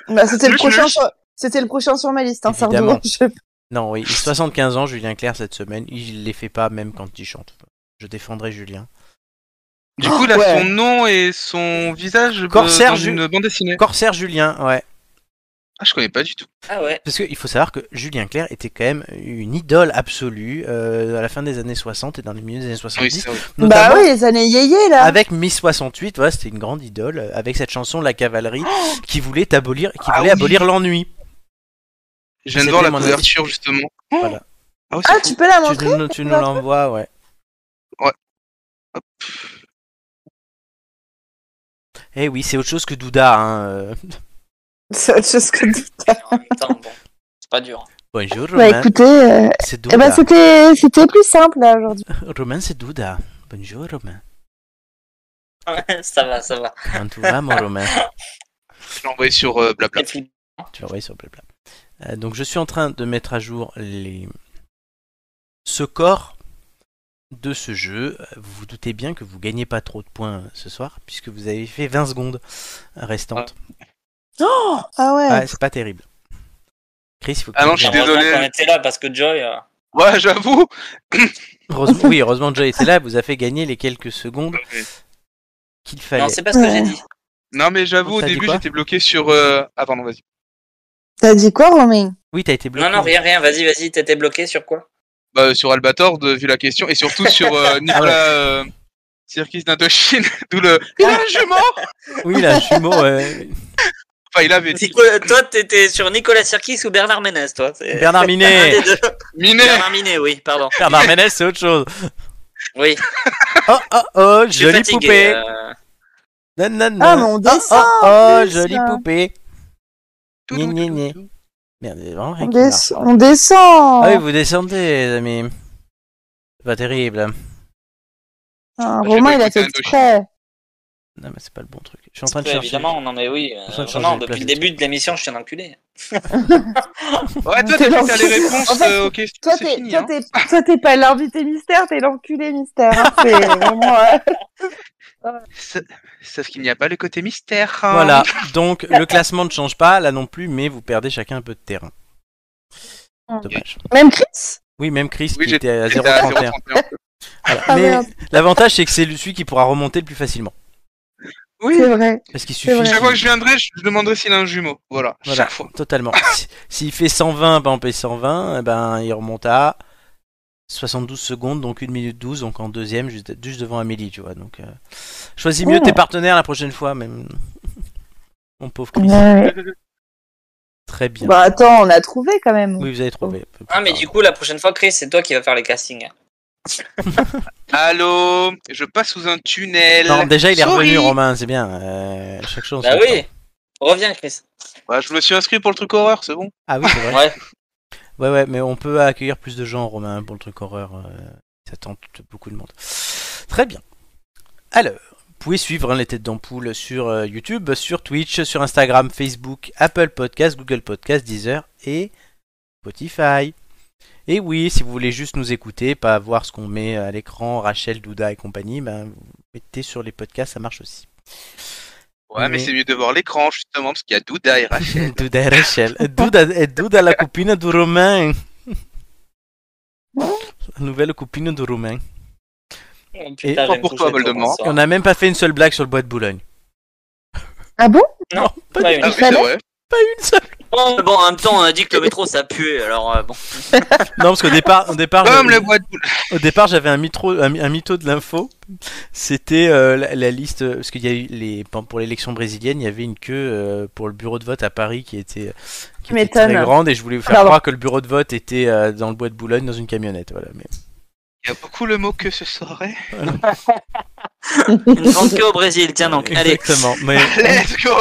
Speaker 3: Bah, c'était le
Speaker 4: Luche,
Speaker 3: prochain
Speaker 4: luche.
Speaker 3: sur... C'était le prochain sur ma liste, hein, Sardou.
Speaker 1: Évidemment.
Speaker 3: Je-
Speaker 1: Non, oui, 75 ans, Julien Clerc cette semaine. Il les fait pas même quand il chante. Je défendrai Julien.
Speaker 4: Du coup, là,
Speaker 3: Ouais.
Speaker 4: son nom et son visage euh,
Speaker 1: Corsaire
Speaker 4: dans
Speaker 1: Ju-
Speaker 4: une bande dessinée.
Speaker 1: Corsaire Julien, ouais.
Speaker 4: Ah, je connais pas du tout.
Speaker 2: Ah ouais.
Speaker 1: Parce qu'il faut savoir que Julien Clerc était quand même une idole absolue euh, à la fin des années 60 et dans le milieu des années 70.
Speaker 4: c'est vrai.
Speaker 1: notamment
Speaker 3: Bah oui, les années yéyé, là
Speaker 1: Avec Miss 68, voilà, c'était une grande idole, euh, avec cette chanson La Cavalerie, qui voulait abolir, qui
Speaker 4: Ah
Speaker 1: voulait
Speaker 4: oui.
Speaker 1: abolir l'ennui.
Speaker 4: Je viens
Speaker 1: C'était
Speaker 4: de voir la
Speaker 1: mon
Speaker 4: couverture, justement.
Speaker 1: Voilà.
Speaker 4: Ah, oui, c'est
Speaker 3: Ah,
Speaker 4: fou.
Speaker 3: tu peux la
Speaker 1: Tu
Speaker 3: montrer
Speaker 1: nous, tu nous l'envoies, ouais.
Speaker 4: Ouais. Hop.
Speaker 1: Eh oui, c'est autre chose que Douda. Hein. euh. [laughs]
Speaker 3: [laughs] C'est autre chose que Bah, dit.
Speaker 2: En même temps, bon, c'est pas dur.
Speaker 1: Bonjour,
Speaker 3: Bah
Speaker 1: Romain.
Speaker 3: écoutez, euh,
Speaker 1: C'est Douda.
Speaker 3: eh ben c'était c'était plus simple là aujourd'hui.
Speaker 1: Romain, c'est Douda. Bonjour, Romain.
Speaker 2: Ouais, [laughs] ça va, ça va.
Speaker 1: Comment tu vas, mon Romain
Speaker 4: Je l'ai envoyé sur euh, Blabla.
Speaker 2: Et puis,
Speaker 1: Tu vas voir sur Blabla. Euh, donc je suis en train de mettre à jour les... ce corps de ce jeu. Euh, Vous vous doutez bien que vous gagnez pas trop de points euh, ce soir, puisque vous avez fait 20 secondes restantes.
Speaker 3: Ah ouais.
Speaker 1: Ouais, c'est pas terrible. Chris, il faut que
Speaker 4: Ah
Speaker 1: tu
Speaker 4: non, je suis
Speaker 1: gagnes.
Speaker 2: heureusement
Speaker 4: désolé.
Speaker 2: qu'on était là parce que Joy. euh,
Speaker 4: Ouais, j'avoue.
Speaker 1: Heureusement- Oui, heureusement que Joy était là, elle vous a fait gagner les quelques secondes qu'il fallait.
Speaker 2: Non, c'est pas ce que j'ai [laughs] dit.
Speaker 4: Non, mais j'avoue, au
Speaker 1: T'as dit
Speaker 4: début,
Speaker 1: quoi
Speaker 4: j'étais bloqué sur. euh, Ah, pardon, vas-y.
Speaker 3: T'as dit quoi, Romain
Speaker 1: Oui, t'as été bloqué.
Speaker 2: Non, non, rien, rien. Vas-y, vas-y. T'étais bloqué sur quoi
Speaker 4: Bah, sur Albator, de- vu la question, et surtout sur euh, Nicolas euh, Sirkis d'Indochine, [laughs] d'où le. Ah, Il a un jumeau
Speaker 1: Oui, la jumeau. ouais.
Speaker 4: [laughs] Enfin, il avait dit.
Speaker 2: Nico- euh, Toi, t'étais sur Nicolas Sirkis ou Bernard Ménès, toi. c'est-
Speaker 1: Bernard
Speaker 2: Un
Speaker 1: Minet
Speaker 2: des deux.
Speaker 4: Minet
Speaker 2: Bernard Minet, oui, pardon.
Speaker 1: Bernard Ménès, c'est autre chose.
Speaker 2: Oui,
Speaker 1: Oh, oh, oh,
Speaker 2: je suis
Speaker 1: jolie
Speaker 2: fatigué.
Speaker 1: poupée
Speaker 2: euh,
Speaker 1: Nan, nan,
Speaker 3: Ah,
Speaker 1: nan.
Speaker 3: mais on
Speaker 1: Oh,
Speaker 3: descend,
Speaker 1: Oh, oh,
Speaker 3: en plus,
Speaker 1: jolie
Speaker 3: là.
Speaker 1: poupée
Speaker 4: Tout
Speaker 1: Gna,
Speaker 4: doux,
Speaker 1: gna,
Speaker 4: tout
Speaker 1: gna.
Speaker 4: doux.
Speaker 1: Merde, il y a vraiment rien
Speaker 3: on,
Speaker 1: qui marche. hein.
Speaker 3: des- on descend.
Speaker 1: Ah oui, vous descendez, les amis. C'est Pas terrible.
Speaker 3: Ah,
Speaker 4: Je vais
Speaker 3: Romain, il a
Speaker 4: écouter
Speaker 3: fait
Speaker 4: Indochine.
Speaker 3: exprès.
Speaker 1: Non, mais c'est pas le bon truc. Je suis en train de
Speaker 2: ouais,
Speaker 1: chercher.
Speaker 2: évidemment, non mais oui. euh,
Speaker 1: en train de
Speaker 2: vraiment,
Speaker 1: changer les
Speaker 2: depuis le
Speaker 1: places.
Speaker 2: début de l'émission, je suis un enculé.
Speaker 4: Ouais, toi,
Speaker 3: T'es
Speaker 4: t'as
Speaker 3: lancé.
Speaker 4: t'as les réponses
Speaker 3: En fait,
Speaker 4: euh, aux questions.
Speaker 3: Toi,
Speaker 4: c'est
Speaker 3: t'es
Speaker 4: fini,
Speaker 3: toi,
Speaker 4: hein.
Speaker 3: t'es- toi, t'es pas l'invité mystère, t'es l'enculé mystère. hein. C'est vraiment. euh,
Speaker 4: Sa- Sauf qu'il n'y a pas le côté mystère. hein.
Speaker 1: Voilà, donc le classement ne change pas, là non plus, mais vous perdez chacun un peu de terrain. Dommage.
Speaker 3: Même Chris.
Speaker 1: Oui, même Chris
Speaker 4: Oui,
Speaker 1: qui était à
Speaker 4: J'étais à
Speaker 1: 0,31.
Speaker 4: 0,31.
Speaker 1: Voilà.
Speaker 3: Ah,
Speaker 1: Mais
Speaker 3: merde.
Speaker 1: l'avantage, c'est que c'est celui qui pourra remonter le plus facilement.
Speaker 4: Oui,
Speaker 3: C'est vrai.
Speaker 1: Parce qu'il
Speaker 3: vrai.
Speaker 1: suffit.
Speaker 4: chaque fois que je viendrai, je demanderai s'il a un jumeau. Voilà,
Speaker 1: Voilà.
Speaker 4: chaque fois.
Speaker 1: Totalement.
Speaker 2: [laughs]
Speaker 1: Si- S'il fait 120, ben on paye 120, eh ben il remonte à 72 secondes, donc 1 minute 12, donc en deuxième, juste, juste devant Amélie, tu vois. Donc, euh, choisis mieux
Speaker 3: Oh.
Speaker 1: tes partenaires la prochaine fois, même. Mon pauvre Chris.
Speaker 3: Ouais.
Speaker 1: Très bien.
Speaker 3: Bah oh. attends, on a trouvé quand même.
Speaker 1: Oui, vous avez trouvé. Peu-
Speaker 2: Ah mais du coup, la prochaine fois, Chris, c'est toi qui vas faire les castings.
Speaker 4: Allô Je passe sous un tunnel.
Speaker 1: Non, déjà il est
Speaker 4: Sorry.
Speaker 1: revenu, Romain, c'est bien. euh, chaque chose.
Speaker 2: Bah
Speaker 1: en son
Speaker 2: oui.
Speaker 1: temps.
Speaker 2: Reviens, Chris.
Speaker 4: Bah, je me suis inscrit pour le truc horreur, c'est bon.
Speaker 1: Ah oui, c'est vrai.
Speaker 2: Ouais.
Speaker 1: Ouais, ouais, mais on peut accueillir plus de gens, Romain, pour le truc horreur. euh, ça tente beaucoup de monde. Très bien. Alors, vous pouvez suivre hein, les têtes d'ampoule sur euh, YouTube, sur Twitch, sur Instagram, Facebook, Apple Podcast, Google Podcast, Deezer et Spotify. Et oui, si vous voulez juste nous écouter, pas voir ce qu'on met à l'écran, Rachel, Douda et compagnie, ben, vous mettez sur les podcasts, ça marche aussi.
Speaker 4: Ouais, mais
Speaker 1: Mais-
Speaker 4: c'est mieux de voir l'écran, justement, parce qu'il y a Douda et Rachel.
Speaker 1: [laughs] Douda et Rachel. Douda, et Douda la copine du Romain. La nouvelle copine du Romain.
Speaker 2: Oh,
Speaker 1: Et
Speaker 2: j'aime toucher ton
Speaker 4: pourquoi Voldemort
Speaker 1: On
Speaker 2: bonsoir.
Speaker 1: n'a même pas fait une seule blague sur le bois de Boulogne.
Speaker 5: Ah bon
Speaker 2: Non,
Speaker 1: pas
Speaker 2: pas
Speaker 1: du
Speaker 2: une.
Speaker 4: ah oui, c'est vrai.
Speaker 1: Pas une seule.
Speaker 2: Bon, Bah, Ah, bon, en même temps, on a dit que le métro ça puait, alors euh,
Speaker 1: [laughs]
Speaker 2: bon.
Speaker 1: Non, parce qu'au départ, au départ,
Speaker 4: Comme
Speaker 1: j'avais-
Speaker 4: le bois de boule.
Speaker 1: au départ, j'avais un, mitro- un, un mytho de l'info. C'était euh, la, la liste, parce qu'il y a eu les pour l'élection brésilienne, il y avait une queue euh, pour le bureau de vote à Paris qui était, euh, qui
Speaker 5: Tu
Speaker 1: était très
Speaker 5: m'étonnes.
Speaker 1: grande, et je voulais vous faire
Speaker 5: Pardon.
Speaker 1: croire que le bureau de vote était euh, dans le bois de Boulogne dans une camionnette. Voilà. Mais...
Speaker 4: Il y a beaucoup le mot que ce serait. [laughs]
Speaker 2: Une grande queue au Brésil, tiens donc, allez.
Speaker 1: Exactement. Mais
Speaker 4: Let's go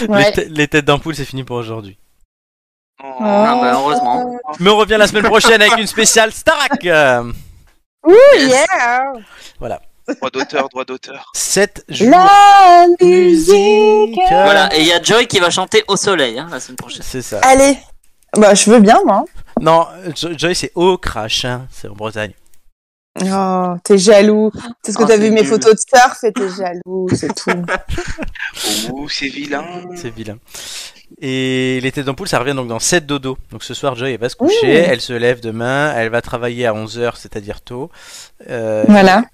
Speaker 1: les,
Speaker 5: Ouais.
Speaker 1: tê- les têtes d'ampoule, c'est fini pour aujourd'hui.
Speaker 4: Oh,
Speaker 2: Ah, bah, heureusement.
Speaker 1: Mais on revient la semaine prochaine avec une spéciale Starak. Euh,
Speaker 3: Oh,
Speaker 2: Yes.
Speaker 5: Oh, yeah.
Speaker 4: Droit d'auteur, droit d'auteur.
Speaker 1: 7 jours.
Speaker 5: La
Speaker 1: musique.
Speaker 5: musique.
Speaker 2: Voilà, et il y a Joy qui va chanter au soleil hein, la semaine prochaine.
Speaker 1: C'est ça.
Speaker 5: Allez. Bah, je veux bien, moi.
Speaker 1: Non, Jo- Joy, c'est au crash. hein. C'est en Bretagne.
Speaker 5: Oh, t'es jaloux. C'est ce que
Speaker 2: Oh,
Speaker 5: t'as
Speaker 2: c'est
Speaker 5: vu mes
Speaker 2: nul.
Speaker 5: photos de surf et t'es jaloux, c'est tout.
Speaker 4: Oh, c'est vilain.
Speaker 1: C'est vilain. Et les têtes d'ampoule, ça revient donc dans 7 dodo. Donc ce soir, Joy, elle va se coucher. Elle se lève demain. Elle va travailler à 11h, c'est-à-dire tôt. Euh,
Speaker 5: voilà.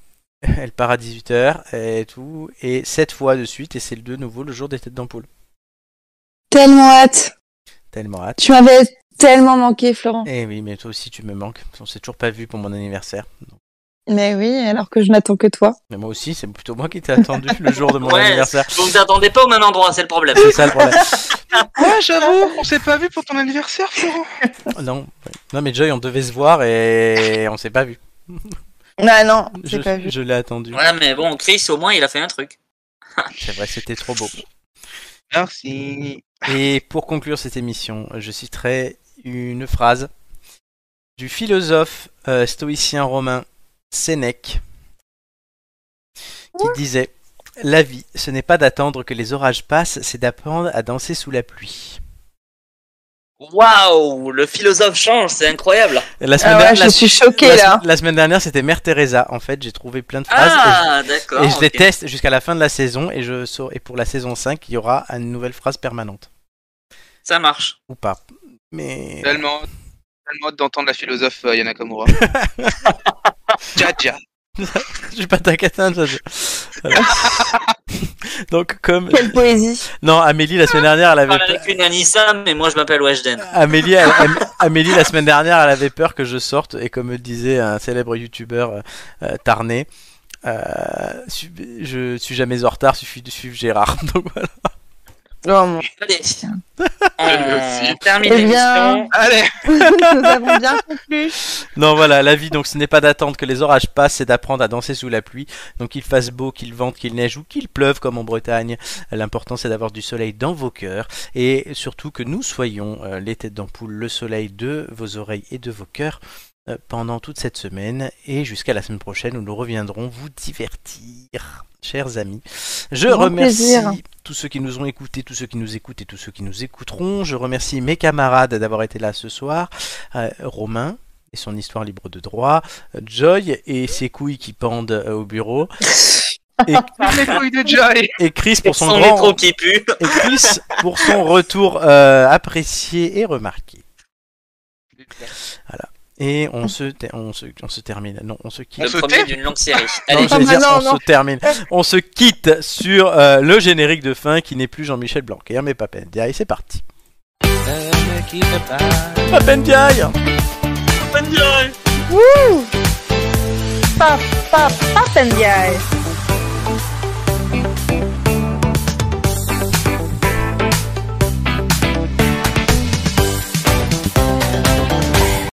Speaker 1: Elle part à 18h et tout. Et 7 fois de suite. Et c'est le de nouveau le jour des têtes d'ampoule.
Speaker 5: Tellement hâte.
Speaker 1: Tellement hâte.
Speaker 5: Tu m'avais tellement manqué, Florent.
Speaker 1: Eh oui, mais toi aussi, tu me manques. On s'est toujours pas vu pour mon anniversaire.
Speaker 5: Mais oui, alors que je n'attends que toi.
Speaker 1: Mais moi aussi, c'est plutôt moi qui t'ai attendu le jour de mon
Speaker 2: [laughs] Ouais,
Speaker 1: anniversaire.
Speaker 2: Vous ne vous attendez pas au même endroit, c'est
Speaker 1: [laughs]
Speaker 2: le problème.
Speaker 1: C'est ça le problème. Ah,
Speaker 4: Ouais, j'avoue, on s'est pas vu pour ton anniversaire, Florent.
Speaker 1: Non, ouais. non mais Joy, on devait se voir et on s'est pas vu.
Speaker 5: Ah non,
Speaker 1: Je,
Speaker 5: j'ai pas vu.
Speaker 1: je l'ai attendu.
Speaker 2: Voilà, mais bon, Chris, au moins, il a fait un truc.
Speaker 1: C'est vrai, c'était trop beau.
Speaker 4: Merci.
Speaker 1: Et pour conclure cette émission, je citerai une phrase du philosophe euh, stoïcien romain Sénèque qui disait La vie, ce n'est pas d'attendre que les orages passent, c'est d'apprendre à danser sous la pluie.
Speaker 2: Waouh, le philosophe change, c'est incroyable.
Speaker 1: La semaine
Speaker 5: Ah ouais,
Speaker 1: dernière,
Speaker 5: je
Speaker 1: la-
Speaker 5: suis
Speaker 1: la,
Speaker 5: choquée, là.
Speaker 1: semaine- la semaine dernière, c'était Mère Teresa. En fait, j'ai trouvé plein de phrases. et je-
Speaker 2: Ah, d'accord.
Speaker 1: Et je les
Speaker 2: ok.
Speaker 1: teste jusqu'à la fin de la saison et je sors- et pour la saison 5, il y aura une nouvelle phrase permanente
Speaker 2: Ça marche.
Speaker 1: ou pas. Mais
Speaker 4: Tellement, tellement hâte d'entendre la philosophe euh, Yana Kamura. Dja dja.
Speaker 1: [laughs] je vais pas t'inquiéter. hein, ça, je- Voilà. [laughs] Donc comme
Speaker 5: Quelle poésie.
Speaker 1: non, Amélie la semaine dernière, elle
Speaker 2: Je parle
Speaker 1: avait peur...
Speaker 2: avec une Anissa, mais moi, je m'appelle Weshden.
Speaker 1: Amélie, elle- Am- Amélie la semaine dernière, elle avait peur que je sorte et comme le disait un célèbre youtubeur euh, euh, Tarné, euh, su- je suis jamais en retard, suffit de suivre Gérard. [laughs] Donc voilà.
Speaker 5: Oh, mon-
Speaker 2: Allez. Euh,
Speaker 4: aussi.
Speaker 2: On termine
Speaker 5: Eh bien.
Speaker 2: l'émission.
Speaker 4: Allez,
Speaker 5: [laughs] Nous avons bien conclu.
Speaker 1: Non, voilà, la vie, donc ce n'est pas d'attendre que les orages passent, c'est d'apprendre à danser sous la pluie. Donc qu'il fasse beau, qu'il vente, qu'il neige ou qu'il pleuve, comme en Bretagne. L'important, c'est d'avoir du soleil dans vos cœurs. Et surtout que nous soyons euh, les têtes d'ampoule, le soleil de vos oreilles et de vos cœurs euh, pendant toute cette semaine. Et jusqu'à la semaine prochaine où nous reviendrons vous divertir, chers amis. Je
Speaker 5: Grand
Speaker 1: remercie
Speaker 5: plaisir.
Speaker 1: tous ceux qui nous ont écoutés, tous ceux qui nous écoutent et tous ceux qui nous écouteront. Je remercie mes camarades d'avoir été là ce soir. Euh, Romain et son histoire libre de droit, euh, Joy et ses couilles qui pendent euh, au bureau,
Speaker 4: les couilles de Joy.
Speaker 1: et Chris
Speaker 2: Pour
Speaker 1: pour son,
Speaker 2: son
Speaker 1: grand-
Speaker 2: métro qui pue.
Speaker 1: et Chris pour son retour euh, apprécié et remarqué. Et on se, ter- on se, on se termine. Non, on se
Speaker 2: Le
Speaker 1: quitte.
Speaker 4: se
Speaker 2: premier
Speaker 4: tait
Speaker 2: d'une longue série.
Speaker 1: Non,
Speaker 2: Allez,
Speaker 1: j'allais dire,
Speaker 5: non,
Speaker 1: on
Speaker 5: non.
Speaker 1: se termine. On se quitte sur euh, le générique de fin qui n'est plus Jean-Michel Blanquer, mais Papendiaï. C'est parti. Papendiaï.
Speaker 2: bonne journée.
Speaker 5: Paf, paf, paf, and guys.